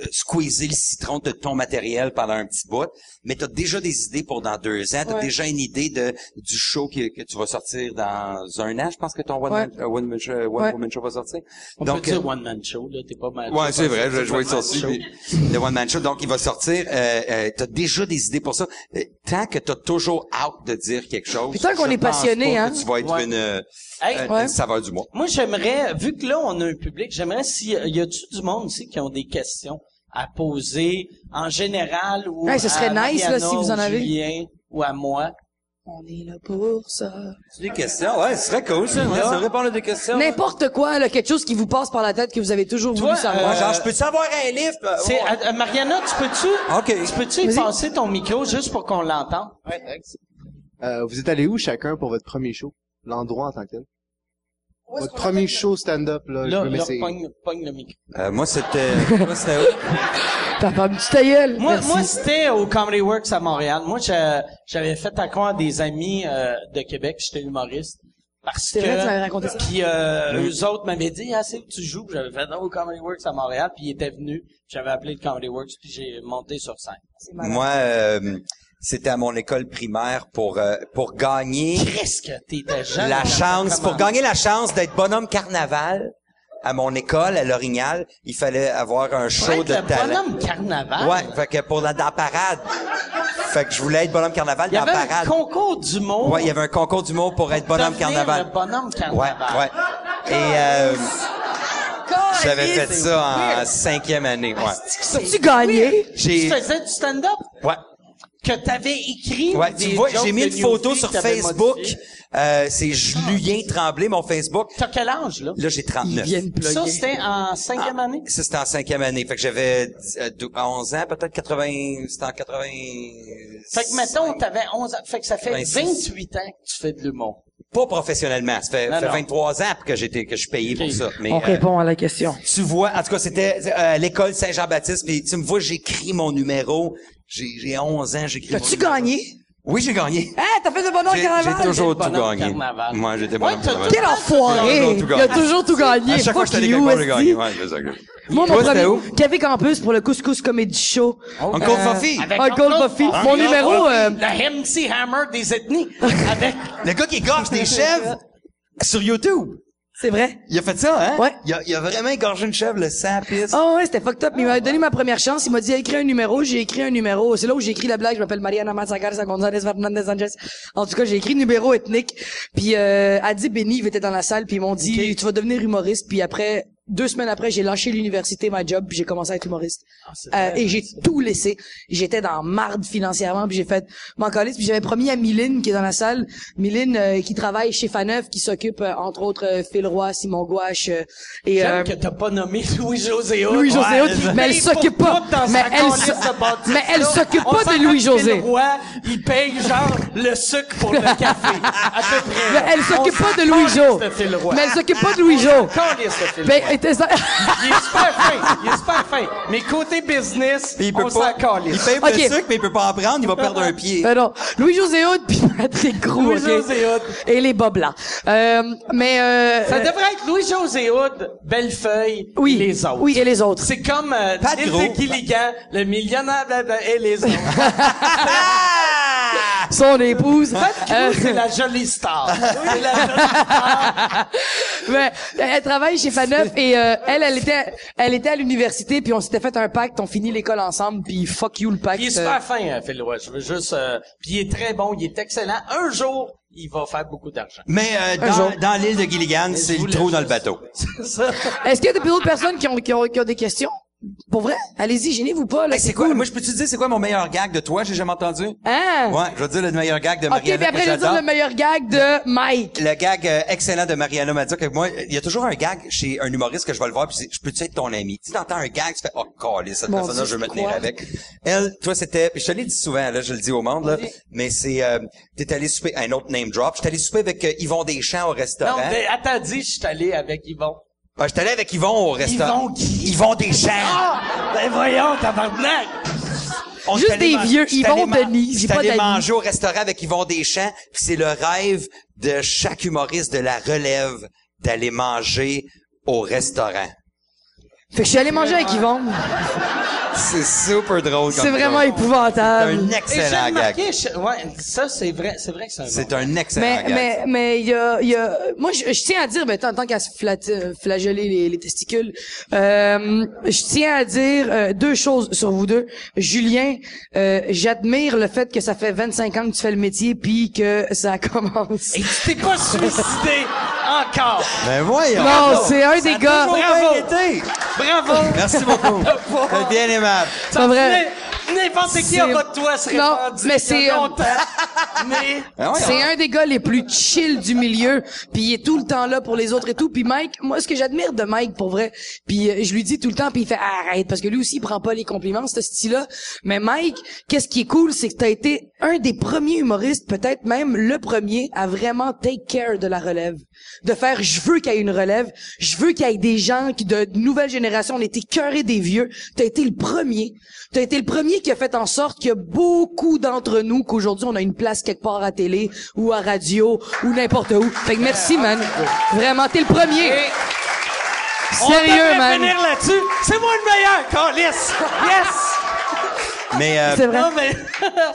Speaker 5: euh, squeezer le citron de ton matériel pendant un petit bout, mais t'as déjà des idées pour dans deux ans. T'as
Speaker 1: Ouais.
Speaker 5: déjà une idée de du show que, que tu vas sortir dans un an. Je pense que ton One,
Speaker 1: Ouais.
Speaker 5: man, euh, one, man show, One
Speaker 1: Ouais.
Speaker 5: Woman Show va sortir.
Speaker 3: On peut dire one man show, là, t'es pas mal.
Speaker 5: euh, Ouais, c'est vrai, je vais jouer
Speaker 3: sur
Speaker 5: sur Le One Man Show. Donc, il va sortir. Euh, euh, t'as déjà des idées pour ça. Euh, Tant que t'as toujours out de dire quelque chose.
Speaker 1: Puis tant qu'on
Speaker 5: je
Speaker 1: est
Speaker 5: pense
Speaker 1: passionné,
Speaker 5: pas
Speaker 1: hein.
Speaker 5: Que tu vas être
Speaker 3: Ouais.
Speaker 5: une, euh,
Speaker 3: Hey,
Speaker 5: une-
Speaker 1: ouais.
Speaker 5: une saveur du mois.
Speaker 3: Moi, j'aimerais, vu que là, on a un public, j'aimerais s'il y a-tu du monde ici qui ont des questions à poser en général ou
Speaker 1: Ouais, ce
Speaker 3: à
Speaker 1: serait nice, là,
Speaker 3: Mariana
Speaker 1: si vous en
Speaker 3: ou
Speaker 1: avez.
Speaker 3: Julien, ou à moi.
Speaker 1: On est là pour ça.
Speaker 5: Des questions, ouais, ce serait cool. Ça, ouais, ça répondre à des questions.
Speaker 1: N'importe quoi, là, quelque chose qui vous passe par la tête que vous avez toujours
Speaker 3: Toi,
Speaker 1: voulu savoir.
Speaker 3: euh,
Speaker 5: Genre, je peux savoir un livre. euh,
Speaker 3: C'est,
Speaker 5: ouais. Ah.
Speaker 3: à- à Mariana, tu peux-tu,
Speaker 5: Ok.
Speaker 3: tu peux-tu y passer ton micro juste pour qu'on l'entende?
Speaker 5: Ben,
Speaker 6: Euh, vous êtes allé où chacun pour votre premier show? L'endroit en tant que tel? Votre premier show stand-up, là,
Speaker 3: Là,
Speaker 6: je me
Speaker 3: là,
Speaker 6: mets
Speaker 3: pogne, pogne le micro.
Speaker 5: Euh, moi, c'était. moi, c'était où?
Speaker 1: T'as pas une petite aïeule.
Speaker 3: Moi,
Speaker 1: Merci.
Speaker 3: moi, c'était au Comedy Works à Montréal. Moi, je- j'avais fait à croire des amis euh, de Québec, j'étais humoriste. Parce que,
Speaker 1: C'est vrai, tu m'avais raconté ça.
Speaker 3: Puis euh, eux autres m'avaient dit, ah, c'est où tu joues? Puis J'avais fait non, au Comedy Works à Montréal, puis ils étaient venus. J'avais appelé le Comedy Works, puis j'ai monté sur scène.
Speaker 5: Moi, euh, c'était à mon école primaire pour euh, pour gagner.
Speaker 3: Presque, t'étais jeune.
Speaker 5: la chance,
Speaker 3: Comment?
Speaker 5: pour gagner la chance d'être bonhomme carnaval à mon école, à L'Orignal, il fallait avoir un
Speaker 3: Pour
Speaker 5: show
Speaker 3: être
Speaker 5: de
Speaker 3: le
Speaker 5: talent.
Speaker 3: bonhomme carnaval.
Speaker 5: Ouais, fait que pour la, dans la parade. fait que je voulais être bonhomme carnaval
Speaker 3: Il y
Speaker 5: dans
Speaker 3: avait
Speaker 5: la
Speaker 3: un
Speaker 5: parade.
Speaker 3: concours du monde.
Speaker 5: Ouais, il y avait un concours d'humour pour être bonhomme
Speaker 3: Devenir
Speaker 5: carnaval.
Speaker 3: le bonhomme
Speaker 5: Ouais,
Speaker 3: carnaval.
Speaker 5: ouais. Et euh, j'avais fait ça en cinquième année, ouais.
Speaker 1: As-tu gagné?
Speaker 3: Ah, Tu
Speaker 5: J'ai
Speaker 3: faisais du stand-up?
Speaker 5: ouais.
Speaker 3: que t'avais écrit.
Speaker 5: Ouais,
Speaker 3: ou
Speaker 5: tu
Speaker 3: des
Speaker 5: vois,
Speaker 3: jokes
Speaker 5: j'ai mis
Speaker 3: de
Speaker 5: une photo
Speaker 3: Newsweek
Speaker 5: sur
Speaker 3: que t'avais
Speaker 5: Facebook.
Speaker 3: modifiées.
Speaker 5: Euh, c'est Julien Tremblay, mon Facebook.
Speaker 3: T'as quel âge, là?
Speaker 5: Là, j'ai 39.
Speaker 1: viennent plugger.
Speaker 3: Ça, c'était en cinquième année?
Speaker 5: Ça, c'était en cinquième année. Fait que j'avais euh, dou- 11 ans, peut-être 80... C'était en 80... Ah,
Speaker 3: Fait que, mettons, t'avais 11 ans. Fait que ça fait
Speaker 5: 26.
Speaker 3: 28 ans que tu fais de l'humour.
Speaker 5: Pas professionnellement. Ça fait,
Speaker 3: Non,
Speaker 5: fait
Speaker 3: non.
Speaker 5: 23 ans que j'étais que je suis payé
Speaker 3: Ok.
Speaker 5: pour ça. Mais,
Speaker 1: On
Speaker 5: euh,
Speaker 1: répond à la question.
Speaker 5: tu vois, en tout cas, c'était euh, à l'école Saint-Jean-Baptiste, puis tu me vois, j'écris mon numéro. J'ai j'ai 11 ans, j'écris mon
Speaker 1: T'as-tu
Speaker 5: numéro.
Speaker 1: gagné?
Speaker 5: Oui, j'ai gagné.
Speaker 1: Hein, t'as fait le bonheur
Speaker 5: J'ai-
Speaker 1: carnaval?
Speaker 5: j'ai toujours
Speaker 3: T'es le
Speaker 5: tout
Speaker 3: bonhomme
Speaker 5: gagné.
Speaker 3: carnaval.
Speaker 5: Moi, j'étais
Speaker 3: Ouais,
Speaker 5: bonhomme
Speaker 3: t'as
Speaker 5: carnaval.
Speaker 3: tout-
Speaker 1: Quel enfoiré!
Speaker 5: J'ai toujours tout
Speaker 1: Il a
Speaker 5: gagné.
Speaker 1: toujours tout gagné.
Speaker 5: À chaque fois que
Speaker 1: Fuck
Speaker 5: j'étais quelque
Speaker 1: you,
Speaker 5: part, j'ai gagné.
Speaker 1: esti.
Speaker 5: Ouais, c'est ça.
Speaker 1: Moi, mon
Speaker 5: Toi, c'était
Speaker 1: premier,
Speaker 5: où?
Speaker 1: Café Campus pour le Couscous Comedy Show.
Speaker 5: Encore Fofi.
Speaker 3: Avec
Speaker 1: Uncle Buffy. Ah, Mon
Speaker 3: Uncle
Speaker 1: numéro,
Speaker 3: Buffy,
Speaker 1: euh,
Speaker 3: Le MC Hammer des ethnies. avec...
Speaker 5: Le gars qui égorge des chèvres sur YouTube.
Speaker 1: C'est vrai?
Speaker 5: Il a fait ça, hein?
Speaker 1: Ouais.
Speaker 5: Il a, il a vraiment égorgé une chèvre, le sang pisse.
Speaker 1: Ah ouais, c'était fucked up. Mais il m'a donné ma première chance. Il m'a dit, écris un numéro. J'ai écrit un numéro. C'est là où j'ai écrit la blague. Je m'appelle Mariana Mazzagarza González Fernandez Sanchez. En tout cas, j'ai écrit le numéro ethnique. Puis, euh, Adi Béniv était dans la salle. Puis, ils m'ont dit, tu vas devenir humoriste. Puis après, deux semaines après, j'ai lâché l'université, ma job. Puis j'ai commencé à être humoriste.
Speaker 3: Ah,
Speaker 1: Euh, et j'ai tout laissé. J'étais dans marde financièrement. Puis j'ai fait mon calice. Puis j'avais promis à Mylène, qui est dans la salle. Mylène, euh, qui travaille chez Faneuf, qui s'occupe, euh, entre autres, euh, Phil Roy, Simon Gouache. euh, et,
Speaker 3: J'aime
Speaker 1: euh,
Speaker 3: que t'as pas nommé Louis-José Hood.
Speaker 1: Louis-José Hood, mais elle
Speaker 3: paye pour
Speaker 1: s'occupe pas.
Speaker 3: tout dans
Speaker 1: Mais
Speaker 3: sa
Speaker 1: elle
Speaker 3: calisse
Speaker 1: s-
Speaker 3: de bâtisse,
Speaker 1: mais elle
Speaker 3: là.
Speaker 1: s'occupe
Speaker 3: On
Speaker 1: pas de
Speaker 3: s'entend que
Speaker 1: Louis-José.
Speaker 3: le roi, il paye genre le sucre pour le café. À peu près.
Speaker 1: Mais elle s'occupe
Speaker 3: On
Speaker 1: pas de
Speaker 3: s'en
Speaker 1: Louis Jo.
Speaker 3: calisse de Phil Roy.
Speaker 1: Mais elle s'occupe pas de Louis Jo.
Speaker 3: On s'en calisse de Phil
Speaker 1: Ben,
Speaker 3: Roy.
Speaker 1: était ça-
Speaker 3: Il est super fin. Il est super fin. Mais côté business,
Speaker 5: Puis il peut
Speaker 3: on
Speaker 5: pas.
Speaker 3: s'en
Speaker 5: Il
Speaker 3: calisse.
Speaker 5: paye
Speaker 1: Ok.
Speaker 5: le sucre, mais il peut pas en prendre, il va perdre un pied.
Speaker 1: Ben non. Louis-José Hood puis Patrick Groux. ok?
Speaker 3: Louis-José Hood.
Speaker 1: Et les bas blancs. Euh, mais, euh,
Speaker 3: Ça
Speaker 1: euh,
Speaker 3: devrait être Louis-José Hood, Bellefeuille
Speaker 1: oui.
Speaker 3: et les autres.
Speaker 1: Oui, et les autres.
Speaker 3: C'est comme euh,
Speaker 5: Pas de
Speaker 3: Neil
Speaker 5: gros.
Speaker 3: Gilligan, le millionnaire blabla, et les autres.
Speaker 1: Son épouse.
Speaker 3: Pat Crew,
Speaker 1: Euh,
Speaker 3: c'est la jolie star. C'est la jolie star.
Speaker 1: Ouais, elle travaille chez Faneuf et euh, elle, elle était, elle était à l'université puis on s'était fait un pacte, on finit l'école ensemble puis fuck you le pacte.
Speaker 3: Il est super fin, hein, Phil Roy. Je veux juste... euh, Puis il est très bon, il est excellent. Un jour, il va faire beaucoup d'argent.
Speaker 5: Mais euh, dans, dans l'île de Gilligan, c'est le
Speaker 3: voulais
Speaker 5: trou dans le
Speaker 3: juste-
Speaker 5: bateau.
Speaker 3: C'est ça.
Speaker 1: Euh, Est-ce qu'il y a d'autres personnes qui ont, qui ont, qui ont des questions? Pour vrai? Allez-y, gênez-vous pas, là.
Speaker 5: Hey, c'est quoi? Moi, je peux te dire, c'est quoi mon meilleur gag de toi? J'ai jamais entendu.
Speaker 1: Hein?
Speaker 5: Ouais, je vais te dire le meilleur gag de
Speaker 1: OK, puis
Speaker 5: Mariana
Speaker 1: après,
Speaker 5: que
Speaker 1: je vais dire
Speaker 5: j'adore.
Speaker 1: le meilleur gag de Mike.
Speaker 5: Le gag euh, excellent de Mariana m'a dit que moi, il y a toujours un gag chez un humoriste que je vais le voir puis c'est, je peux-tu être ton ami? Tu t'entends un gag, tu fais, oh, calé, cette
Speaker 1: Mon
Speaker 5: personne-là,
Speaker 1: Dieu,
Speaker 5: je veux me
Speaker 1: c'est
Speaker 5: tenir
Speaker 1: quoi?
Speaker 5: avec. Elle, toi, c'était, puis je te l'ai dit souvent, là, je le dis au monde, là, mais c'est, euh, t'es allé souper, un autre name drop, j'étais allé souper avec euh, Yvon Deschamps
Speaker 3: Non,
Speaker 5: au restaurant.
Speaker 3: mais attends, dis, je suis allé avec Yvon.
Speaker 5: Ah, j'étais allé avec Yvon au restaurant.
Speaker 3: Yvon qui?
Speaker 5: Yvon Deschamps!
Speaker 3: Ah! Ben voyons, tabarnak!
Speaker 5: On
Speaker 1: Juste
Speaker 5: est allé
Speaker 1: des
Speaker 5: man-
Speaker 1: vieux,
Speaker 5: je suis
Speaker 1: Yvon
Speaker 5: allé man-
Speaker 1: Denis,
Speaker 5: je
Speaker 1: j'ai
Speaker 5: suis
Speaker 1: pas
Speaker 5: allé
Speaker 1: d'amis.
Speaker 5: manger au restaurant avec Yvon Deschamps, puis c'est le rêve de chaque humoriste de la relève d'aller manger au restaurant.
Speaker 1: Fait que je suis allé manger avec Yvon.
Speaker 5: C'est super drôle. comme
Speaker 1: C'est vraiment
Speaker 5: gag.
Speaker 1: épouvantable.
Speaker 5: C'est un
Speaker 3: Et j'ai
Speaker 5: excellent gag.
Speaker 3: remarqué, je- ouais, ça c'est vrai, c'est vrai que c'est un bon.
Speaker 5: C'est un excellent
Speaker 1: Mais,
Speaker 5: gag.
Speaker 1: mais, mais, il y a, il y a, moi, je, je tiens à dire, ben, tant, tant qu'à se flatte- euh, flageller les, les testicules, euh, je tiens à dire euh, deux choses sur vous deux. Julien, euh, j'admire le fait que ça fait 25 ans que tu fais le métier puis que ça commence.
Speaker 3: Et tu t'es pas suicidé encore.
Speaker 5: Ben voyons.
Speaker 1: Non, c'est un des
Speaker 3: a
Speaker 1: gars.
Speaker 3: toujours
Speaker 5: Bravo.
Speaker 3: Bravo. Bravo.
Speaker 5: Merci beaucoup. C'est bien aimable.
Speaker 1: C'est pas vrai.
Speaker 3: Mais N'importe qui en bas de toi serait
Speaker 1: Non,
Speaker 3: pendu il
Speaker 1: mais
Speaker 3: y a
Speaker 1: c'est, euh,
Speaker 3: longtemps. mais
Speaker 5: Ben voyons.
Speaker 1: C'est un des gars les plus chill du milieu, puis il est tout le temps là pour les autres et tout. Puis Mike, moi ce que j'admire de Mike pour vrai, puis euh, je lui dis tout le temps, puis il fait Ah, arrête parce que lui aussi il prend pas les compliments ce style-là. Mais Mike, qu'est-ce qui est cool, c'est que t'as été un des premiers humoristes, peut-être même le premier à vraiment take care de la relève, de faire je veux qu'il y ait une relève, je veux qu'il y ait des gens qui de nouvelle génération, on était cœurés des vieux. T'as été le premier, t'as été le premier qui a fait en sorte qu'il y a beaucoup d'entre nous qu'aujourd'hui on a une place quelque part à télé ou à radio ou n'importe où. Fait que
Speaker 3: Ah,
Speaker 1: merci, man. Vraiment, t'es le premier.
Speaker 3: on devrait
Speaker 1: Sérieux, man.
Speaker 3: finir là-dessus. C'est moi le meilleur, Carlis. Yes.
Speaker 5: Mais euh,
Speaker 1: C'est vrai.
Speaker 3: Non mais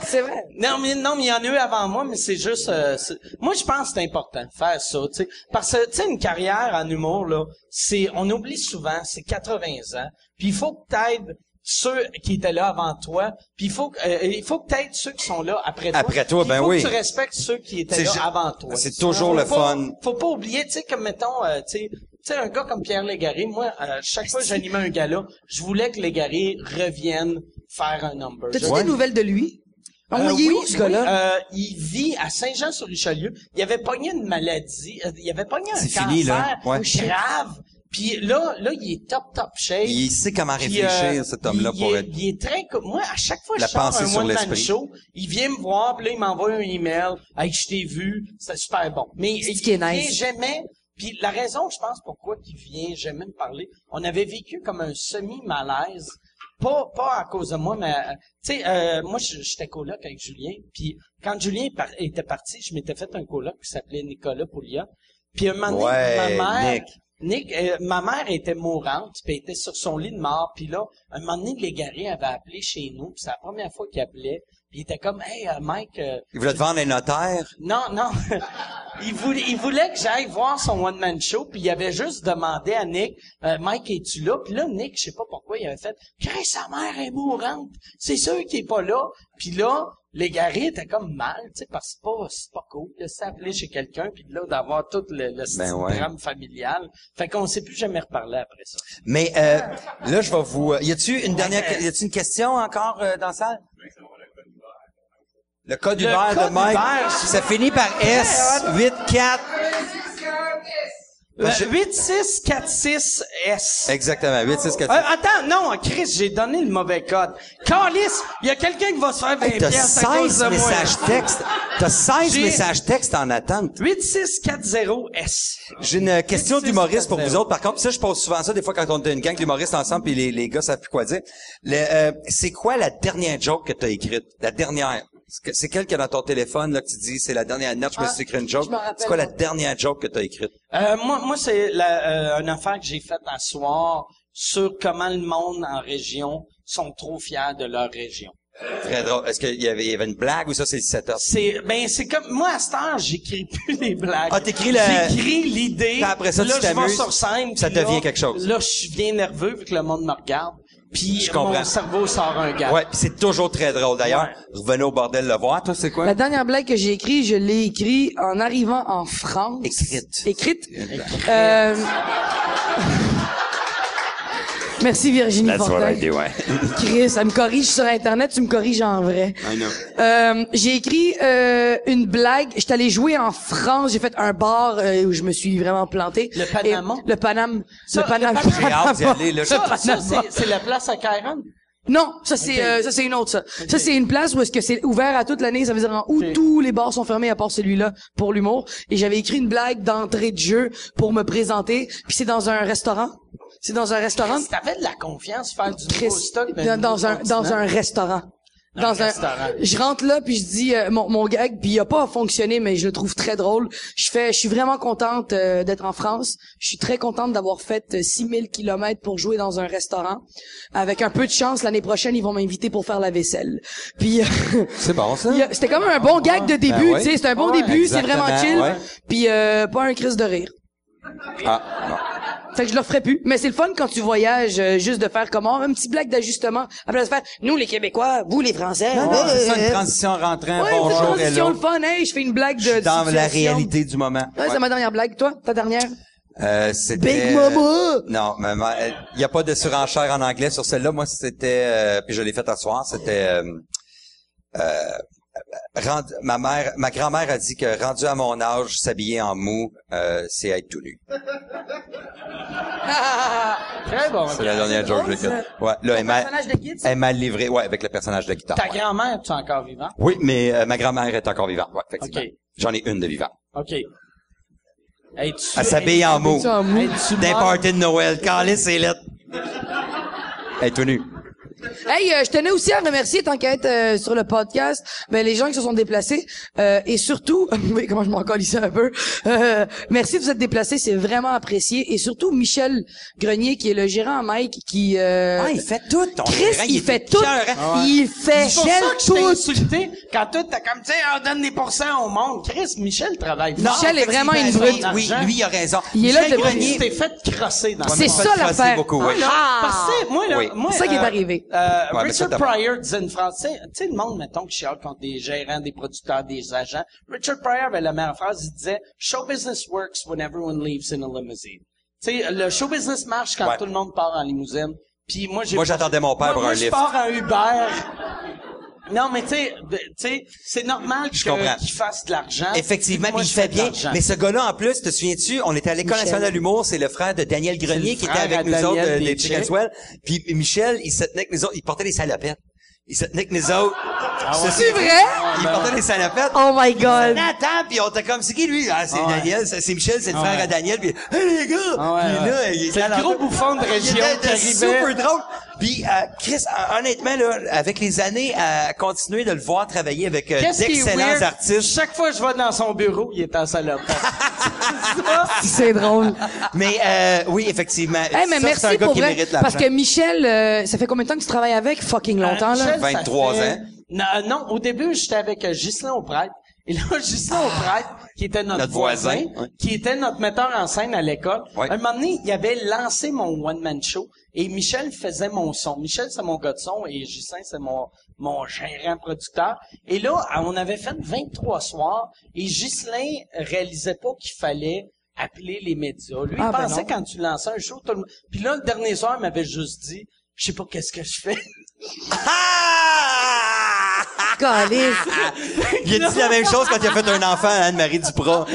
Speaker 1: C'est vrai.
Speaker 3: non mais non mais il y en a eu avant moi, mais c'est juste. euh, c'est- moi je pense que c'est important de faire ça, tu sais, parce que tu sais une carrière en humour là, c'est on oublie souvent, c'est 80 ans, puis il faut que t'aides ceux qui étaient là avant toi, puis il faut que euh, il faut que t'aides ceux qui sont là après toi.
Speaker 5: Après toi,
Speaker 3: puis il
Speaker 5: ben
Speaker 3: faut
Speaker 5: oui.
Speaker 3: Que tu respectes ceux qui étaient
Speaker 5: C'est
Speaker 3: là
Speaker 5: ju-
Speaker 3: avant toi.
Speaker 5: c'est toujours
Speaker 3: Faut
Speaker 5: le
Speaker 3: pas-
Speaker 5: fun.
Speaker 3: Faut pas oublier, tu sais comme mettons, euh, tu sais. Tu sais, un gars comme Pierre Légaré, moi, euh, chaque fois que j'animais un gala, je voulais que Légaré revienne faire un number.
Speaker 1: T'as-tu
Speaker 3: Je-
Speaker 1: des nouvelles de lui? Ah,
Speaker 3: Euh,
Speaker 1: il est
Speaker 3: oui,
Speaker 1: où, ce gars-là?
Speaker 3: oui, euh, il vit à Saint-Jean-sur-Richelieu. Il avait pogné une maladie. euh, Il avait pogné un
Speaker 5: C'est
Speaker 3: cancer
Speaker 5: fini, là. Ouais.
Speaker 3: grave. Puis là, là, il est top, top shape.
Speaker 5: Il sait comment
Speaker 3: Puis,
Speaker 5: réfléchir,
Speaker 3: euh,
Speaker 5: cet homme-là,
Speaker 3: il
Speaker 5: pour
Speaker 3: est,
Speaker 5: être...
Speaker 3: Il est très... co- Moi, à chaque fois que
Speaker 5: La
Speaker 3: je sors
Speaker 5: pensée
Speaker 3: un
Speaker 5: sur
Speaker 3: one-man
Speaker 5: l'esprit.
Speaker 3: show, il vient me voir, puis là, il m'envoie un email. « Hey, je t'ai vu. C'était super bon. » Mais
Speaker 1: C'est
Speaker 3: il
Speaker 1: ce qui est
Speaker 3: vient
Speaker 1: nice.
Speaker 3: jamais... Puis la raison, je pense, pourquoi il vient jamais me parler, on avait vécu comme un semi-malaise. Pas, pas à cause de moi, mais... euh, Tu sais, euh, moi, je- j'étais coloc avec Julien. Puis quand Julien par- était parti, je m'étais fait un coloc qui s'appelait Nicolas Pouliot. Puis un moment donné,
Speaker 5: Ouais,
Speaker 3: ma mère...
Speaker 5: Nick.
Speaker 3: Nick, euh, ma mère était mourante, puis elle était sur son lit de mort, puis là, un moment donné, l'égaré avait appelé chez nous, puis c'est la première fois qu'il appelait, puis il était comme, hey, euh, Mike, euh,
Speaker 5: Il voulait te vendre un notaire.
Speaker 3: non, non, il, voulait, il voulait que j'aille voir son one man show, puis il avait juste demandé à Nick, euh, Mike, es-tu là Puis là, Nick, je sais pas pourquoi, il avait fait, Chris, sa mère est mourante, c'est sûr qu'il est pas là. Puis là, l'égaré était comme mal, tu sais, parce que c'est pas, c'est pas cool de s'appeler chez quelqu'un, puis là d'avoir tout le, le style
Speaker 5: ouais.
Speaker 3: drame familial. Fait qu'on s'est plus jamais reparlé après ça.
Speaker 5: Mais euh, là, je vais vous... euh, Y a-tu une dernière... que- Y a-tu une question encore euh, dans la salle? Le code du verre
Speaker 3: code
Speaker 5: de Mike.
Speaker 3: Uber, c'est-
Speaker 5: Ça finit par S, 8, 4.
Speaker 3: Le 8646S.
Speaker 5: Exactement, 8, 6, 4,
Speaker 3: Euh, attends, non, Chris, j'ai donné le mauvais code. Carlis, il y a quelqu'un qui va se faire 20
Speaker 5: T'as
Speaker 3: piastres à cause
Speaker 5: 16
Speaker 3: de moi.
Speaker 5: messages textes. T'as 16
Speaker 3: J'ai-
Speaker 5: messages textes en attente.
Speaker 3: 8640S.
Speaker 5: J'ai une euh, question
Speaker 3: Six,
Speaker 5: d'humoriste pour
Speaker 3: quatre,
Speaker 5: vous
Speaker 3: zéro.
Speaker 5: autres. Par contre, ça, je pose souvent ça, des fois, quand on est une gang d'humoristes ensemble, puis les, les gars savent plus quoi dire. Le, euh, c'est quoi la dernière joke que t'as écrite? La dernière. C'est que- C'est quelle qui est dans ton téléphone, là, que tu dis, c'est la dernière note, je me suis écrit une joke.
Speaker 1: Ah, je me rappelle,
Speaker 5: C'est quoi la
Speaker 1: moi.
Speaker 5: dernière joke que t'as écrite?
Speaker 3: Euh, moi, moi c'est la- euh, une affaire que j'ai faite un soir sur comment le monde en région sont trop fiers de leur région.
Speaker 5: Très drôle. Est-ce qu'il y avait, il y avait une blague ou ça, c'est le setup?
Speaker 3: C'est ben c'est comme moi à cette heure, j'écris plus les blagues.
Speaker 5: Ah, t'écris le-
Speaker 3: J'écris l'idée.
Speaker 5: Puis après ça, tu
Speaker 3: là, je vais
Speaker 5: t'amuses,
Speaker 3: sur scène.
Speaker 5: ça
Speaker 3: puis là,
Speaker 5: devient quelque chose.
Speaker 3: Là, je suis bien nerveux vu que le monde me regarde. Puis
Speaker 5: Je comprends.
Speaker 3: mon cerveau sort un gars.
Speaker 5: Ouais, puis c'est toujours très drôle. D'ailleurs, revenez au bordel le voir. Toi, c'est quoi?
Speaker 1: La dernière blague que j'ai écrite, je l'ai écrite en arrivant en France.
Speaker 5: Écrite.
Speaker 1: Écrite. Euh, Merci Virginie Fortin.
Speaker 5: ouais.
Speaker 1: Chris, elle me corrige sur Internet, tu me corriges en vrai. Euh, j'ai écrit euh, une blague. J'étais allé jouer en France. J'ai fait un bar euh, où je me suis vraiment planté.
Speaker 3: Le Panama?
Speaker 1: Et- le Paname.
Speaker 3: Ça,
Speaker 1: le Paname.
Speaker 3: le Panama.
Speaker 5: J'ai hâte d'y aller, là.
Speaker 3: Ça, Ah, ben, ça, c'est- c'est la place à Kairon.
Speaker 1: Non, ça c'est euh, ça c'est une autre ça. Ça c'est une place où est-ce que c'est ouvert à toute l'année, ça veut dire en août
Speaker 3: Ok.
Speaker 1: tous les bars sont fermés à part celui-là pour l'humour et j'avais écrit une blague d'entrée de jeu pour me présenter puis c'est dans un restaurant. C'est dans un restaurant
Speaker 3: Si t'avais de la confiance, faire du
Speaker 1: Chris,
Speaker 3: nouveau stock de
Speaker 1: dans,
Speaker 3: nouveau
Speaker 1: dans un
Speaker 3: continent.
Speaker 1: dans un restaurant.
Speaker 3: Dans
Speaker 1: Dans
Speaker 3: un
Speaker 1: un,
Speaker 3: restaurant.
Speaker 1: je rentre là puis je dis euh, mon, mon gag puis il a pas fonctionné mais je le trouve très drôle. Je fais je suis vraiment contente euh, d'être en France. Je suis très contente d'avoir fait euh, 6000 kilomètres pour jouer dans un restaurant. Avec un peu de chance l'année prochaine ils vont m'inviter pour faire la vaisselle. Puis euh,
Speaker 5: C'est bon, ça?
Speaker 1: il y a- C'était comme un bon gag de début,
Speaker 5: Ah, ben ouais.
Speaker 1: tu sais, c'est un bon
Speaker 3: Ouais,
Speaker 1: début, c'est vraiment
Speaker 5: exactement,
Speaker 1: chill,
Speaker 5: ouais.
Speaker 1: puis euh, pas un crise de rire.
Speaker 5: Ah, non.
Speaker 1: Fait que je le referais plus. Mais c'est le fun quand tu voyages, euh, juste de faire comment un petit blague d'ajustement, après de faire nous les Québécois, vous les Français.
Speaker 5: Non,
Speaker 1: euh,
Speaker 5: non, c'est ça,
Speaker 1: euh,
Speaker 5: une transition rentrant,
Speaker 1: ouais, une
Speaker 5: bonjour,
Speaker 1: transition,
Speaker 5: hello.
Speaker 1: le fun, hey, je fais une blague de
Speaker 5: Je suis dans
Speaker 1: de
Speaker 5: la
Speaker 1: situation.
Speaker 5: réalité du moment.
Speaker 1: Ouais, c'est ma dernière blague, toi, ta dernière.
Speaker 5: Euh, c'était... euh,
Speaker 1: Big Mama!
Speaker 5: Non, maman, il n'y a pas de surenchère en anglais sur celle-là. Moi, c'était... euh, puis je l'ai faite à soir, c'était... euh, euh, rend- ma mère, ma grand-mère a dit que rendu à mon âge, s'habiller en mou, euh, c'est être tout nu.
Speaker 3: Très bon.
Speaker 5: C'est la dernière joke que j'ai faite. Ouais, là, elle m'a,
Speaker 1: personnage de guide, ça?
Speaker 5: elle m'a livré, ouais, avec le personnage de guitare.
Speaker 3: Ta
Speaker 5: ouais.
Speaker 3: grand-mère, tu es encore vivant?
Speaker 5: Oui, mais euh, ma grand-mère est encore vivante. Ouais, effectivement.
Speaker 3: Ok.
Speaker 5: J'en ai une de vivante.
Speaker 3: OK. Hey, tu-
Speaker 5: Elle s'habille en mou.
Speaker 1: Tu en mou.
Speaker 3: Es-tu
Speaker 5: D'un
Speaker 3: mort?
Speaker 5: party de Noël. Calais, c'est lettre. Elle est tout nue.
Speaker 1: Hey, euh, je tenais aussi à remercier, tant qu'à être euh, sur le podcast, ben, les gens qui se sont déplacés. euh, et surtout, oui, comment je m'en ici un peu. Euh, merci de vous être déplacés, c'est vraiment apprécié. Et surtout, Michel Grenier, qui est le gérant à Mike, qui... euh,
Speaker 5: Ah, il fait tout. Ton
Speaker 1: Chris,
Speaker 5: gérant,
Speaker 1: il,
Speaker 5: est
Speaker 1: fait tout.
Speaker 5: écœurant.
Speaker 1: Il fait
Speaker 3: C'est pour ça que je t'ai
Speaker 1: tout.
Speaker 3: insulté quand toi, t'as comme, tu sais, Ah, donne des pourcents au monde. Chris, Michel travaille.
Speaker 5: Non,
Speaker 1: Michel est vraiment une
Speaker 5: effectivement,
Speaker 1: brute.
Speaker 5: Oui,
Speaker 3: Argent.
Speaker 5: lui, il a raison.
Speaker 1: Il est là
Speaker 5: Michel
Speaker 1: depuis-
Speaker 3: Tu
Speaker 5: Grenier,
Speaker 3: t'es fait crosser dans
Speaker 1: C'est
Speaker 5: Il
Speaker 1: ça
Speaker 5: fait passer
Speaker 1: l'affaire. Ah,
Speaker 5: beaucoup, ouais.
Speaker 3: Ah, Parce que, moi, là,
Speaker 5: Oh, Ah! Oui.
Speaker 3: moi,
Speaker 1: C'est ça qui est
Speaker 3: euh,
Speaker 1: arrivé.
Speaker 3: euh,
Speaker 5: Ouais, mais ça,
Speaker 3: Richard
Speaker 5: d'abord.
Speaker 3: Pryor disait une français, tu sais, le monde, mettons, qui chiale contre des gérants, des producteurs, des agents. Richard Pryor avait la meilleure phrase, il disait, show business works when everyone leaves in a limousine. Tu sais, le show business marche quand
Speaker 5: Ouais.
Speaker 3: tout le monde part en limousine. Puis moi, j'ai
Speaker 5: Moi, j'attendais mon père
Speaker 3: Moi,
Speaker 5: pour
Speaker 3: moi,
Speaker 5: un
Speaker 3: je
Speaker 5: lift.
Speaker 3: pars en Uber. Non, mais tu sais, de- tu sais, c'est normal que-
Speaker 5: comprends.
Speaker 3: qu'il fasse de l'argent.
Speaker 5: Effectivement,
Speaker 3: Moi,
Speaker 5: puis il
Speaker 3: je
Speaker 5: fait
Speaker 3: fais de
Speaker 5: bien.
Speaker 3: l'argent.
Speaker 5: Mais ce gars-là, en plus, te souviens-tu, on était à l'École
Speaker 1: Michel.
Speaker 5: nationale de l'humour, c'est le frère de Daniel Grenier
Speaker 3: C'est le
Speaker 5: qui était
Speaker 3: frère
Speaker 5: avec
Speaker 3: à
Speaker 5: nous
Speaker 3: Daniel
Speaker 5: autres, euh, les
Speaker 3: Deschick.
Speaker 5: Chickenswell. Puis Michel, il se tenait avec nous autres, il portait des salopettes. Il se tenait avec nous autres.
Speaker 3: Ah
Speaker 1: C'est vrai?
Speaker 5: Il portait des salopettes.
Speaker 1: Oh my god.
Speaker 5: Nathan, puis on était comme, c'est qui lui? Ah, c'est
Speaker 3: Ah ouais.
Speaker 5: Daniel, c'est c'est Michel, c'est le
Speaker 3: Ah
Speaker 5: frère
Speaker 3: ouais.
Speaker 5: à Daniel, puis hey les gars!
Speaker 3: Ah ouais,
Speaker 5: Puis là,
Speaker 3: ouais.
Speaker 5: il
Speaker 3: C'est
Speaker 5: était
Speaker 3: le gros
Speaker 5: dans-
Speaker 3: bouffon de région
Speaker 5: Il était
Speaker 3: qui arrivait.
Speaker 5: super drôle. Puis euh, Chris, euh, honnêtement, là, avec les années, à continuer de le voir travailler avec euh,
Speaker 3: Qu'est-ce qui est
Speaker 5: d'excellents
Speaker 3: weird?
Speaker 5: artistes.
Speaker 3: Chaque fois que je vais dans son bureau, il est en salope.
Speaker 1: C'est drôle.
Speaker 5: Mais euh, oui, effectivement. ça,
Speaker 1: Eh, mais
Speaker 5: c'est un
Speaker 1: merci
Speaker 5: gars
Speaker 1: pour
Speaker 5: qui
Speaker 1: vrai.
Speaker 5: mérite
Speaker 1: Parce
Speaker 5: l'argent.
Speaker 1: que Michel, euh, ça fait combien de temps que tu travailles avec? Fucking longtemps, là.
Speaker 3: Euh, Michel, ça
Speaker 5: 23
Speaker 3: fait-
Speaker 5: ans.
Speaker 3: Non, euh, non, au début, j'étais avec euh, Ghislain Auprêtre. Et là,
Speaker 1: Ah!
Speaker 3: Ghislain Auprêtre, qui était notre,
Speaker 5: Notre voisin, ouais.
Speaker 3: qui était notre metteur en scène à l'école,
Speaker 5: Ouais.
Speaker 3: un moment donné, il avait lancé mon one-man show et Michel faisait mon son. Michel, c'est mon gars de son et Ghislain, c'est mon, mon gérant producteur. Et là, ah, on avait fait 23 soirs et Ghislain réalisait pas qu'il fallait appeler les médias. Lui,
Speaker 1: Ah,
Speaker 3: il
Speaker 1: ben
Speaker 3: pensait
Speaker 1: non.
Speaker 3: quand tu lançais un show, tout le monde... Puis là, le dernier soir, il m'avait juste dit, je sais pas qu'est-ce que je fais.
Speaker 5: Ah!
Speaker 1: Caliste.
Speaker 5: Il a dit la même chose quand il a fait un enfant à Anne-Marie Duprat.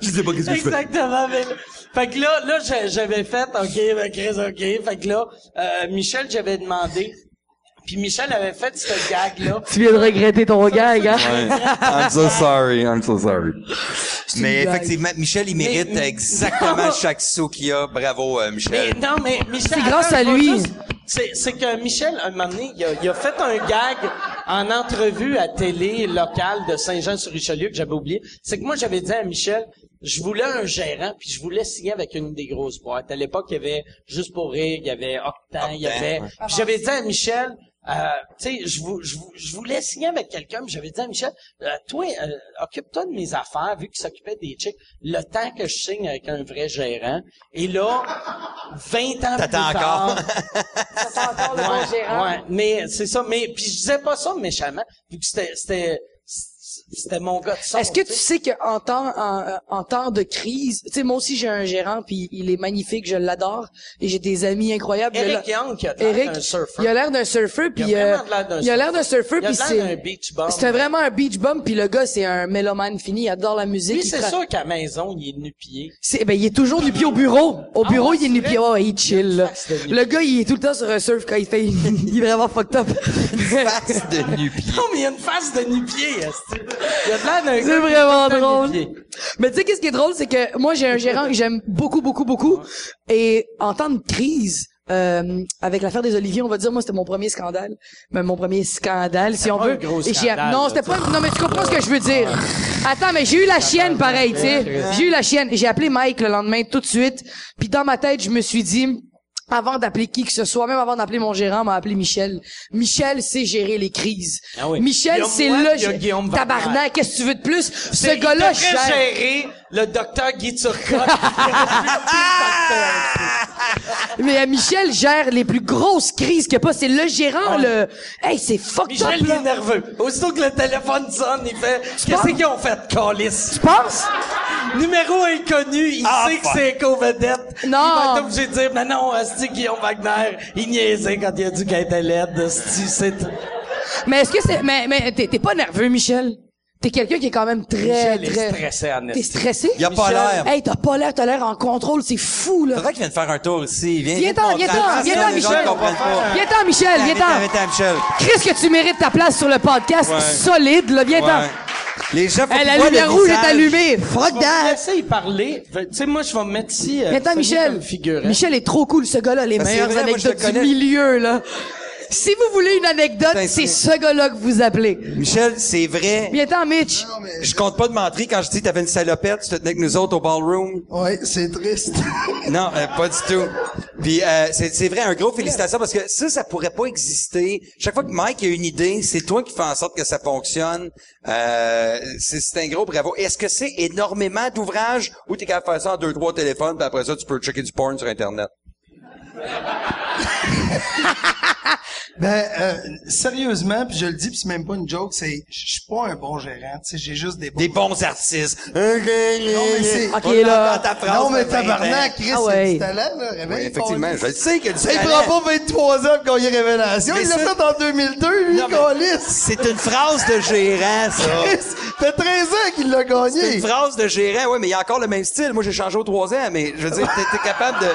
Speaker 5: je sais pas qu'est-ce que je fais.
Speaker 3: Exactement. Mais là- fait que là, là, j'a- j'avais fait, OK, ben, Chris, OK. Fait que là, euh, Michel, j'avais demandé. Puis Michel avait fait ce gag-là.
Speaker 1: Tu viens de regretter ton gag, hein?
Speaker 5: I'm so sorry, I'm so sorry. Mais
Speaker 1: une blague.
Speaker 5: effectivement, Michel, il mérite
Speaker 3: mais-
Speaker 5: exactement chaque sou qu'il a. Bravo, euh,
Speaker 3: Mais
Speaker 5: Michel.
Speaker 3: non, mais Michel.
Speaker 1: C'est grâce
Speaker 3: attends,
Speaker 1: à
Speaker 3: je vais
Speaker 1: lui.
Speaker 3: juste- C'est, c'est que Michel, un moment donné, il a, il a fait un gag en entrevue à télé locale de Saint-Jean-sur-Richelieu que j'avais oublié. C'est que moi, j'avais dit à Michel, je voulais un gérant, puis je voulais signer avec une des grosses boîtes. À l'époque, il y avait Juste pour rire, il y avait Octan, il y
Speaker 5: Octane,
Speaker 3: avait...
Speaker 5: ouais.
Speaker 3: Puis j'avais dit à Michel, euh, tu sais, je vou- je vou- je voulais signer avec quelqu'un, mais j'avais dit à Michel, euh, toi, euh, occupe-toi de mes affaires, vu qu'il s'occupait des chicks, le temps que je signe avec un vrai gérant. Et là, 20 ans plus
Speaker 5: T'attends
Speaker 3: tard...
Speaker 5: encore.
Speaker 7: T'as encore le bon gérant.
Speaker 3: Ouais, mais c'est ça. Mais puis je disais pas ça méchamment, vu que c'était c'était c'était mon gars de son.
Speaker 1: Est-ce que tu
Speaker 3: sais.
Speaker 1: sais qu'en temps, en, euh, en temps de crise, tu sais, moi aussi j'ai un gérant puis il est magnifique, je l'adore et j'ai des amis incroyables.
Speaker 3: Eric
Speaker 1: Je l'a-
Speaker 3: Young qui a de l'air
Speaker 1: Eric,
Speaker 3: d'un surfeur.
Speaker 1: il a l'air d'un surfeur puis
Speaker 3: Il a
Speaker 1: euh,
Speaker 3: vraiment de l'air d'un
Speaker 1: il a l'air d'un surfeur
Speaker 3: Il a
Speaker 1: puis
Speaker 3: de l'air
Speaker 1: c'est
Speaker 3: d'un beach bum.
Speaker 1: c'est un- vraiment un beach bum puis le gars c'est un mélomane fini, il adore la musique.
Speaker 3: Lui,
Speaker 1: il
Speaker 3: c'est
Speaker 1: tra-
Speaker 3: sûr qu'à maison, il est nu pied.
Speaker 1: C'est- ben, il est toujours du pied au bureau. Au
Speaker 3: Ah
Speaker 1: bureau,
Speaker 3: ouais,
Speaker 1: il est du
Speaker 3: c'est
Speaker 1: pied.
Speaker 3: vrai?
Speaker 1: Ouais, il chill, là.
Speaker 3: Face de nu-pied.
Speaker 1: Le gars, il est tout le temps sur un surf quand il fait, il est vraiment fucked up.
Speaker 5: Face de nu-pied.
Speaker 3: Non, mais il a une face de nu pied. Il a de l'air d'un gars qui
Speaker 1: C'est
Speaker 3: est
Speaker 1: vraiment
Speaker 3: tout le temps
Speaker 1: drôle.
Speaker 3: nu-pied.
Speaker 1: Mais tu sais, qu'est-ce qui est drôle, c'est que moi, j'ai un gérant que j'aime beaucoup, beaucoup, beaucoup. Et en temps de crise, euh, avec l'affaire des oliviers, on va dire, moi, c'était mon premier scandale. Mais mon premier scandale, si on
Speaker 3: pas
Speaker 1: veut.
Speaker 3: un gros
Speaker 1: Et j'ai-
Speaker 3: scandale,
Speaker 1: non,
Speaker 3: là, Ah.
Speaker 1: c'était pas, non, mais tu comprends ce que je veux dire. Attends, mais j'ai eu la chienne, pareil, tu sais. J'ai eu la chienne. J'ai appelé Mike le lendemain, tout de suite. Puis dans ma tête, je me suis dit, avant d'appeler qui que ce soit, même avant d'appeler mon gérant, m'a appelé Michel. Michel sait gérer les crises.
Speaker 3: Ah oui.
Speaker 1: Michel,
Speaker 3: Guillaume
Speaker 1: c'est
Speaker 3: Moine,
Speaker 1: là,
Speaker 3: puis il y a Guillaume Van
Speaker 1: tabarnak, qu'est-ce que tu veux de plus? Ce
Speaker 3: C'est-
Speaker 1: gars-là,
Speaker 3: il devrait
Speaker 1: gère.
Speaker 3: gérer le docteur Guy Turcotte. Ah!
Speaker 1: Mais euh, Michel gère les plus grosses crises qu'il y a pas. C'est le gérant,
Speaker 3: Ouais.
Speaker 1: le... Hey, c'est fucked
Speaker 3: Michel,
Speaker 1: up,
Speaker 3: il est
Speaker 1: là.
Speaker 3: nerveux. Aussitôt que le téléphone sonne, il fait « Qu'est-ce qu'ils ont fait, Calice? »
Speaker 1: Tu penses?
Speaker 3: Numéro inconnu, il sait que c'est éco-vedette.
Speaker 1: Ah, Non.
Speaker 3: Il va être obligé de dire, mais non, Asti Guillaume Wagner, il niaisait quand il a dit qu'elle était laide, Asti, c'est tout.
Speaker 1: Mais est-ce que c'est... Mais, mais t'es t'es pas nerveux, Michel? T'es quelqu'un qui est quand même très,
Speaker 3: Michel est
Speaker 1: très...
Speaker 3: stressé, en
Speaker 1: T'es
Speaker 3: esti.
Speaker 1: stressé?
Speaker 5: Il a pas l'air.
Speaker 1: Hey, t'as pas l'air, t'as l'air en contrôle, c'est fou, là.
Speaker 5: Faudrait qu'il vienne faire un tour ici. Viens,
Speaker 1: Viens-t'en,
Speaker 5: te montrer.
Speaker 1: viens-t'en,
Speaker 5: Ah,
Speaker 1: viens-t'en,
Speaker 5: sinon, les gens
Speaker 1: Michel.
Speaker 5: comprennent pas.
Speaker 1: Viens-t'en, Michel, viens-t'en.
Speaker 5: Viens-t'en, Michel.
Speaker 1: Chris, que tu mérites ta place sur le podcast,
Speaker 5: Ouais.
Speaker 1: solide, là, viens-t'en.
Speaker 5: Ouais. Les gens, faut
Speaker 1: Hey,
Speaker 5: qu'ils
Speaker 1: la
Speaker 5: voient le
Speaker 1: lumière rouge est
Speaker 5: visage.
Speaker 1: allumée. Fuck
Speaker 3: Je vais vous
Speaker 1: that.
Speaker 3: laisser y parler. Fait- Tu sais, moi, je vais me mettre ici. euh,
Speaker 1: Viens-t'en,
Speaker 3: Sonny
Speaker 1: Michel.
Speaker 3: comme figurant.
Speaker 1: Michel est trop cool, ce gars-là. Les
Speaker 5: Ben, c'est
Speaker 1: meilleures
Speaker 5: vrai, moi, je le
Speaker 1: anecdotes du
Speaker 5: connais.
Speaker 1: milieu, là. Si vous voulez une anecdote,
Speaker 5: Putain,
Speaker 1: c'est
Speaker 5: c'est-
Speaker 1: ce gars-là que vous appelez.
Speaker 5: Michel, c'est vrai.
Speaker 1: Viens-t'en, Mitch.
Speaker 5: Je compte pas de mentir quand je dis que t'avais une salopette, tu te tenais avec nous autres au ballroom.
Speaker 8: Ouais, c'est triste.
Speaker 5: Non, euh, pas du tout. Puis euh, c'est c'est vrai, un gros félicitations parce que ça, ça pourrait pas exister. Chaque fois que Mike a une idée, c'est toi qui fais en sorte que ça fonctionne. Euh, c'est c'est un gros bravo. Est-ce que c'est énormément d'ouvrages ou t'es capable de faire ça en deux, trois téléphones, puis après ça, tu peux checker du porn sur Internet?
Speaker 8: Ben, euh, sérieusement, puis je le dis, puis c'est même pas une joke, c'est, je suis pas un bon gérant, tu sais, j'ai juste des bons...
Speaker 5: Des bons artistes.
Speaker 8: Non, mais c'est...
Speaker 1: Ok, là.
Speaker 5: ta phrase,
Speaker 8: Non, mais
Speaker 5: ben, ben,
Speaker 8: tabarnak, Chris,
Speaker 1: Ah
Speaker 8: c'est
Speaker 1: ouais.
Speaker 8: du talent, là,
Speaker 5: ben,
Speaker 8: réveille
Speaker 5: effectivement, je le sais que du
Speaker 8: Il
Speaker 5: talent.
Speaker 8: prend pas 23 ans qu'on y ait révélation,
Speaker 5: Mais
Speaker 8: il l'a
Speaker 5: ça-
Speaker 8: fait en 2002, lui,
Speaker 5: Non, mais-
Speaker 8: Calis!
Speaker 5: C'est une phrase de gérant, ça.
Speaker 8: Chris, fait 13 ans qu'il l'a
Speaker 5: C'est
Speaker 8: gagné!
Speaker 5: une phrase de gérant, ouais, mais il y a encore le même style. Moi, j'ai changé au trois ans, mais je veux dire, t'es- t'es capable de...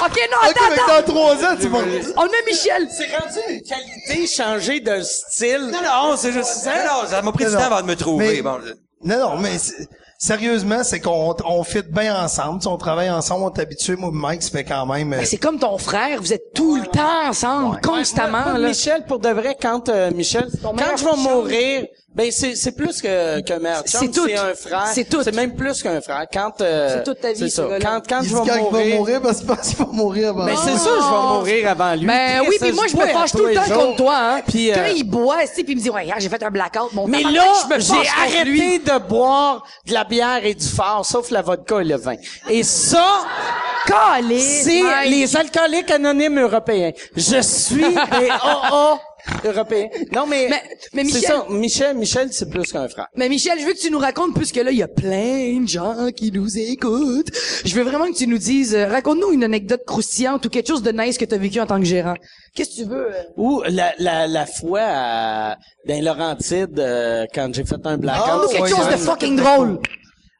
Speaker 1: Ok, non,
Speaker 8: Ok,
Speaker 1: attends,
Speaker 8: mais
Speaker 1: attends.
Speaker 8: dans 3 ans, tu vas...
Speaker 1: On a Michel.
Speaker 3: C'est rendu une qualité changer d'un style.
Speaker 5: Non, non, c'est juste ça. Non, ça m'a pris du
Speaker 8: Non,
Speaker 5: temps
Speaker 8: non.
Speaker 5: avant de me trouver.
Speaker 8: Mais-
Speaker 5: Bon, je-
Speaker 8: Non, non, mais c'est- sérieusement, c'est qu'on on fit bien ensemble, tu sais, on travaille ensemble, on est habitué, moi, Mike, ça fait quand même... euh,
Speaker 1: C'est comme ton frère, vous êtes tout le temps ensemble, constamment,
Speaker 3: Moi,
Speaker 1: Ah, là.
Speaker 3: Michel, pour de vrai, quand euh, Michel, quand
Speaker 1: meilleur
Speaker 3: je vais
Speaker 1: chum.
Speaker 3: mourir, ben c'est c'est plus que que merde.
Speaker 1: C'est tout.
Speaker 3: C'est un frère.
Speaker 1: C'est tout.
Speaker 3: C'est même plus qu'un frère. Quand euh,
Speaker 1: C'est toute ta vie,
Speaker 3: c'est ça.
Speaker 1: ce gars-là. Ah.
Speaker 3: Quand quand
Speaker 8: il
Speaker 3: je
Speaker 8: dit
Speaker 3: vais
Speaker 8: quand il va
Speaker 3: mourir.
Speaker 8: mourir, parce qu'il pense qu'il va mourir avant.
Speaker 3: Ben
Speaker 8: moi.
Speaker 3: c'est ça, je vais mourir avant lui.
Speaker 1: Ben
Speaker 3: Chris,
Speaker 1: oui, puis moi je me
Speaker 3: bois
Speaker 1: fâche
Speaker 3: tous
Speaker 1: tout le
Speaker 3: les
Speaker 1: temps
Speaker 3: jours.
Speaker 1: contre toi, hein.
Speaker 3: Puis, euh,
Speaker 1: Quand il boit, tu sais, puis il me dit ouais, hier, j'ai fait un blackout, mon
Speaker 3: Mais
Speaker 1: tabarnak,
Speaker 3: là,
Speaker 1: je me fâche
Speaker 3: j'ai
Speaker 1: contre
Speaker 3: arrêté
Speaker 1: lui.
Speaker 3: de boire de la bière et du fort, sauf la vodka et le vin. Et ça,
Speaker 1: Calisse,
Speaker 3: c'est
Speaker 1: Mike.
Speaker 3: les alcooliques anonymes européens. Je suis des AA européens. Non, mais,
Speaker 1: Mais- mais
Speaker 3: c'est
Speaker 1: Michel-
Speaker 3: ça. Michel, Michel, c'est plus qu'un frère.
Speaker 1: Mais Michel, je veux que tu nous racontes, puisque là, il y a plein de gens qui nous écoutent. Je veux vraiment que tu nous dises, euh, raconte-nous une anecdote croustillante ou quelque chose de nice que tu as vécu en tant que gérant. Qu'est-ce que tu veux? euh?
Speaker 3: Ou la, la, la fois à, dans Laurentide, euh, quand j'ai fait un blackout.
Speaker 1: Raconte-nous
Speaker 8: ouais,
Speaker 1: quelque chose
Speaker 8: ouais,
Speaker 1: de
Speaker 8: ouais.
Speaker 1: fucking drôle.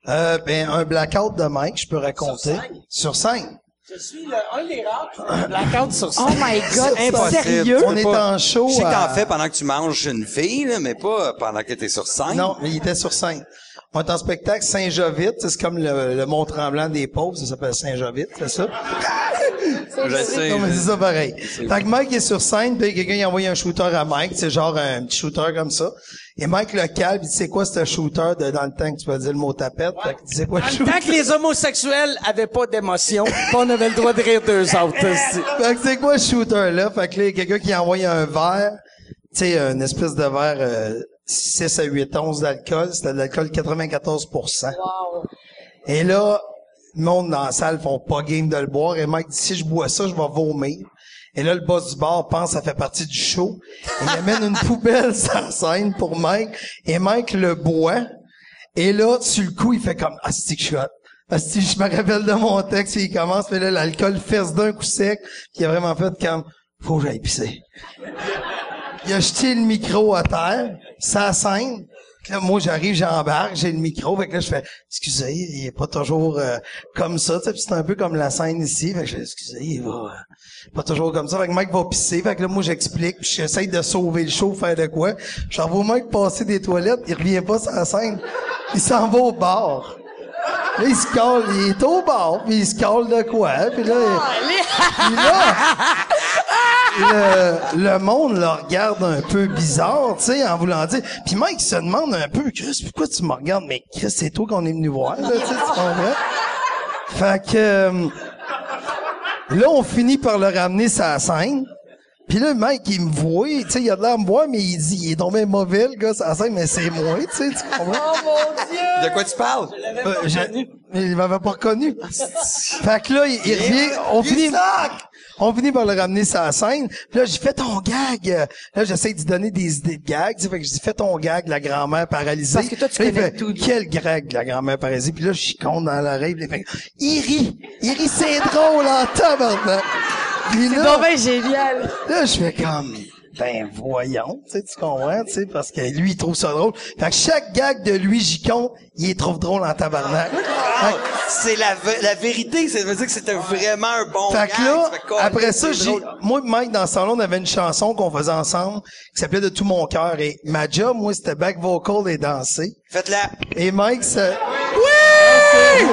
Speaker 8: Euh, ben, un blackout de Mike, je peux raconter. Sur scène.
Speaker 3: Je suis le, un des rares qui fait un blackout sur
Speaker 1: Oh
Speaker 3: scène.
Speaker 1: my
Speaker 5: C'est
Speaker 1: god,
Speaker 5: impossible.
Speaker 1: sérieux?
Speaker 5: Tu
Speaker 8: On
Speaker 5: peux
Speaker 8: est
Speaker 5: pas-
Speaker 8: en show
Speaker 5: Je sais que
Speaker 8: à-
Speaker 5: t'en fais pendant que tu manges une fille, là, mais pas pendant que t'es sur scène.
Speaker 8: Non, mais il était sur scène. On est en spectacle Saint-Jovite, c'est comme le, le Mont-Tremblant des pauvres, ça s'appelle Saint-Jovite, c'est ça?
Speaker 5: je sais.
Speaker 8: Non, mais
Speaker 5: je-
Speaker 8: c'est ça pareil. Fait que Mike est sur scène, puis quelqu'un il a envoyé un shooter à Mike, c'est genre un petit shooter comme ça. Et Mike le calme, il dit, c'est quoi ce shooter de, dans le temps que tu vas dire le mot tapette? Fait que, c'est quoi le shooter?
Speaker 3: Tant que les homosexuels avaient pas d'émotion, on avait le droit de rire d'eux autres aussi.
Speaker 8: Fait que c'est quoi ce shooter-là? Fait que là, il y a quelqu'un qui envoie un verre, tu sais, une espèce de verre euh, 6 à 8 onces d'alcool. C'était de l'alcool 94 Et là, le monde dans la salle font pas game de le boire. Et Mike dit, si je bois ça, je vais vomir. Et là, le boss du bar pense que ça fait partie du show. Et il amène une poubelle sur scène pour Mike. Et Mike le boit. Et là, sur le coup, il fait comme, ah, c'est que je suis hot. Asti, je me rappelle de mon texte, puis il commence, puis là, l'alcool fesse d'un coup sec, puis il a vraiment fait comme, faut que j'aille pisser. Il a jeté le micro à terre, ça scène. Puis Là, moi, j'arrive, j'embarque, j'ai le micro. Fait que là, je fais, excusez, il est pas toujours euh, comme ça. tu sais, puis c'est un peu comme la scène ici. Fait que je fais, excusez, il va euh, pas toujours comme ça. Fait que Mike va pisser. Fait que là, moi, j'explique. Puis j'essaye de sauver le show, faire de quoi. J'envoie Mike passer des toilettes. Il revient pas sur la scène. Il s'en va au bar. Là, il se colle. Il est au bar. Puis il se colle de quoi. Puis là, il- puis là, le, le monde le regarde un peu bizarre, tu sais, en voulant dire. Puis Mike se demande un peu, Chris, pourquoi tu me regardes? Mais Chris, c'est toi qu'on est venu voir, là, tu sais, tu comprends? Fait que euh, là, on finit par le ramener sa scène. Puis là, le mec, il me voit, tu sais, il a de l'air à me voir, mais il dit, il est tombé mauvais, le gars, sa scène, mais c'est moi, tu sais, tu comprends?
Speaker 5: De quoi tu parles?
Speaker 8: Euh, je- mais il m'avait pas reconnu. fait que là, il, il revient, on finit, on finit par le ramener sur la scène. Puis là, j'ai fait ton gag. Là, j'essaie de lui donner des idées de gag. tu sais. Fait que je dis, fais ton gag, la grand-mère paralysée.
Speaker 1: Parce que toi, tu
Speaker 8: Là, il
Speaker 1: connais
Speaker 8: fait, Quel gag, la grand-mère paralysée. Puis là, je chicone dans l'oreille. Puis il fait, il rit. Il rit, c'est drôle en tabarnak. Puis là,
Speaker 1: Non, ben, génial.
Speaker 8: Là, je fais comme, ben voyons, tu sais, tu comprends, tu sais, parce que lui, il trouve ça drôle. Fait que chaque gag de Louis Gicon, il les trouve drôle en tabarnak.
Speaker 5: Ah,
Speaker 8: Fait que-
Speaker 5: C'est la, ve- la vérité, ça veut dire que c'était vraiment un bon
Speaker 8: Fait que
Speaker 5: gag.
Speaker 8: là,
Speaker 5: Tu fais, Colin,
Speaker 8: après ça,
Speaker 5: c'est
Speaker 8: j'ai,
Speaker 5: drôle.
Speaker 8: moi, et Mike, dans ce salon, on avait une chanson qu'on faisait ensemble qui s'appelait De tout mon cœur. Et ma job, moi, c'était back vocal et danser.
Speaker 5: Faites-la.
Speaker 8: Et Mike, ça... Oui!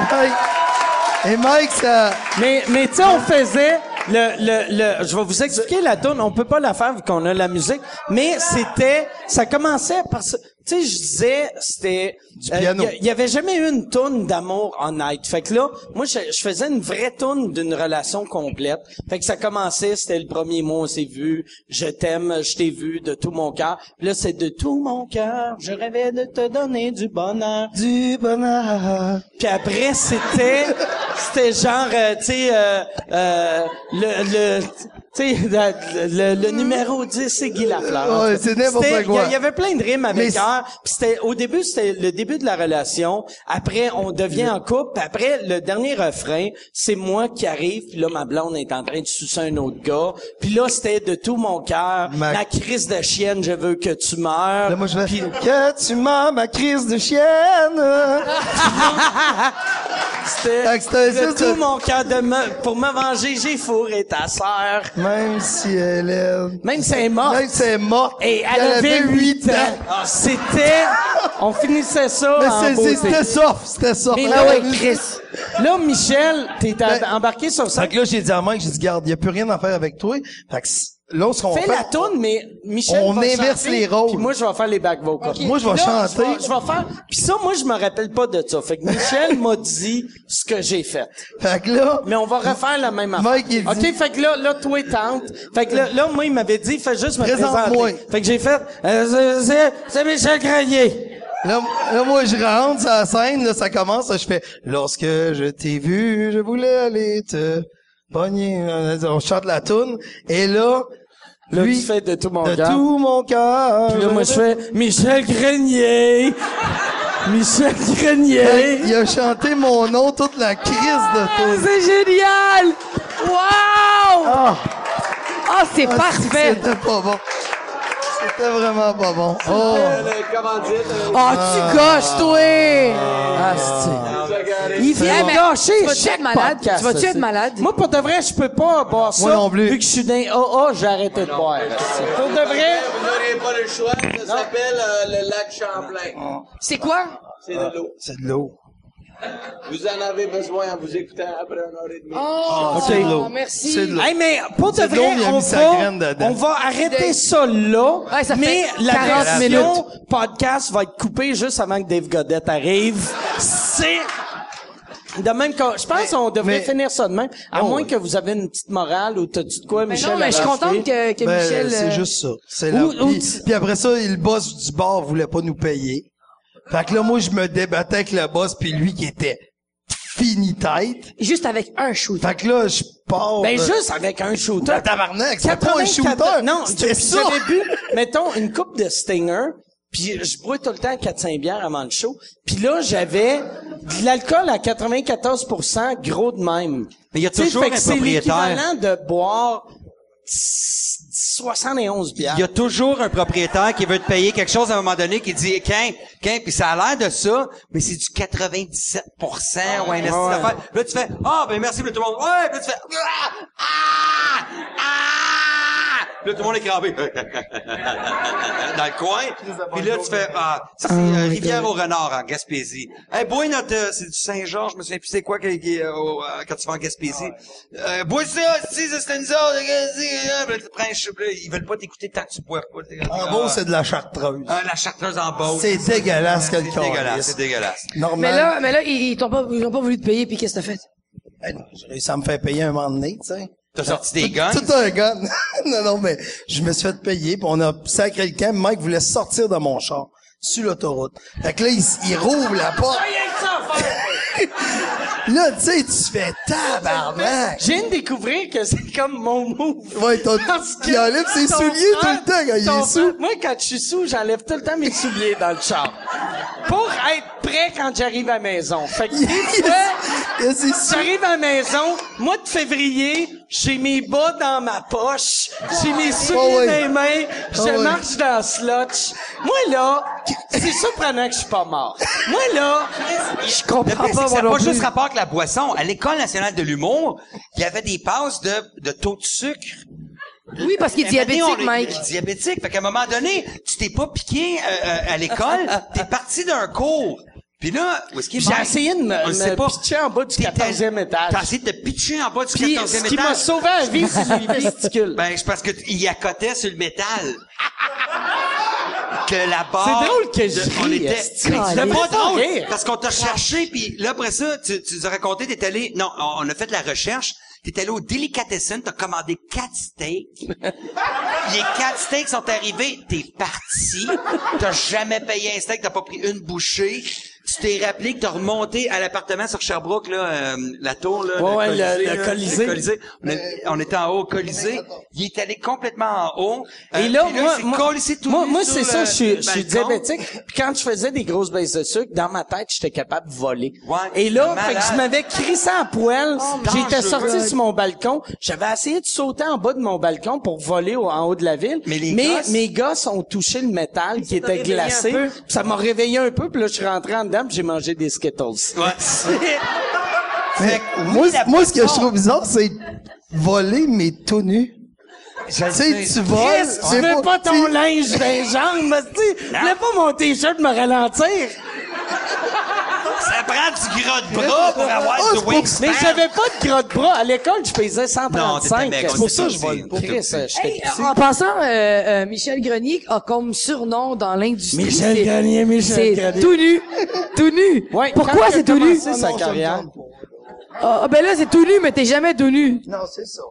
Speaker 8: Et Mike, ça...
Speaker 3: Mais, mais tu sais, on faisait le, le, le, je vais vous expliquer la tune. On peut pas la faire vu qu'on a la musique. Mais c'était, ça commençait par, ce- sais, je disais, c'était...
Speaker 8: Du
Speaker 3: euh,
Speaker 8: piano.
Speaker 3: y a- Il y, avait jamais eu une toune d'amour en night. Fait que là, moi, je, je faisais une vraie toune d'une relation complète. Fait que ça commençait, c'était le premier mot, on s'est vu, je t'aime, je t'ai vu de tout mon cœur. Puis Là, c'est de tout mon cœur, je rêvais de te donner du bonheur.
Speaker 8: Du bonheur.
Speaker 3: Puis après, c'était, c'était genre, euh, tu sais, euh, euh, le, le, tu sais, le, le- le numéro 10, c'est Guy Lafleur.
Speaker 8: Ouais, c'est n'importe
Speaker 3: C'était-
Speaker 8: quoi.
Speaker 3: Il y- il y avait plein de rimes
Speaker 8: Mais
Speaker 3: avec
Speaker 8: c'est-
Speaker 3: heure. Puis c'était, au début, c'était le début de la relation. Après, on devient en couple. Puis Après, le dernier refrain, c'est moi qui arrive. Puis là, ma blonde est en train de sucer un autre gars. Puis là, c'était de tout mon cœur.
Speaker 8: Ma-
Speaker 3: La crise de chienne, je veux que tu meurs.
Speaker 8: Là, moi, je vais... Que tu m'as, ma crise de chienne. Fait
Speaker 3: C'était
Speaker 8: que c'était
Speaker 3: de
Speaker 8: juste
Speaker 3: tout
Speaker 8: de-
Speaker 3: mon cœur de me, pour me venger, j'ai fourré ta sœur.
Speaker 8: Même si elle est...
Speaker 3: Même si elle est morte.
Speaker 8: Même si elle est morte.
Speaker 3: Et elle, avait
Speaker 8: huit
Speaker 3: 8 ans. Ah, c'était, on finissait ça
Speaker 8: Mais
Speaker 3: en
Speaker 8: c'est-
Speaker 3: beauté.
Speaker 8: c'est- c'était soft, c'était soft.
Speaker 3: Mais
Speaker 8: Ah
Speaker 3: là,
Speaker 8: ouais.
Speaker 3: Chris. Là, Michel, t'es
Speaker 8: Ben-
Speaker 3: en- embarqué sur ça.
Speaker 8: Fait que là, j'ai dit à Mike, j'ai dit, garde, y a plus rien à faire avec toi. Fait que, c- là, ce qu'on
Speaker 3: Fais
Speaker 8: fait...
Speaker 3: la toune, mais Michel
Speaker 8: On
Speaker 3: va
Speaker 8: inverse
Speaker 3: chanter,
Speaker 8: les rôles.
Speaker 3: puis moi, je vais faire les back vocals.
Speaker 8: Moi, je vais
Speaker 3: Là,
Speaker 8: chanter.
Speaker 3: Je vais, je vais faire... Puis ça, moi, je me rappelle pas de ça. Fait que Michel m'a dit ce que j'ai fait.
Speaker 8: Fait que là...
Speaker 3: Mais on va refaire la même affaire.
Speaker 8: Mike, il dit-
Speaker 3: OK, fait que là, là, toi, tente. Fait que là, là, moi, il m'avait dit, fais juste me
Speaker 8: Présente-moi.
Speaker 3: présenter. Fait que j'ai fait, euh, c'est- c'est- c'est Michel Grenier.
Speaker 8: Là, là, moi, je rentre sur la scène, là, ça commence, là, je fais « Lorsque je t'ai vu, je voulais aller te pogner. » On chante la toune, et là,
Speaker 3: Là,
Speaker 8: lui,
Speaker 3: tu fais de tout mon
Speaker 8: de
Speaker 3: cœur.
Speaker 8: tout mon cœur.
Speaker 3: Puis là, moi, je fais, Michel Grenier. Michel Grenier.
Speaker 8: Il a chanté mon nom toute la crise
Speaker 3: Ah,
Speaker 8: de toune.
Speaker 1: C'est génial! Wow!
Speaker 8: Ah,
Speaker 1: Ah, c'est
Speaker 8: ah,
Speaker 1: parfait!
Speaker 8: C'était pas bon. C'était vraiment pas bon. Oh,
Speaker 1: Ah, tu gâches, toi!
Speaker 3: Il vient
Speaker 1: mais tu
Speaker 3: gâcher
Speaker 1: vas-tu
Speaker 3: chaque
Speaker 1: être malade?
Speaker 3: podcast,
Speaker 1: Tu vas-tu être
Speaker 3: c'est-
Speaker 1: malade?
Speaker 3: Moi, pour de vrai, je peux pas boire ça.
Speaker 8: non plus.
Speaker 3: Vu que je suis d'un AA, j'ai arrêté de boire. Pour de vrai,
Speaker 9: Vous n'aurez pas le choix, ça s'appelle euh, le lac Champlain.
Speaker 1: C'est quoi?
Speaker 9: C'est de l'eau.
Speaker 8: c'est de l'eau.
Speaker 9: Vous en avez besoin en vous écoutant après un heure et demie.
Speaker 3: Ah,
Speaker 1: Oh,
Speaker 8: c'est de l'eau.
Speaker 1: merci.
Speaker 8: C'est de l'eau.
Speaker 3: Hey, mais pour de
Speaker 8: C'est
Speaker 3: vrai,
Speaker 8: drôle, il a
Speaker 3: on
Speaker 8: mis sa graine
Speaker 3: va,
Speaker 8: dedans.
Speaker 3: on va arrêter ça là,
Speaker 1: Ouais, ça fait
Speaker 3: mais la
Speaker 1: 40
Speaker 3: version
Speaker 1: minutes.
Speaker 3: podcast va être coupée juste avant que Dave Godette arrive. C'est... De même que, je pense qu'on devrait
Speaker 8: mais-
Speaker 3: finir ça de même, à
Speaker 8: Non,
Speaker 3: moins
Speaker 8: oui.
Speaker 3: que vous avez une petite morale ou t'as-tu de quoi,
Speaker 1: Mais
Speaker 3: Michel?
Speaker 1: non, mais je suis
Speaker 3: avait acheté?
Speaker 1: contente que, que
Speaker 8: Ben,
Speaker 1: Michel.
Speaker 8: c'est
Speaker 1: euh,
Speaker 8: juste ça. C'est la...
Speaker 3: Ou- ou
Speaker 8: puis,
Speaker 3: tu-
Speaker 8: puis après ça, il- le boss du bar voulait pas nous payer. Fait que là, moi, je me débattais avec le boss, puis lui qui était fini tête.
Speaker 1: Juste avec un shoot.
Speaker 8: Fait que là, je pars.
Speaker 3: Ben,
Speaker 8: euh,
Speaker 3: juste avec un shooter.
Speaker 8: Ah, tabarnak, c'est pas un
Speaker 3: 84
Speaker 8: shooter.
Speaker 3: Non,
Speaker 8: C'était ça.
Speaker 3: j'avais bu, mettons, une coupe de Stinger, puis je bois tout le temps 4-5 bières avant le show. Puis là, j'avais de l'alcool à 94 gros de même.
Speaker 4: Mais il y a
Speaker 3: Tu sais,
Speaker 4: toujours
Speaker 3: fait que
Speaker 4: un
Speaker 3: c'est
Speaker 4: propriétaire.
Speaker 3: l'équivalent de boire 71 bières.
Speaker 4: Il y a toujours un propriétaire qui veut te payer quelque chose à un moment donné qui dit qu'un, qu'un, puis ça a l'air de ça, mais c'est du 97 ou un esti d'affaire. Là, tu fais, ah, ben merci, puis là, tout le monde, ouais, puis là, tu fais, ah, ah, ah, Puis là, tout le monde est crampé. Dans le coin. Puis là, tu fais, ah, ça, c'est euh, Rivière-au-Renard, en Gaspésie. Hey, bois notre, euh, c'est du Saint-Georges, je me souviens plus c'est quoi qui- qui, euh, au- euh, quand tu vas en Gaspésie. Euh, bois ça, si, ça, c'est une sorte de Gaspésie, hein. Puis là, tu prends un chou- puis là, ils veulent pas t'écouter tant que tu bois pas. T'es comme,
Speaker 8: En
Speaker 4: ah,
Speaker 8: gros, c'est de la chartreuse.
Speaker 4: ah, la chartreuse en bas.
Speaker 8: C'est dégueulasse,
Speaker 4: C'est
Speaker 8: quel
Speaker 4: dégueulasse, c'est dégueulasse.
Speaker 8: Normal.
Speaker 1: Mais là, mais là, ils, ils t'ont pas, ils ont pas voulu te payer, puis qu'est-ce que t'as fait?
Speaker 8: Ben, j'ai réussi à me faire payer un moment donné, tu sais.
Speaker 4: T'as sorti des guns.
Speaker 8: Tout un gun. non, non, mais je me suis fait payer, puis on a sacré le camp. Mike voulait sortir de mon char sur l'autoroute. Fait que là, il, s- il rouvre la porte. là, tu sais, tu fais tabarnak.
Speaker 3: Je viens de découvrir que c'est comme mon move.
Speaker 8: Ouais, ton-
Speaker 3: Parce que
Speaker 8: il enlève ses
Speaker 3: ton
Speaker 8: souliers tout
Speaker 3: frère-
Speaker 8: le temps quand il
Speaker 3: ton frère-
Speaker 8: est sous.
Speaker 3: Moi, quand je suis sous, j'enlève tout le temps mes souliers dans le char. Pour être prêt quand j'arrive à la maison. Fait que des fois,
Speaker 8: Là, c'est sûr.
Speaker 3: j'arrive à la maison, mois de février, j'ai mes bas dans ma poche, j'ai mes souliers
Speaker 8: Oh ouais.
Speaker 3: dans les mains, je
Speaker 8: Oh ouais.
Speaker 3: marche dans le slotch. Moi, là, c'est surprenant que je suis pas mort. Moi, là, je
Speaker 4: Le
Speaker 3: comprends
Speaker 4: pire, c'est
Speaker 3: pas,
Speaker 4: que ça
Speaker 3: moi
Speaker 4: n'a
Speaker 3: non
Speaker 4: pas
Speaker 3: plus.
Speaker 4: juste rapport avec la boisson. À l'École nationale de l'humour, il y avait des passes de, de taux de sucre.
Speaker 1: Oui, parce qu'il est
Speaker 4: Un moment donné,
Speaker 1: diabétique,
Speaker 4: on est-
Speaker 1: Mike.
Speaker 4: Diabétique. Fait qu'à un moment donné, tu t'es pas piqué euh, euh, à l'école, t'es parti d'un cours. Puis là, où est-ce qu'il est
Speaker 3: J'ai
Speaker 4: Mike?
Speaker 3: essayé de me,
Speaker 4: On le sait
Speaker 3: me
Speaker 4: pas.
Speaker 3: pitcher en bas du
Speaker 4: T'étais-
Speaker 3: 14e étage.
Speaker 4: T'as essayé de te pitcher en bas du
Speaker 3: Puis,
Speaker 4: 14e
Speaker 3: ce
Speaker 4: étage.
Speaker 3: qui m'a sauvé la vie, c'est les testicules.
Speaker 4: Ben, c'est parce que tu- il accotait sur le métal. de la barre.
Speaker 3: C'est drôle que je
Speaker 4: de- On
Speaker 3: ris,
Speaker 4: était.
Speaker 3: est-ce
Speaker 1: que-
Speaker 4: C'était pas
Speaker 1: Laisse-moi
Speaker 4: drôle.
Speaker 3: rire.
Speaker 4: Parce qu'on t'a cherché, puis là, après ça, tu, tu nous as raconté, t'es allé. Non, on on a fait de la recherche. T'es allé au Delicatessen, t'as commandé quatre steaks. Les quatre steaks sont arrivés, t'es parti. T'as jamais payé un steak, t'as pas pris une bouchée. Tu t'es rappelé que t'as remonté à l'appartement sur Sherbrooke, là, euh, la tour, là.
Speaker 3: Ouais, ouais, le- le
Speaker 4: là,
Speaker 3: Colisée.
Speaker 4: On, est- on était en haut au Colisée. Il est allé complètement en haut. Euh,
Speaker 3: Et là,
Speaker 4: puis
Speaker 3: moi,
Speaker 4: il s'est
Speaker 3: moi,
Speaker 4: collé tout
Speaker 3: moi,
Speaker 4: nu
Speaker 3: moi,
Speaker 4: sur
Speaker 3: c'est ça,
Speaker 4: le-
Speaker 3: je suis,
Speaker 4: le
Speaker 3: je suis
Speaker 4: balcon.
Speaker 3: diabétique. Puis quand je faisais des grosses baisses de sucre, dans ma tête, j'étais capable de voler.
Speaker 4: Ouais,
Speaker 3: Et là,
Speaker 4: c'est
Speaker 3: fait que
Speaker 4: malade. Oh,
Speaker 3: je m'avais crissé en poêle. J'étais
Speaker 4: dangereux.
Speaker 3: sorti sur mon balcon. J'avais essayé de sauter en bas de mon balcon pour voler au- en haut de la ville.
Speaker 4: Mais les gosses-
Speaker 3: mes gosses ont touché le métal qui était
Speaker 1: réveillé un
Speaker 3: glacé.
Speaker 1: peu.
Speaker 3: Puis Ça m'a réveillé un peu. Puis là, je suis rentré en dedans. Puis j'ai mangé des Skittles.
Speaker 4: Ouais. Fait que oui,
Speaker 8: moi,
Speaker 4: la
Speaker 8: moi, ce que je
Speaker 4: plupart-
Speaker 8: trouve bizarre, c'est voler, mais tout nu. Tu sais, tu voles.
Speaker 3: Chris, tu
Speaker 8: c'est
Speaker 3: veux pas ton
Speaker 8: tu-
Speaker 3: linge dans les jambes, mais tu je voulais pas mon t-shirt me ralentir.
Speaker 4: Ça prend du gras de bras pour avoir
Speaker 8: Ah,
Speaker 4: du
Speaker 8: c'est pour-
Speaker 4: wingspan.
Speaker 3: Oh, Mais j'avais pas de gras de bras. À l'école, je pesais
Speaker 4: Non, t'étais
Speaker 3: 135.
Speaker 4: maigre.
Speaker 3: C'est pour
Speaker 4: t'étais
Speaker 3: ça que je
Speaker 4: petit,
Speaker 3: vole pas.
Speaker 4: t'étais
Speaker 3: Chris,
Speaker 4: petit.
Speaker 3: euh, j'étais
Speaker 1: Hey, en passant, euh, euh, Michel Grenier a comme surnom dans l'industrie. c'est- C'est tout nu. Tout nu.
Speaker 3: Ouais,
Speaker 1: Pourquoi
Speaker 3: quand
Speaker 1: c'est
Speaker 3: il a
Speaker 1: tout nu?
Speaker 3: commencé sa carrière.
Speaker 1: Ah, ah, ben là, c'est tout nu, mais t'es jamais tout nu.
Speaker 8: Non, c'est ça.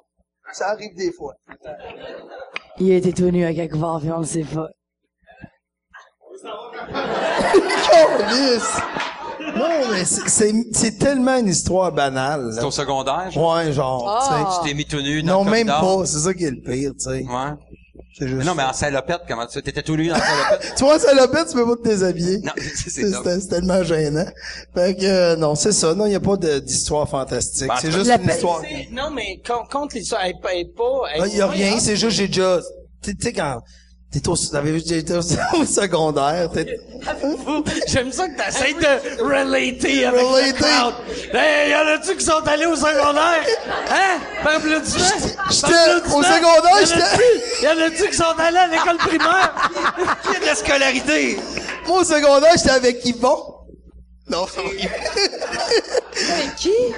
Speaker 8: Ça arrive des fois.
Speaker 1: Il a été tout nu à quelque part, puis on le sait pas.
Speaker 8: Calisse. Non, mais c'est- c'est c'est tellement une histoire banale. là.
Speaker 4: Au secondaire, je-
Speaker 8: Ouais, genre, tu sais.
Speaker 1: Ah.
Speaker 4: t'es mis tout nu dans
Speaker 8: Non,
Speaker 4: le
Speaker 8: même
Speaker 4: corridor.
Speaker 8: pas. C'est ça qui est le pire, tu sais.
Speaker 4: Ouais.
Speaker 8: C'est
Speaker 4: Mais
Speaker 8: juste...
Speaker 4: non, mais en salopette, comment tu T'étais tout nu dans la salopette?
Speaker 8: Tu vois, salopette, tu peux pas te déshabiller.
Speaker 4: Non, c'est- c'est
Speaker 8: C'est-
Speaker 4: ça.
Speaker 8: c'est- c'est tellement gênant. Fait que, euh, non, c'est ça. Non, il n'y a pas de- d'histoire fantastique.
Speaker 4: Ben,
Speaker 8: c'est
Speaker 4: en
Speaker 8: juste
Speaker 1: la
Speaker 8: une histoire.
Speaker 3: C'est- Non, mais con- contre l'histoire, elle est elle est pas... elle
Speaker 8: Ah, Il n'y a
Speaker 3: est-
Speaker 1: hein.
Speaker 8: rien. C'est juste, j'ai déjà... Tu sais, quand... T'es au, t'avais vu, j'étais au au secondaire. t'es-
Speaker 3: J'aime ça que t'essayes de relater avec
Speaker 8: Relater.
Speaker 3: le crowd. Hey, y'en a-tu qui sont allés au secondaire? Hein? Par applaudissement?
Speaker 8: J'étais
Speaker 3: Par applaudissement?
Speaker 8: au secondaire, j'étais...
Speaker 3: Y'en a-tu- Y'en a-tu qui sont allés à l'école primaire?
Speaker 4: Il y a de la scolarité!
Speaker 8: Moi, au secondaire, j'étais avec Yvon. Non,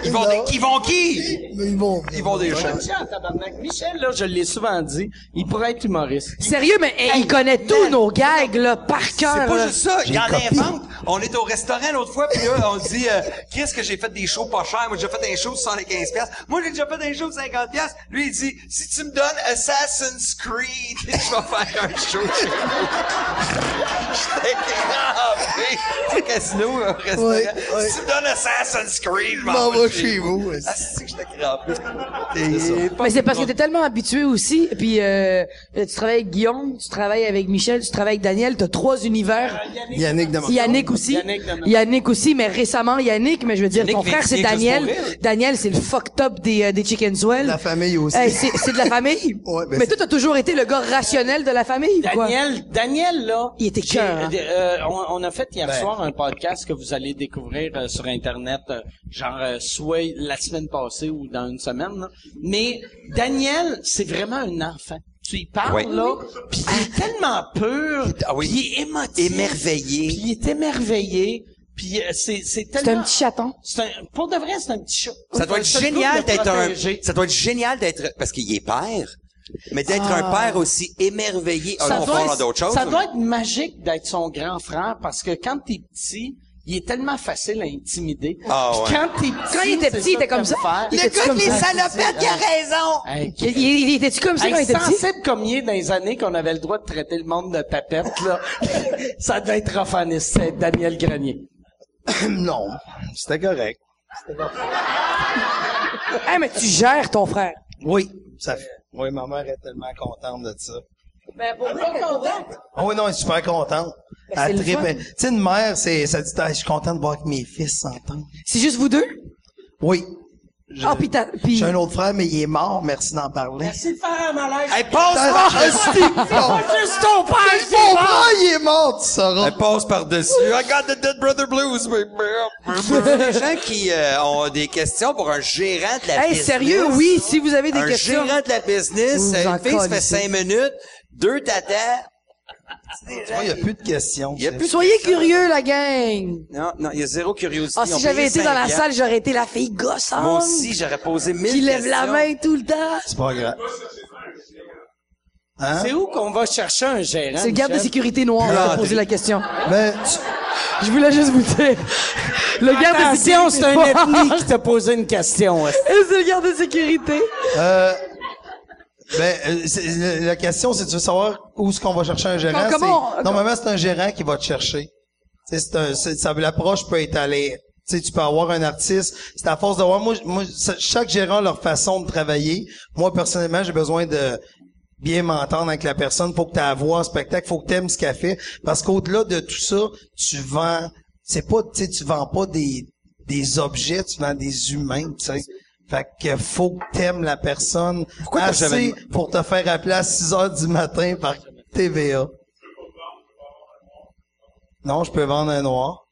Speaker 4: Ils vont,
Speaker 8: Non.
Speaker 4: des- ils vont qui?
Speaker 8: mais Yvon.
Speaker 4: Ils vont des gens.
Speaker 3: Michel, tabarnak. Michel, là, je l'ai souvent dit, il pourrait être humoriste.
Speaker 1: Sérieux, mais hey, il connaît tous nos gags, là, par cœur.
Speaker 4: C'est pas
Speaker 1: là.
Speaker 4: juste ça, il y en
Speaker 8: Euh, copié.
Speaker 4: invente. On est au restaurant l'autre fois, puis là, on dit, euh, qu'est-ce que j'ai fait des shows pas chers? Moi, j'ai fait un show de 75 piastres. Moi, j'ai déjà fait un show de 50 piastres. Lui, il dit, si tu me donnes Assassin's Creed, je vais faire un show chez vous. J'étais crampé. C'est casino, un restaurant.
Speaker 8: Ouais, ouais.
Speaker 4: Si tu me donnes Assassin's Creed, je
Speaker 8: M'en
Speaker 4: m'en
Speaker 8: va
Speaker 4: vais
Speaker 8: chez vous.
Speaker 4: Ah, c'est que j'étais crampé.
Speaker 1: Mais c'est parce que t'es tellement habitué aussi, puis euh, tu travailles avec Guillaume, tu travailles avec Michel, tu travailles avec Daniel, t'as trois univers.
Speaker 8: Yannick demande.
Speaker 1: Yannick aussi.
Speaker 3: Yannick Damasio.
Speaker 1: Yannick aussi, mais récemment Yannick, mais je veux dire,
Speaker 4: Yannick
Speaker 1: ton frère
Speaker 4: vient-
Speaker 1: c'est
Speaker 4: vient juste
Speaker 1: Daniel.
Speaker 4: pour rire.
Speaker 1: Daniel, c'est le fuck top des, euh, des Chicken Swell.
Speaker 8: La famille aussi.
Speaker 1: Hey, c'est c'est de la famille.
Speaker 8: Ouais, ben
Speaker 1: mais toi,
Speaker 8: c'est-
Speaker 1: t'as toujours été le gars rationnel de la famille. quoi.
Speaker 3: Daniel, Daniel, là.
Speaker 1: Il était
Speaker 3: j'ai-
Speaker 1: cœur, hein?
Speaker 3: euh, on, on a fait hier
Speaker 8: Ben.
Speaker 3: soir un podcast que vous allez découvrir euh, sur Internet, euh, genre, euh, soit la semaine passée ou dans une semaine, là. Mais Daniel, c'est vraiment un enfant. Tu y parles,
Speaker 4: Ouais.
Speaker 3: là, puis il est tellement pur,
Speaker 4: Ah oui.
Speaker 3: puis il est émotif.
Speaker 4: Émerveillé.
Speaker 3: Puis il est émerveillé, puis euh, c'est, c'est
Speaker 1: C'est
Speaker 3: tellement...
Speaker 1: un petit chaton.
Speaker 3: C'est un- pour de vrai, c'est un petit chat.
Speaker 4: Ça doit être
Speaker 3: C'est le seul
Speaker 4: génial
Speaker 3: couple de
Speaker 4: d'être un,
Speaker 3: protégés.
Speaker 4: ça doit être génial d'être, parce qu'il est père, mais d'être un père aussi émerveillé. Ah,
Speaker 3: Ah. ça
Speaker 4: non, on
Speaker 3: doit,
Speaker 4: parle
Speaker 3: être,
Speaker 4: d'autre chose. hein.
Speaker 3: ça doit être magique d'être son grand frère parce que quand t'es petit, il est tellement facile à intimider.
Speaker 4: Ah,
Speaker 3: Puis
Speaker 4: ouais.
Speaker 3: quand t'es petit,
Speaker 1: Quand il était
Speaker 3: c'est
Speaker 1: petit, il était comme ça.
Speaker 3: Faire.
Speaker 1: Il était comme ça.
Speaker 4: salopettes, il a raison!
Speaker 3: Hey, qui-
Speaker 1: Il, il- il était-tu comme ça
Speaker 3: hey,
Speaker 1: quand il était petit?
Speaker 3: sensible comme il est dans les années qu'on avait le droit de traiter le monde de tapette, là. ça doit être raffaniste, c'est Daniel Grenier.
Speaker 8: Non. C'était correct.
Speaker 1: Hey, mais tu gères ton frère.
Speaker 8: Oui. Ça fait. Oui, ma mère est tellement contente de ça.
Speaker 1: Ben, pourquoi contente?
Speaker 8: Ah oui, non, elle est super contente.
Speaker 1: Ben, c'est
Speaker 8: Elle
Speaker 1: le
Speaker 8: tripe.
Speaker 1: fun.
Speaker 8: Elle- Tu sais, une mère, c'est, ça dit, Ah, je suis contente de voir que mes fils s'entendent.
Speaker 1: C'est juste vous deux?
Speaker 8: Oui.
Speaker 1: Ah, pis t'as, pis...
Speaker 8: J'ai un autre frère, mais il est mort. Merci d'en
Speaker 1: Ben,
Speaker 8: parler.
Speaker 3: Merci de faire un malaise.
Speaker 4: Hey, passe,
Speaker 8: Ah, hostie, non.
Speaker 3: juste ton père,
Speaker 8: Mon frère, il est mort, tu sauras.
Speaker 4: Elle passe par-dessus. I got the Dead Brother Blues, baby. des gens qui euh, ont des questions pour un gérant de la
Speaker 1: Hey,
Speaker 4: business.
Speaker 1: sérieux, oui, si vous avez des
Speaker 4: un
Speaker 1: questions.
Speaker 4: gérant de la business,
Speaker 1: Vous vous en
Speaker 4: une fille, ça fait
Speaker 1: colissez.
Speaker 4: cinq minutes, deux tatas.
Speaker 8: Tu vois, Il n'y a plus de questions.
Speaker 4: Il y a plus
Speaker 1: Soyez curieux, la gang!
Speaker 4: Non, non, il y a zéro curiosité.
Speaker 1: Ah,
Speaker 4: Ils ont
Speaker 1: si j'avais
Speaker 4: payé
Speaker 1: été dans la
Speaker 4: cinq
Speaker 1: salle, j'aurais été la fille gossante.
Speaker 4: piastres. Moi aussi, j'aurais posé mille
Speaker 1: Qui
Speaker 4: questions.
Speaker 1: lève la main tout le temps.
Speaker 8: C'est pas grave. Hein?
Speaker 3: C'est où qu'on va chercher un gérant?
Speaker 1: C'est le garde de
Speaker 3: Michel?
Speaker 1: sécurité noir qui a
Speaker 4: Planté.
Speaker 1: posé la question.
Speaker 8: Ben, tu-
Speaker 1: Je voulais juste vous dire. Le garde de
Speaker 3: Attention,
Speaker 1: sécurité
Speaker 3: c'est un
Speaker 1: noir.
Speaker 3: ethnie qui t'a posé une question. ouais.
Speaker 1: Et c'est le garde de sécurité.
Speaker 8: euh, ben, euh, c'est- le- la question, c'est tu veux savoir où est-ce qu'on va chercher un gérant.
Speaker 1: Quand- comment
Speaker 8: c'est-
Speaker 1: on-
Speaker 8: Normalement, c'est un gérant qui va te chercher. Tu sais, C'est un, c'est- ça, l'approche peut être allée. Tu sais, tu peux avoir un artiste. C'est à force de voir. Moi, j- moi, ça- chaque gérant a leur façon de travailler. Moi, personnellement, j'ai besoin de bien m'entendre avec la personne. Faut que tu voix au spectacle. Faut que t'aimes ce qu'elle fait. Parce qu'au-delà de tout ça, tu vends, c'est pas, tu sais, tu vends pas des, des objets, tu vends des humains, tu sais. Fait que faut que t'aimes la personne
Speaker 4: t'as
Speaker 8: assez
Speaker 4: jamais-
Speaker 8: pour te faire appeler à 6 heures du matin par TVA. Non, je peux vendre un noir.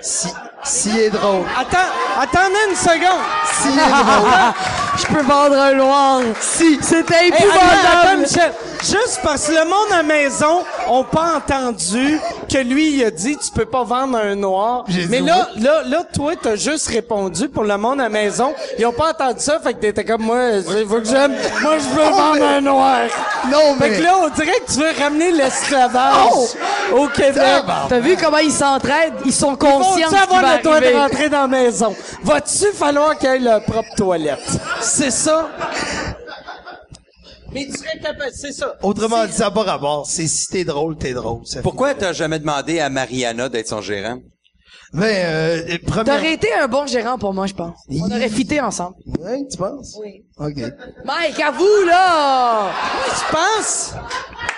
Speaker 8: Si, si il est drôle.
Speaker 1: Ah.
Speaker 3: Attends, attendez une seconde.
Speaker 8: Si il est drôle.
Speaker 1: Je peux vendre un noir. Si. C'était
Speaker 3: Hey, attends, attends,
Speaker 1: épouvantable.
Speaker 3: Michel. Juste parce que le monde à la maison n'a pas entendu que lui, il a dit tu peux pas vendre un noir.
Speaker 8: J'ai
Speaker 3: Mais
Speaker 8: dit
Speaker 3: là, là, là, toi, t'as juste répondu pour le monde à la maison. Ils ont pas entendu ça, fait que t'étais comme moi, je veux que j'aime. Moi, je veux
Speaker 1: Ah,
Speaker 3: vendre un noir.
Speaker 8: Non,
Speaker 3: Fait
Speaker 8: mais.
Speaker 3: que là, on dirait que tu veux ramener l'esclavage
Speaker 8: Oh!
Speaker 3: au Québec.
Speaker 1: T'as vu comment ils s'entraident? Ils sont conscients de
Speaker 3: Faut-tu
Speaker 1: ce qui
Speaker 3: avoir
Speaker 1: va
Speaker 3: le droit de
Speaker 1: arriver.
Speaker 3: rentrer dans la maison? Va-tu falloir qu'il ait leur propre toilette? C'est ça? Mais tu serais capable, c'est ça.
Speaker 8: Autrement dit, ça n'a pas rapport. C'est si t'es drôle, t'es drôle. C'est
Speaker 5: Pourquoi t'as jamais demandé à Mariana d'être son gérant?
Speaker 8: Mais, euh, et première...
Speaker 1: T'aurais été un bon gérant pour moi, je pense. On aurait fité ensemble.
Speaker 8: Ouais, tu penses? Oui. OK.
Speaker 1: Mike, à vous, là!
Speaker 3: Je pense.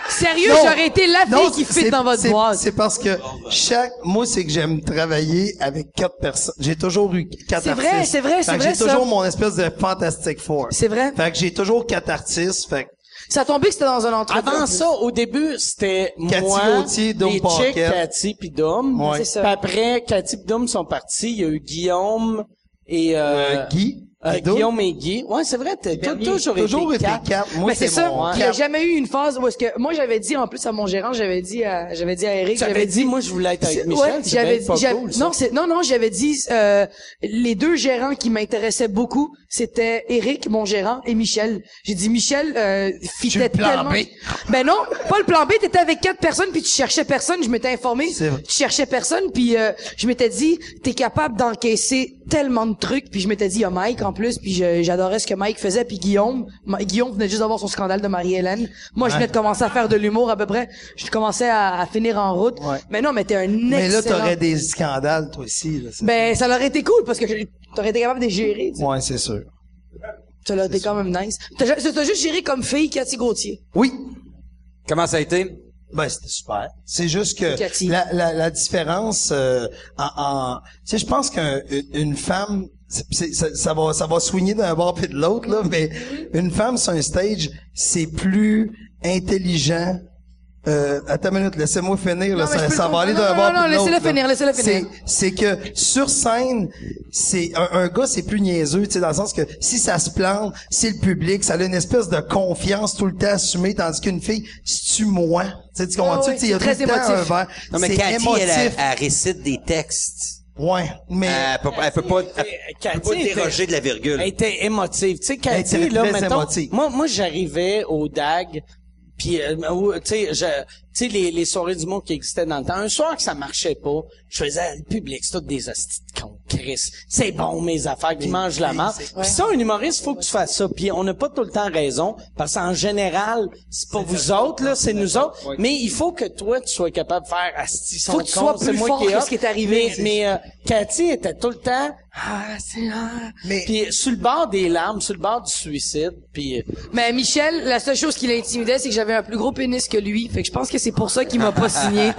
Speaker 1: Sérieux,
Speaker 8: Non.
Speaker 1: j'aurais été la fille
Speaker 8: Non,
Speaker 1: qui
Speaker 8: c'est-
Speaker 1: fit dans votre
Speaker 8: c'est-
Speaker 1: boîte.
Speaker 8: C'est parce que chaque, moi, c'est que j'aime travailler avec quatre personnes. J'ai toujours eu quatre
Speaker 1: C'est vrai,
Speaker 8: artistes.
Speaker 1: c'est vrai,
Speaker 8: Fait
Speaker 1: c'est
Speaker 8: que
Speaker 1: vrai,
Speaker 8: J'ai
Speaker 1: ça.
Speaker 8: toujours mon espèce de Fantastic Four.
Speaker 1: C'est vrai.
Speaker 8: Fait que j'ai toujours quatre artistes. Fait que
Speaker 1: Ça tombait que c'était dans un entrepôt.
Speaker 3: Avant ça, au début, c'était
Speaker 8: Cathy
Speaker 3: moi,
Speaker 8: Gauthier, Dom
Speaker 3: les
Speaker 8: Paquette.
Speaker 3: Chicks, Cathy puis Dom.
Speaker 8: Ouais.
Speaker 1: C'est ça.
Speaker 3: Puis après, Cathy puis Dom sont partis. Il y a eu Guillaume et... Euh,
Speaker 8: euh, Guy.
Speaker 3: euh,
Speaker 8: Guido,
Speaker 3: Guillaume et Guy. Ouais, c'est vrai, t'as t'as toujours,
Speaker 8: toujours été
Speaker 3: quatre.
Speaker 8: quatre. Moi,
Speaker 1: Mais Ben, c'est ça,
Speaker 8: mon hein.
Speaker 1: il n'y a
Speaker 8: quatre.
Speaker 1: jamais eu une phase où est-ce que moi j'avais dit en plus à mon gérant, j'avais dit à j'avais dit à Eric,
Speaker 3: Tu avais dit, moi, je voulais être avec Michel.
Speaker 1: ouais,
Speaker 3: c'est
Speaker 1: j'avais
Speaker 3: bien pas
Speaker 1: j'avais-
Speaker 3: cool, ça.
Speaker 1: non, c'est non non, j'avais dit euh, les deux gérants qui m'intéressaient beaucoup, c'était Eric mon gérant et Michel. J'ai dit Michel euh, fitait
Speaker 8: plan
Speaker 1: tellement.
Speaker 8: B.
Speaker 1: Ben non, pas le plan B, t'étais avec quatre personnes puis tu cherchais personne, je m'étais informé,
Speaker 8: C'est vrai.
Speaker 1: tu cherchais personne puis euh, je m'étais dit t'es capable d'encaisser tellement de trucs puis je m'étais dit il y a Mike en plus puis je- j'adorais ce que Mike faisait puis Guillaume, Ma- Guillaume venait juste d'avoir son scandale de Marie-Hélène. Moi je venais de commencer à faire de l'humour à peu près, je commençais à, à finir en route.
Speaker 8: Ouais.
Speaker 1: Mais non, mais t'es un
Speaker 8: Mais là,
Speaker 1: excellent-
Speaker 8: t'aurais des scandales, toi aussi. Là, c'est-
Speaker 1: ben, ça aurait été cool parce que je- t'aurais été capable de les gérer. tu sais.
Speaker 8: Ouais, c'est sûr.
Speaker 1: Ça aurait été quand même nice. T'as ju- t'as juste géré comme fille Cathy Gauthier.
Speaker 8: Oui.
Speaker 5: Comment ça a été?
Speaker 8: Ben, c'était super. C'est juste que
Speaker 1: Cathy.
Speaker 8: la, la, la différence euh, en, en- tu sais, je pense qu'une une femme, c'est- c'est- ça, ça va ça va soigner d'un bord puis de l'autre là, mais
Speaker 1: Mm-hmm.
Speaker 8: une femme sur un stage, c'est plus intelligent. Euh, attends une minute, laissez-moi finir, là,
Speaker 1: Non, mais je
Speaker 8: ça,
Speaker 1: peux
Speaker 8: ça
Speaker 1: le comprendre.
Speaker 8: va aller
Speaker 1: Non,
Speaker 8: d'un
Speaker 1: non,
Speaker 8: bord
Speaker 1: non,
Speaker 8: puis de l'autre.
Speaker 1: laissez-le
Speaker 8: là.
Speaker 1: finir, laissez-le finir.
Speaker 8: C'est- c'est que sur scène, c'est un, un gars, c'est plus niaiseux, tu sais, dans le sens que si ça se plante, c'est le public, ça a une espèce de confiance tout le temps assumée, tandis qu'une fille, si tu moi, tu sais, tu comprends,
Speaker 1: oui,
Speaker 8: tu sais, il y a tout
Speaker 1: Ah c'est
Speaker 8: le
Speaker 1: très
Speaker 8: temps un
Speaker 1: émotif.
Speaker 8: verre.
Speaker 5: Non, mais
Speaker 8: C'est
Speaker 5: Cathy,
Speaker 8: émotif.
Speaker 5: elle, elle, elle récite des textes.
Speaker 8: Ouais, mais
Speaker 5: Elle peut, elle peut pas, elle
Speaker 3: Cathy
Speaker 5: peut pas
Speaker 3: était-
Speaker 5: déroger de la virgule.
Speaker 3: Elle était émotive. Tu sais,
Speaker 8: Elle
Speaker 3: Cathy,
Speaker 8: était
Speaker 3: là,
Speaker 8: très
Speaker 3: mettons,
Speaker 8: émotive.
Speaker 3: moi, moi, j'arrivais au DAG, puis, euh, où, tu sais, je- tu sais, les, les soirées du monde qui existaient dans le temps. Un soir que ça marchait pas, je faisais, le public, c'est toutes des hosties de cons, Chris. C'est bon, mes affaires, qui mangent la marde. Puis ça, un humoriste, faut que tu fasses ça. Puis on n'a pas tout le temps raison, parce qu'en général, c'est pas vous autres, là, c'est nous autres. Mais il faut que toi, tu sois capable de faire hostie, ils
Speaker 1: Faut
Speaker 3: sont
Speaker 1: que tu sois
Speaker 3: cons, c'est
Speaker 1: plus
Speaker 3: moi
Speaker 1: fort
Speaker 3: qui ai
Speaker 1: que
Speaker 3: hâte.
Speaker 1: ce qui est arrivé.
Speaker 3: Mais- mais, euh, Cathy était tout le temps ah c'est ah.
Speaker 8: Mais-
Speaker 3: puis sur le bord des larmes, sur le bord du suicide, puis euh,
Speaker 1: Mais Michel, la seule chose qui l'intimidait, c'est que j'avais un plus gros pénis que lui. Fait que je pense que c'est pour ça qu'il m'a pas signé.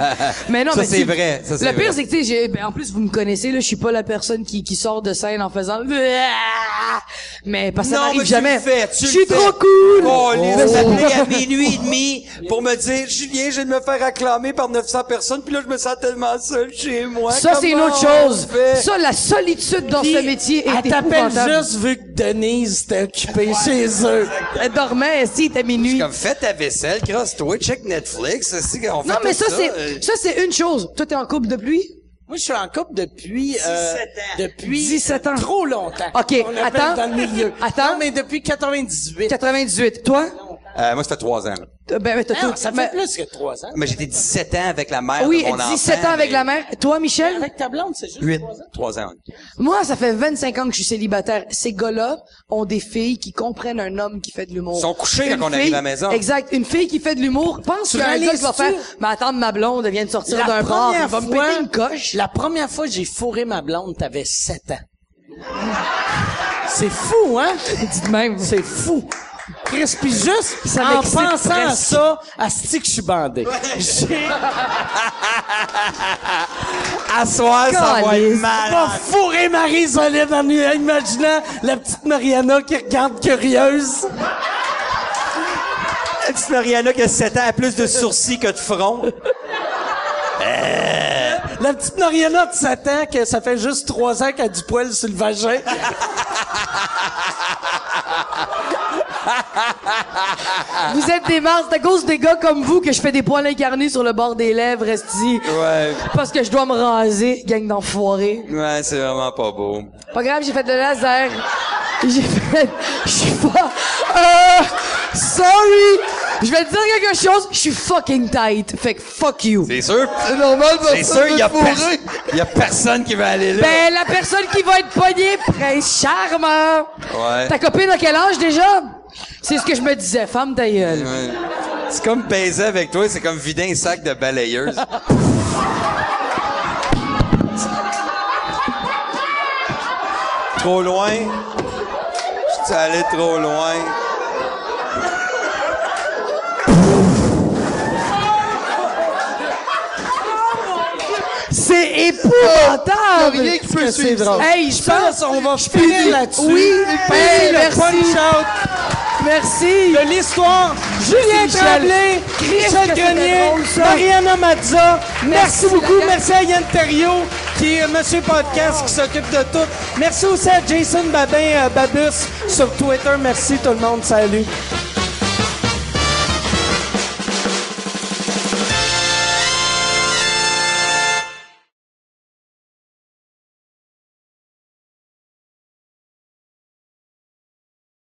Speaker 1: Mais non,
Speaker 5: Ça,
Speaker 1: mais
Speaker 5: c'est
Speaker 1: tu-
Speaker 5: vrai, ça, c'est
Speaker 1: le pire,
Speaker 5: vrai.
Speaker 1: c'est que tu sais, j'ai- ben, en plus vous me connaissez là, je suis pas la personne qui, qui sort de scène en faisant. Mais parce que ça
Speaker 5: Non, mais
Speaker 1: m'arrive
Speaker 5: tu
Speaker 1: jamais.
Speaker 5: le fais, tu
Speaker 1: je
Speaker 5: le
Speaker 1: suis
Speaker 5: fais.
Speaker 1: trop cool.
Speaker 5: Oh,
Speaker 1: Mais
Speaker 5: les
Speaker 1: ça-
Speaker 5: appelés à minuit et demi pour me dire, Julien, je viens de me faire acclamer par 900 personnes, puis là, je me sens tellement seul chez moi.
Speaker 1: Ça, c'est une
Speaker 5: Comment
Speaker 1: autre
Speaker 5: on
Speaker 1: chose.
Speaker 5: fait?
Speaker 1: Ça, la solitude dans
Speaker 3: Puis,
Speaker 1: ce métier est
Speaker 3: elle t'appelle
Speaker 1: épouvantable.
Speaker 3: juste vu que Denise était occupée chez eux.
Speaker 1: Elle dormait, si, était minuit.
Speaker 5: Comme, fais ta vaisselle, crosse-toi, check Netflix, c'est on fait
Speaker 1: Non, mais
Speaker 5: tout
Speaker 1: ça,
Speaker 5: euh,
Speaker 1: c'est, ça, c'est une chose. Toi, t'es en couple depuis?
Speaker 3: Moi, je suis en couple depuis euh,
Speaker 5: 17 ans.
Speaker 3: depuis
Speaker 1: 17 ans.
Speaker 3: trop longtemps.
Speaker 1: OK,
Speaker 3: On appelle
Speaker 1: attends.
Speaker 3: dans le milieu.
Speaker 1: Attends.
Speaker 3: Non, mais depuis 98.
Speaker 1: 98. Toi?
Speaker 5: Euh, moi, c'était trois ans. là.
Speaker 1: Ben, ben, t'as
Speaker 3: Ah,
Speaker 2: Non,
Speaker 1: tout-
Speaker 2: ça
Speaker 1: ben,
Speaker 2: fait plus que trois ans.
Speaker 5: Mais j'étais 17 ans avec la mère
Speaker 1: Oui,
Speaker 5: de mon enfant.
Speaker 1: 17 ans avec
Speaker 5: mais-
Speaker 1: la mère. Toi, Michel?
Speaker 2: Avec ta blonde, c'est juste
Speaker 4: Huit.
Speaker 2: trois ans.
Speaker 5: Trois ans.
Speaker 1: Moi, ça fait 25 ans que je suis célibataire. Ces gars-là ont des filles qui comprennent un homme qui fait de l'humour.
Speaker 5: Ils sont couchés quand
Speaker 1: Une
Speaker 5: on arrive
Speaker 1: fille-
Speaker 5: à la maison.
Speaker 1: Exact. Une fille qui fait de l'humour pense qu'un gars qui va faire, mais attends, ma blonde, elle vient de sortir d'un bar, elle va me péter une coche.
Speaker 2: La première fois que j'ai fourré ma blonde, t'avais sept ans. c'est fou, hein?
Speaker 1: Dites même.
Speaker 2: C'est fou. Chris, puis juste
Speaker 1: Ça
Speaker 2: en
Speaker 1: m'excite
Speaker 2: pensant à
Speaker 1: presque.
Speaker 2: ça, à ce que je suis bandé. J'ai
Speaker 4: À soir, ça va être
Speaker 1: Caliste.
Speaker 4: mal.
Speaker 2: pas fourré Marie Solide en lui imaginant la petite Mariana qui regarde curieuse.
Speaker 4: La petite Mariana qui a 7 ans a plus de sourcils que de front.
Speaker 2: La petite Mariana de 7 ans que ça fait juste trois ans qu'elle a du poil sur le vagin.
Speaker 1: Vous êtes des mars, c'est à cause des gars comme vous que je fais des poils incarnés sur le bord des lèvres, esti.
Speaker 5: Ouais.
Speaker 1: Parce que je dois me raser, gang d'enfoirés.
Speaker 5: Ouais, c'est vraiment pas beau.
Speaker 1: Pas grave, j'ai fait de laser. J'ai fait. Je suis pas. Euh. Sorry! Je vais te dire quelque chose, je suis fucking tight. Fait que fuck you.
Speaker 5: C'est sûr?
Speaker 4: C'est normal,
Speaker 5: C'est sûr, il y a,
Speaker 4: fourré.
Speaker 5: pers- y a personne qui va aller là.
Speaker 1: Ben, la personne qui va être pognée, prince charmant!
Speaker 5: Ouais.
Speaker 1: Ta copine a quel âge déjà? C'est ce que je me disais, femme ta gueule.
Speaker 5: Ouais. C'est comme baiser avec toi, c'est comme vider un sac de balayeuse.
Speaker 10: Trop loin. Je suis allé trop loin.
Speaker 1: C'est
Speaker 4: Y'a
Speaker 1: épouvantable!
Speaker 4: rien qui peut suivre ça.
Speaker 1: Hey, je pense.
Speaker 2: on va finir là-dessus.
Speaker 1: Oui,
Speaker 2: Hey,
Speaker 1: hey,
Speaker 2: le
Speaker 1: merci,
Speaker 2: punch-out
Speaker 1: merci.
Speaker 2: de l'histoire. Julien
Speaker 1: Michel.
Speaker 2: Tremblay,
Speaker 1: Christ, que
Speaker 2: Michel
Speaker 1: c'était
Speaker 2: Grenier,
Speaker 1: drôle, ça.
Speaker 2: Mariana Mazza. Merci,
Speaker 1: Merci,
Speaker 2: beaucoup.
Speaker 1: la gang.
Speaker 2: Merci à Yann Terriot, qui est Monsieur Podcast, qui s'occupe de tout. Merci aussi à Jason Babin euh, Babus sur Twitter. Merci tout le monde. Salut.